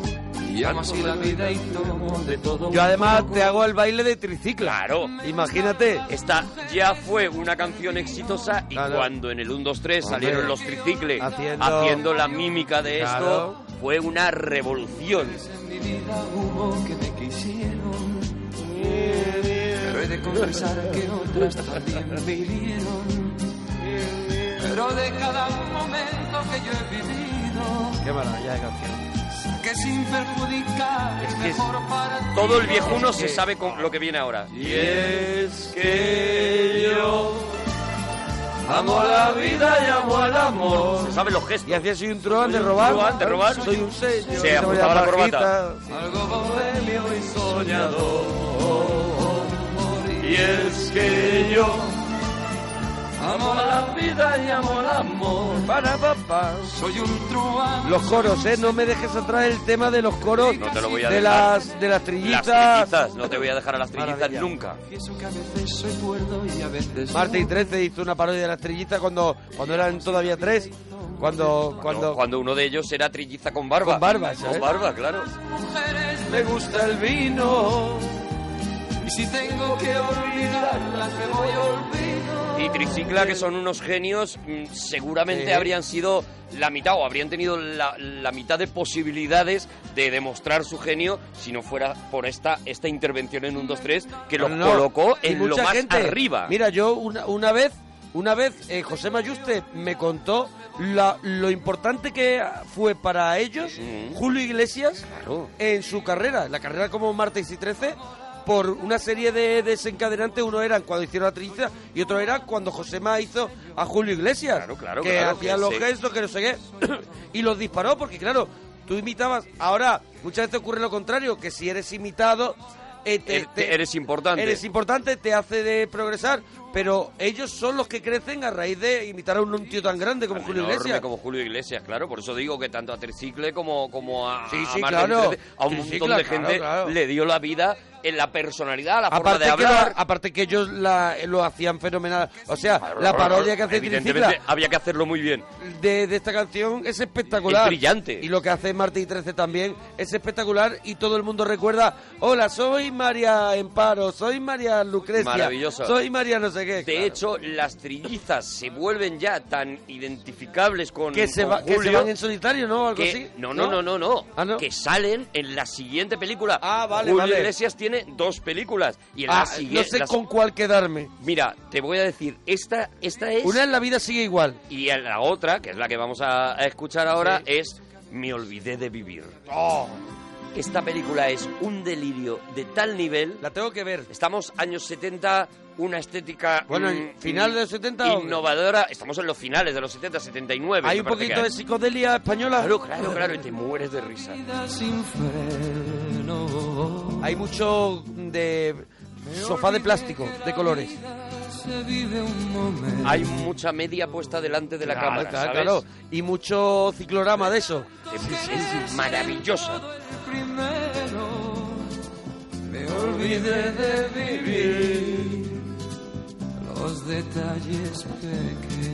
Y amo así la vida y tomo de todo. Yo además te hago el baile de triciclo. Claro. Imagínate. Esta ya fue una canción exitosa y cuando en el 1, 2, 3 Hombre. salieron los tricicles Haciendo- haciendo la mímica de Claro. esto, fue una revolución. Mi vida hubo que me quisieron. Pero he de confesar que otras también me hirieron. Pero de cada momento que yo he vivido, Qué maravilla de canción. que sin perjudicar es que es- mejor para Todo el viejuno se sabe con lo que viene ahora. Y es que yo amo la vida y amo al amor. Se saben los gestos. Y hacía soy un truán de un robar. truán de robar. Soy un sello. Se Soy una ajustaba la pajita. corbata. Algo bohemio y soñador. Y es que yo amo la vida y amo el amor. Para papá. Soy un truán. Los coros, ¿eh? No me dejes atrás el tema de los coros. No te lo voy a de dejar. las De las trillitas. Las trillizas, no te voy a dejar a las trillizas Maravilla. nunca. Confieso que a veces soy cuerdo y a veces. Marta y no. 13 hizo una parodia de las trillitas cuando, cuando eran todavía tres. Cuando, Cuando, cuando cuando uno de ellos era trilliza con barba. Con barba, eso Con es. barba, claro. mujeres me gusta el vino. Y si tengo que olvidarlas, me voy a olvidar. Y Tricicla, que son unos genios, mm, seguramente Sí. habrían sido la mitad o habrían tenido la, la mitad de posibilidades de demostrar su genio si no fuera por esta, esta intervención en 1, 2, 3 que los No, no. colocó Y en lo mucha más gente. arriba. Mira, yo una, una vez, una vez eh, José Mayuste me contó la- lo importante que fue para ellos Julio Iglesias en su carrera, la carrera como Martes y 13 por una serie de desencadenantes, uno eran cuando hicieron la trinza y otro era cuando Josema hizo a Julio Iglesias, claro, que claro, hacía que los se- gestos, que no sé qué, y los disparó porque claro, tú imitabas, ahora muchas veces ocurre lo contrario, que si eres imitado, eh, te- E- te- eres importante. Eres importante, te hace de progresar, pero ellos son los que crecen a raíz de imitar a un, un tío tan grande como Julio Enorme Iglesias. como Julio Iglesias, claro. Por eso digo que tanto a Tricicle como, como a, Sí, a sí, Marta claro. Trece, a un Tricicla, montón de claro, gente claro. le dio la vida en la personalidad, la forma Aparte de que, lo- hablar. aparte que ellos la- lo hacían fenomenal. O sea, la parodia que hace Evidentemente Tricicla había que hacerlo muy bien. de, de esta canción es espectacular. Es brillante. Y lo que hace Marta y 13 también es espectacular y todo el mundo recuerda, hola, soy María Emparo, soy María Lucrecia. Maravilloso. Soy María no sé qué. De hecho, las trillizas se vuelven ya tan identificables con, que se, con va- que se Julio van en solitario, ¿no? Algo que- así. No, no, no, no, no. ¿no? Que salen en la siguiente película. Ah, vale, Julio vale. Iglesias tiene dos películas. Y en Ah, la siguiente. no sé con cuál quedarme. Mira, te voy a decir, esta, esta es. Una en la vida sigue igual. Y en la otra, que es la que vamos a, a escuchar ahora, es Me olvidé de vivir. Oh. Esta película es un delirio de tal nivel. La tengo que ver. Estamos años 70, una estética. Bueno, mm, final de los 70 o- Innovadora. Estamos en los finales de los 70, 79. Hay me un parece que poquito de es. psicodelia española. Claro, claro, claro, y te mueres de risa. Hay mucho de Sofá de plástico, de colores. Hay mucha media puesta delante de la Claro, cámara, claro, ¿sabes? claro. Y mucho ciclorama de eso. Es maravillosa. Me olvidé de vivir los detalles pequeños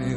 me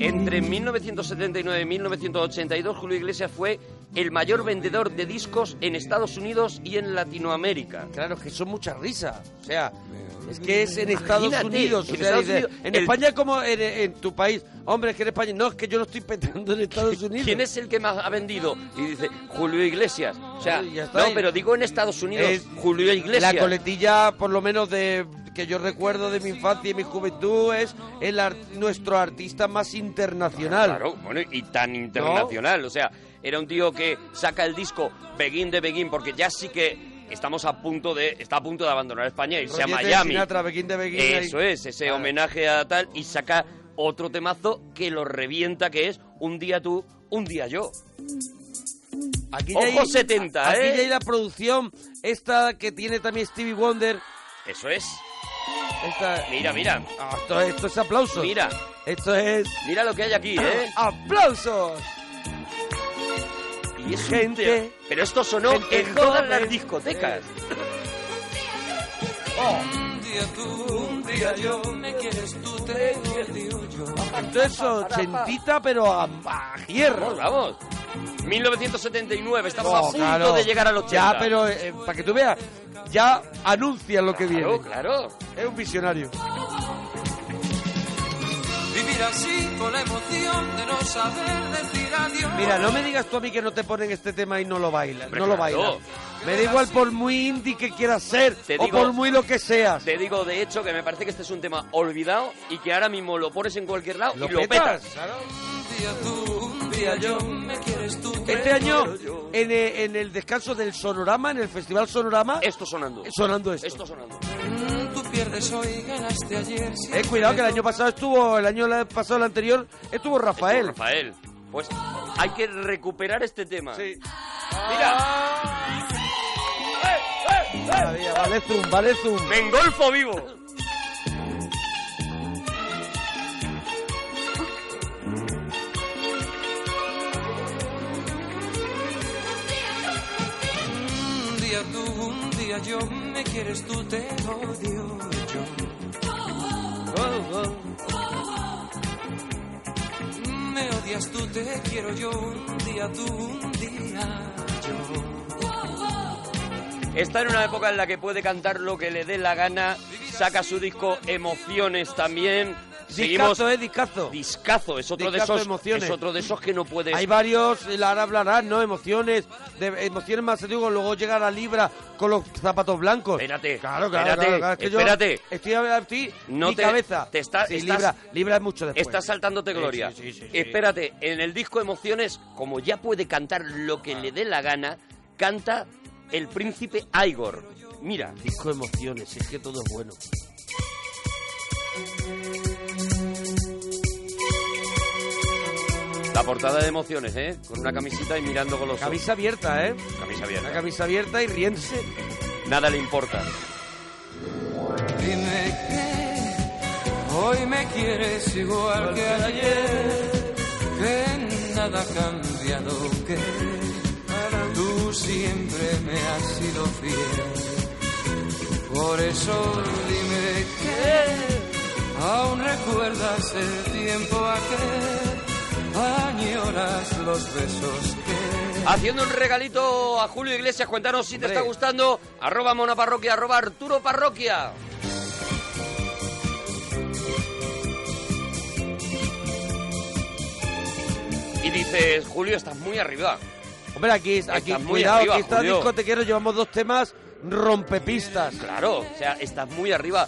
Entre 1979 y 1982, Julio Iglesias fue el mayor vendedor de discos en Estados Unidos y en Latinoamérica. Claro, es que son mucha risa. O sea, es que es en Estados Imagínate, Unidos. o en sea, Estados dice, Unidos, en el- España como en, en tu país. Hombre, es que en España... No, es que yo lo estoy petando en Estados Unidos. ¿Quién es el que más ha vendido? Y dice, Julio Iglesias. O sea, Ay, ya está. no, pero digo en Estados Unidos, Es Julio Iglesias. La coletilla, por lo menos de que yo recuerdo de mi infancia y mi juventud, es el ar- nuestro artista más internacional. Claro, bueno, y tan internacional. O sea, era un tío que saca el disco Begin de Begin, porque ya sí que estamos a punto de, está a punto de abandonar España y irse a Rollete, Miami. Sinatra, Begin de Begin, ahí. Eso es, ese homenaje a tal, y saca otro temazo que lo revienta, que es Un día tú, un día yo. Aquí ya Ojo hay- 70, aquí ¿eh? ya hay la producción esta que tiene también Stevie Wonder. Eso es. Esta- Mira, mira. Ah, esto, esto es aplausos. Mira. Esto es... Mira lo que hay aquí, ¿eh? Ah. ¡Aplausos! Y es un Gente- tema- Pero esto sonó gente en todas joven. las discotecas. Un día tú, un día yo, me quieres tú, te odio yo. Esto es ochentita, pero a, a hierro. Vamos, vamos. 1979, estamos a Oh, punto claro. de llegar al 80. Ya, pero eh, para que tú veas, ya anuncia lo que viene. claro. Es un visionario. Vivir así con la emoción de no saber decir adiós. Mira, no me digas tú a mí que no te ponen este tema y no lo bailas. Hombre, no lo claro. bailas. Me da igual por muy indie que quieras ser Te o digo- por muy lo que seas. Te digo, de hecho, que me parece que este es un tema olvidado y que ahora mismo lo pones en cualquier lado Lo y lo petas, petas. Un día yo, me quieres tú, te Este año, quiero yo. en el, en el descanso del Sonorama, en el Festival Sonorama... eh, Esto sonando. Sonando esto. Esto sonando. Mm, Tú pierdes hoy, ganaste ayer. Eh, cuidado, que el año pasado estuvo... El año la- pasado, el anterior, estuvo Rafael. Rafael, pues hay que recuperar este tema. Maravilla, Vale zoom, vale zoom. ¡Bengolfo vivo! Un día tú, un día yo, me quieres tú, te odio yo. Me odias tú, te quiero yo, un día tú, un día Está en una época en la que puede cantar lo que le dé la gana, saca su disco Emociones también. Seguimos. Discazo, eh, discazo. Discazo, es otro, Discazo, de esos, emociones. es otro de esos que no puedes... Hay varios, eh, ahora hablarán, ¿no? Emociones, de, emociones más antiguas, luego llegar a Libra con los zapatos blancos. Espérate, Claro, claro, espérate, claro, claro, es que yo espérate. estoy a a ti, No mi te- cabeza. te está- Sí, estás- Libra, Libra es mucho después. Estás saltándote Sí, gloria. sí, sí, sí, sí. Espérate, en el disco Emociones, como ya puede cantar lo Ah. que le dé la gana, canta el príncipe Igor. Mira. Disco Emociones, es que todo es bueno. La portada de Emociones, ¿eh? Con una camisita y mirando con los ojos. Camisa abierta, ¿eh? Camisa Una abierta. camisa abierta y riense. Nada le importa. Dime que hoy me quieres igual que ayer, que nada ha cambiado, que tú siempre me has sido fiel. Por eso dime que aún recuerdas el tiempo aquel, añoras los besos que... Haciendo un regalito a Julio Iglesias, cuéntanos si te está gustando. Arroba monaparroquia, arroba Arturo Parroquia. y dices, Julio, estás muy arriba. Hombre, aquí, aquí Estás muy cuidado, arriba, aquí está Julio. discotequero, llevamos dos temas rompepistas. Claro, o sea, estás muy arriba.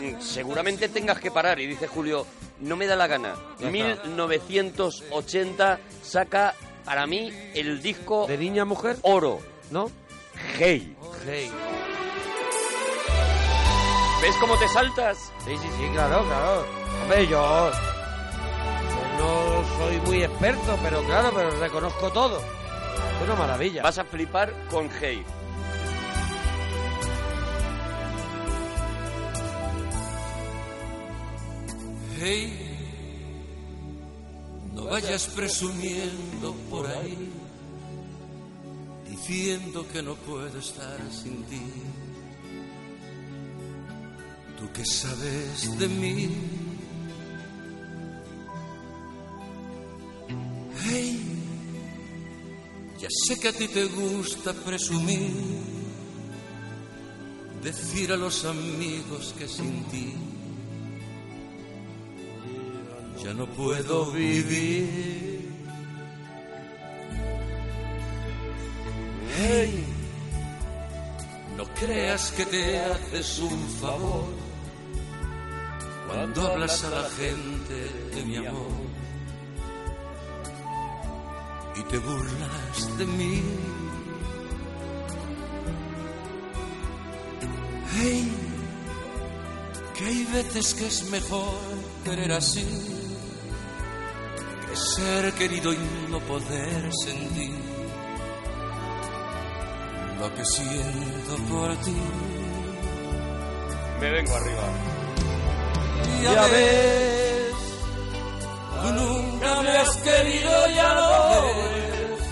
Mm, Seguramente tengas que parar. Y dice Julio, no me da la gana. Ya está. 1980 saca para mí el disco... ¿De niña mujer? Oro. ¿No? Hey. Hey. ¿Ves cómo te saltas? Sí, sí, sí, claro, claro. Hombre, yo no soy muy experto, pero claro, pero reconozco todo. Es una maravilla. Vas a flipar con Hey. Hey, no vayas presumiendo por ahí, diciendo que no puedo estar sin ti. Tú que sabes de mí. Hey, ya sé que a ti te gusta presumir, decir a los amigos que sin ti ya no puedo vivir. Hey, no creas que te haces un favor cuando hablas a la gente de mi amor y te burlas de mí. Hey, que hay veces que es mejor querer así que ser querido y no poder sentir lo que siento por ti. Me vengo arriba. Ya, ves, tú nunca me has querido, ya lo ves.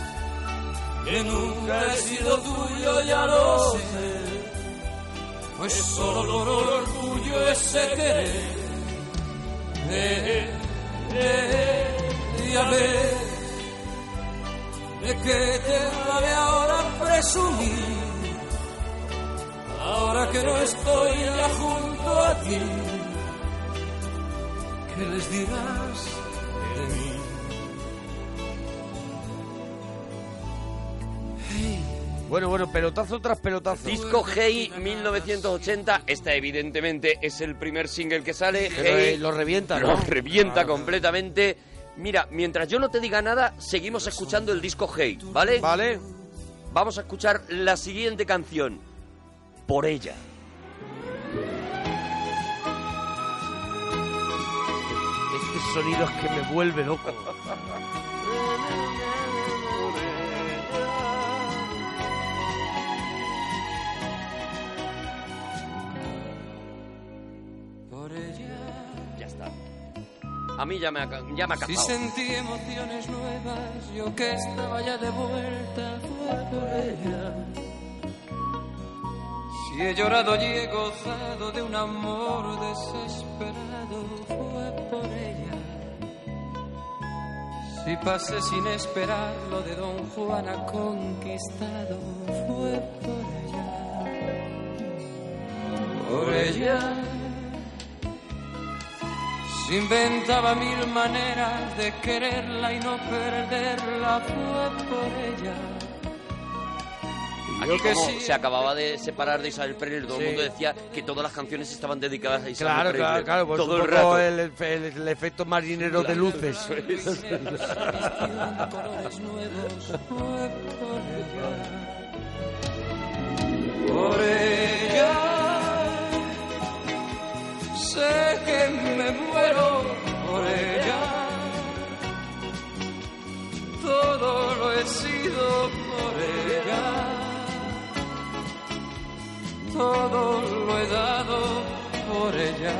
Que nunca he sido tuyo, ya lo sé. Pues solo el orgullo ese querer. Eh, eh, ya ves, de que te vale ahora presumir. Ahora que no estoy ya junto a ti, ¿qué les dirás de mí? Bueno, bueno, pelotazo tras pelotazo. Disco Hey 1980. Esta, evidentemente, es el primer single que sale. Pero, Hey eh, lo revienta, Lo ¿no? revienta Claro. completamente. Mira, mientras yo no te diga nada, seguimos escuchando el disco Hey, ¿vale? Vale. Vamos a escuchar la siguiente canción. Por ella. Este sonido es que me vuelve loco. Por ella. Ya está. A mí ya me ha, ca- ya me ha Si cazado. sentí emociones nuevas, yo que estaba ya de vuelta, fue por ella. Si he llorado eh. y he gozado de un amor desesperado, fue por ella. Si pasé sin esperar lo de Don Juan ha conquistado, fue por ella. Por ella. Se inventaba mil maneras de quererla y no perderla, fue por ella. Aquí como se acababa de separar de Isabel Preller, todo el mundo decía que todas las canciones estaban dedicadas a Isabel Claro, Preller. claro, claro. pues todo un el poco rato. El, el- el efecto marinero de Claro, luces. eso es. Colores nuevos, fue por ella. Por ella. Sé que me muero por ella. Todo lo he sido por ella. Todo lo he dado por ella.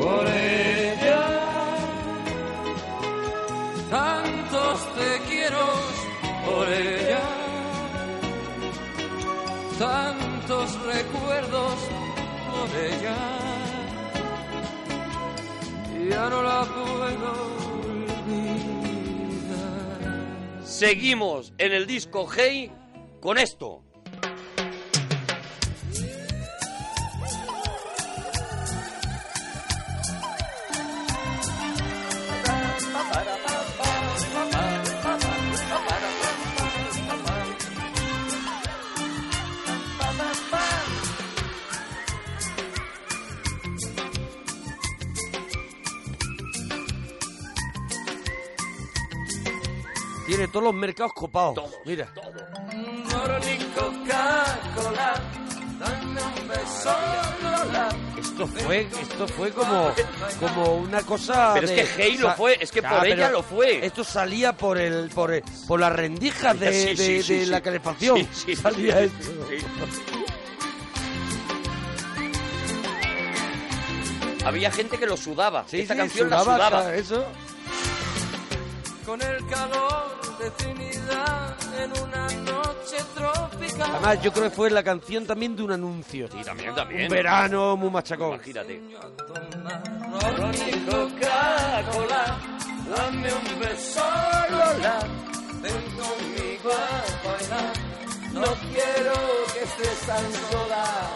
Por ella. Tantos te quiero por ella. Tantos recuerdos por ella. Ya no la puedo olvidar. Seguimos en el disco Hey con esto. Hey. tiene todos los mercados copados. Mira. Morning Coca-Cola, dame un beso, Lola. Esto fue, esto fue como, como una cosa. Pero es de- que Hey lo sa- fue, es que por ella pero lo fue. Esto salía por el, por, el- por las rendijas de, Sí, sí, de- sí, de sí. la calefacción. Sí, sí, sí, salía sí, esto. Había gente que lo sudaba. Esta sí, canción sudaba, la sudaba. claro, eso. Con el calor de Trinidad en una noche tropical. Además, yo creo que fue la canción también de un anuncio. Sí, también, también. Un verano muy machacón. Imagínate. Morning Coca-Cola, dame un beso, Lola. Ven conmigo a bailar, no quiero que estés tan sola.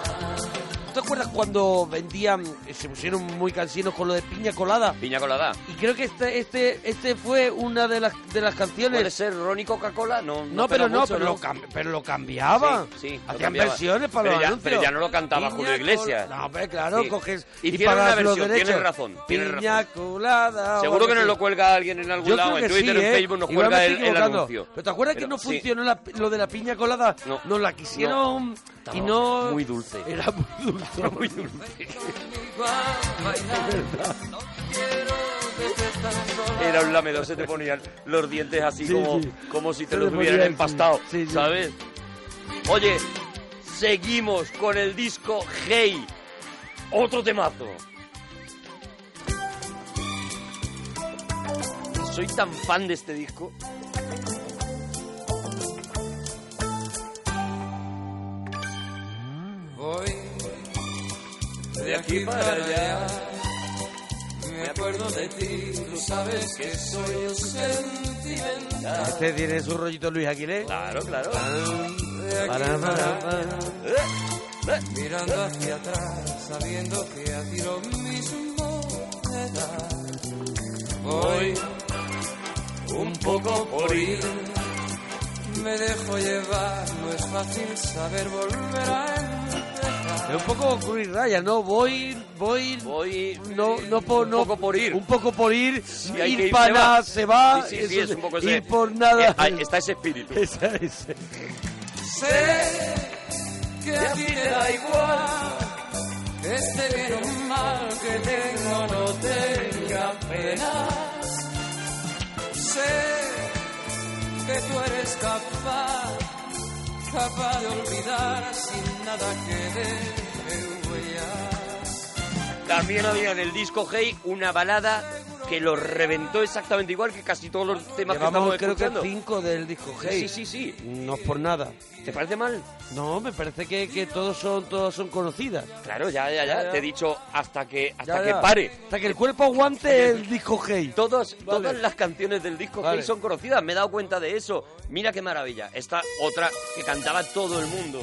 ¿Tú te acuerdas cuando vendían, eh, se pusieron muy cansinos con lo de piña colada? Piña colada. Y creo que este, este, este fue una de las, de las canciones. Puede ser Ronnie Coca-Cola, no. No, pero no, mucho, pero, Lo cam- pero lo cambiaba. Sí, sí, lo Hacían cambiaba. versiones para pero los ya, anuncios. Pero ya no lo cantaba Piña Julio Iglesias. col- No, hombre, claro, Sí. coges Hicieron y pagas una versión, los derechos. tienes razón, tienes razón. Piña colada. o Seguro que algo nos así. lo cuelga alguien en algún Yo lado, creo que en Twitter, sí, en ¿eh? Facebook, nos Igual me cuelga estoy el, el equivocando. anuncio. Pero ¿te acuerdas que Pero no sí. funcionó la- lo de la piña colada? No, la quisieron Estaba y no... muy dulce. Era muy dulce. Era muy dulce. Era un lamedo, se te ponían los dientes así Sí, como, sí. como si te Se los te hubieran ponían, empastado, sí, sí. ¿sabes? Oye, seguimos con el disco Hey, otro temazo. Soy tan fan de este disco. Voy de aquí para allá. Me acuerdo de ti, tú sabes que soy un sentimental. Este tiene su rollito Luis Aguilé. Claro, claro. De aquí para allá. Mirando hacia atrás, sabiendo que a ti lo mismo te da. Voy un poco por ir, me dejo llevar, no es fácil saber volver a empezar. Es un poco Cruz Raya, ¿no? Voy, voy, voy no, no, por, no, un poco por ir. Un poco por ir, hay que ir ir, para se nada, va. se va, Sí, sí, sí, eso es de- un poco ese- ir por nada. Eh, ahí está ese espíritu. Esa es. Sé que a ti te da igual, que esté bien o mal, que tenga o no tenga penas. Sé que tú eres capaz, capaz de olvidar sin nada que deje huellas. También había en el disco Hey una balada que lo reventó exactamente igual que casi todos los temas Llevamos que creo estamos que escuchando. cinco del disco Hey. Sí, sí, sí. No es por nada. ¿Te parece mal? No, me parece que, que todos son todas son conocidas. Claro, ya, ya, ya, Ya, ya. Te he dicho hasta que hasta Ya, que ya. pare. Hasta que el cuerpo aguante el disco Hey. Todos, Todas las canciones del disco Vale. Hey son conocidas. Me he dado cuenta de eso. Mira qué maravilla. Esta otra que cantaba todo el mundo.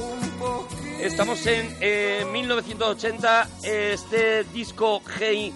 un poquito. Estamos en eh, 1980. Este disco Hey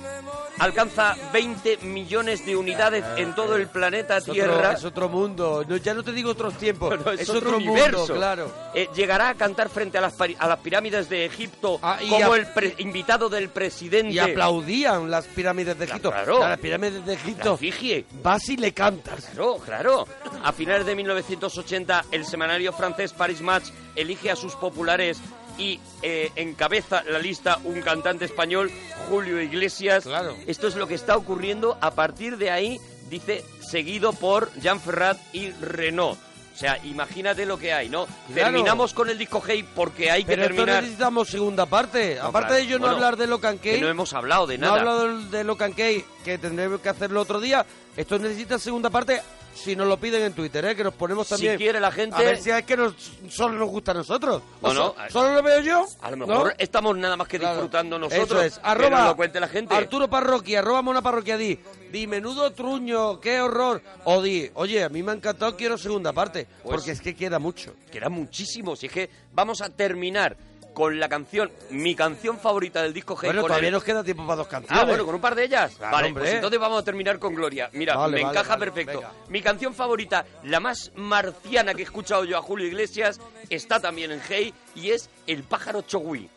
alcanza 20 millones de unidades en todo el planeta Es otro- Tierra. es otro mundo. No, ya no te digo otros tiempos. No, no, es, otro, universo. mundo, claro. Eh, llegará a cantar frente a las, pari- a las pirámides de Egipto Ah, y como a- el pre- invitado del presidente. Y aplaudían las pirámides de Egipto. claro. A las pirámides de La Egipto. efigie. Vas y le cantas. Claro, claro. A finales de 1980, el semanario francés Paris Match elige a sus populares y eh, encabeza la lista un cantante español, Julio Iglesias. Esto es lo que está ocurriendo. A partir de ahí, dice, seguido por Jean Ferrat y Renault. O sea, imagínate lo que hay, ¿no? Claro. Terminamos con el disco Hey porque hay que Pero esto terminar. necesitamos segunda parte. No, Aparte claro. de yo no Bueno, hablar de Locan que no hemos hablado de nada. No he hablado del- de Locan Cake, que tendremos que hacerlo otro día. Esto necesita segunda parte si nos lo piden en Twitter, ¿eh? que nos ponemos Si también. quiere la gente- A ver si es que nos, solo nos gusta a nosotros. O No, no. so- ¿Solo lo veo yo? A lo mejor ¿No? estamos nada más que disfrutando Eso nosotros. es. que Arroba nos lo cuente la gente. Arturo Parroquia, arroba Mona Parroquia, di. Di, menudo truño, qué horror. O di, oye, a mí me ha encantado, quiero segunda parte. porque es que queda mucho. pues. Queda muchísimo. Si es que vamos a terminar con la canción, mi canción favorita del disco Hey Bueno, con todavía el- nos queda tiempo para dos canciones. Ah, bueno, con un par de ellas. Claro, vale, hombre. pues entonces vamos a terminar con Gloria. Mira, Vale, me vale, encaja vale, perfecto. venga. Mi canción favorita, la más marciana que he escuchado yo a Julio Iglesias, está también en Hey y es El pájaro Chogui.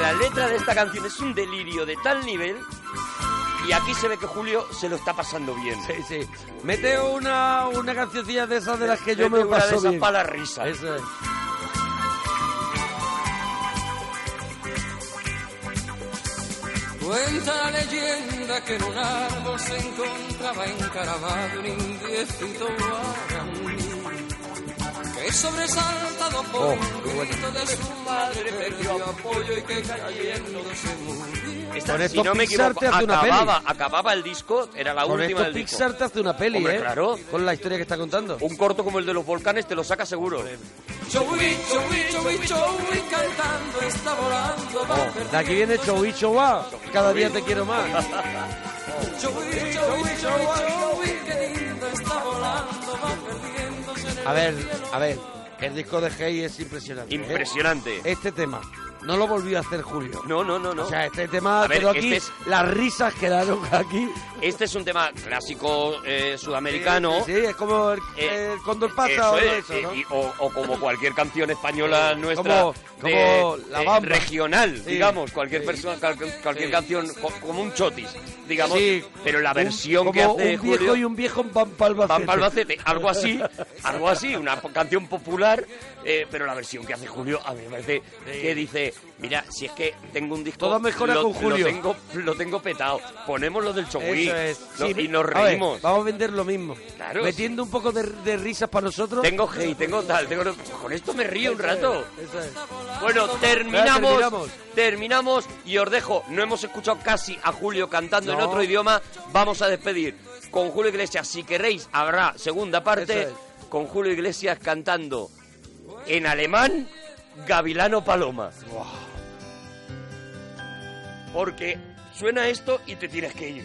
La letra de esta canción es un delirio de tal nivel y aquí se ve que Julio se lo está pasando bien. Sí, sí. Mete una, una cancioncilla de esas de las que Mete yo me lo una de paso esas bien. pa' la risa. Eso es. Cuenta la leyenda que en un árbol se encontraba encaravado un indiecito guaraní que sobresaltado por Oh, un qué bueno. grito de su madre perdió apoyo y que cayendo se murió. Esta, Con si esto no me Pixar equivoco, te hace una peli. acababa, acababa el disco, era la Con última esto del disco. Pixar te hace una peli, Hombre, ¿eh? claro. Con la historia que está contando. Un corto como el de los volcanes te lo saca seguro. Chowi, chowi, chowi, chowi, cantando está volando. va Oh, de aquí viene Chowi Chowa. Cada día te quiero más. Chowi, chowi, chowi, chowi, qué lindo está volando, va perdiéndose en el A ver, a ver. El disco de Hey es impresionante. ¿eh? Impresionante. Este tema. No lo volvió a hacer Julio. No, no, no, no. O sea, este tema A ver, quedó aquí. este es- Las risas quedaron aquí. Este es un tema clásico eh, sudamericano. Sí, sí, es como el, Eh, el Condor pasa Eso o algo de es, eso, eh, ¿no? y- o, o como cualquier canción española nuestra como- de- como La de Bamba. regional, Sí. digamos, cualquier persona, cal- cualquier Sí. canción co- como un chotis, digamos, Sí, pero la un- versión como que hace un viejo Julio y un viejo van palbacete. Van Palbacete, algo así, algo así, una po- canción popular, eh, pero la versión que hace Julio a mí me parece que dice, mira, si es que tengo un disco, Todo mejora lo, con Julio". lo tengo, lo tengo petado, ponemos lo del Chogui Eso es. lo- Sí, y nos a ver, reímos. vamos a vender lo mismo. Claro, Metiendo un poco de, de risas para nosotros. Tengo hate, tengo tal, tengo... Con esto me río un Eso es, rato. eso es. Bueno, terminamos, Ya, terminamos. terminamos. y os dejo. No hemos escuchado casi a Julio cantando en No. otro idioma. Vamos a despedir con Julio Iglesias. Si queréis, habrá segunda parte Eso es. con Julio Iglesias cantando en alemán Gavilano Paloma. Porque suena esto y te tienes que ir.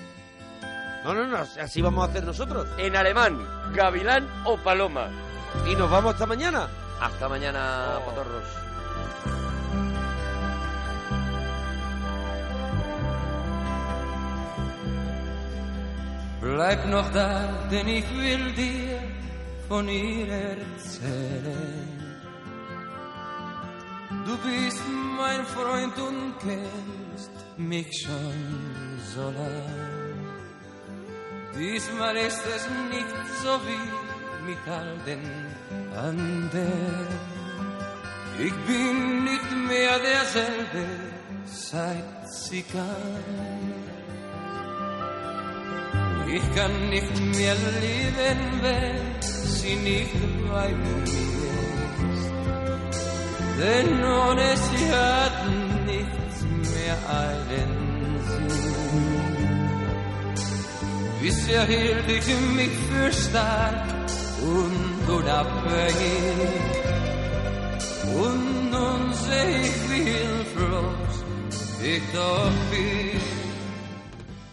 No, no, no, así vamos a hacer nosotros. En alemán, Gavilán o Paloma. Y nos vamos hasta mañana. Hasta mañana, patorros. Bleib noch da, denn ich will dir von ihr erzählen. Du bist mein Freund und kennst mich schon so lang. Diesmal ist es nicht so wie mit all den anderen. Ich bin nicht mehr derselbe, seit sie kam. Ich kann nicht mehr leben, wenn sie nicht bei mir ist. Denn ohne sie hat nichts mehr einen Sinn. Bisher hielt ich mich für stark und unabhängig. Und nun sehe ich, wie hilflos ich doch bin.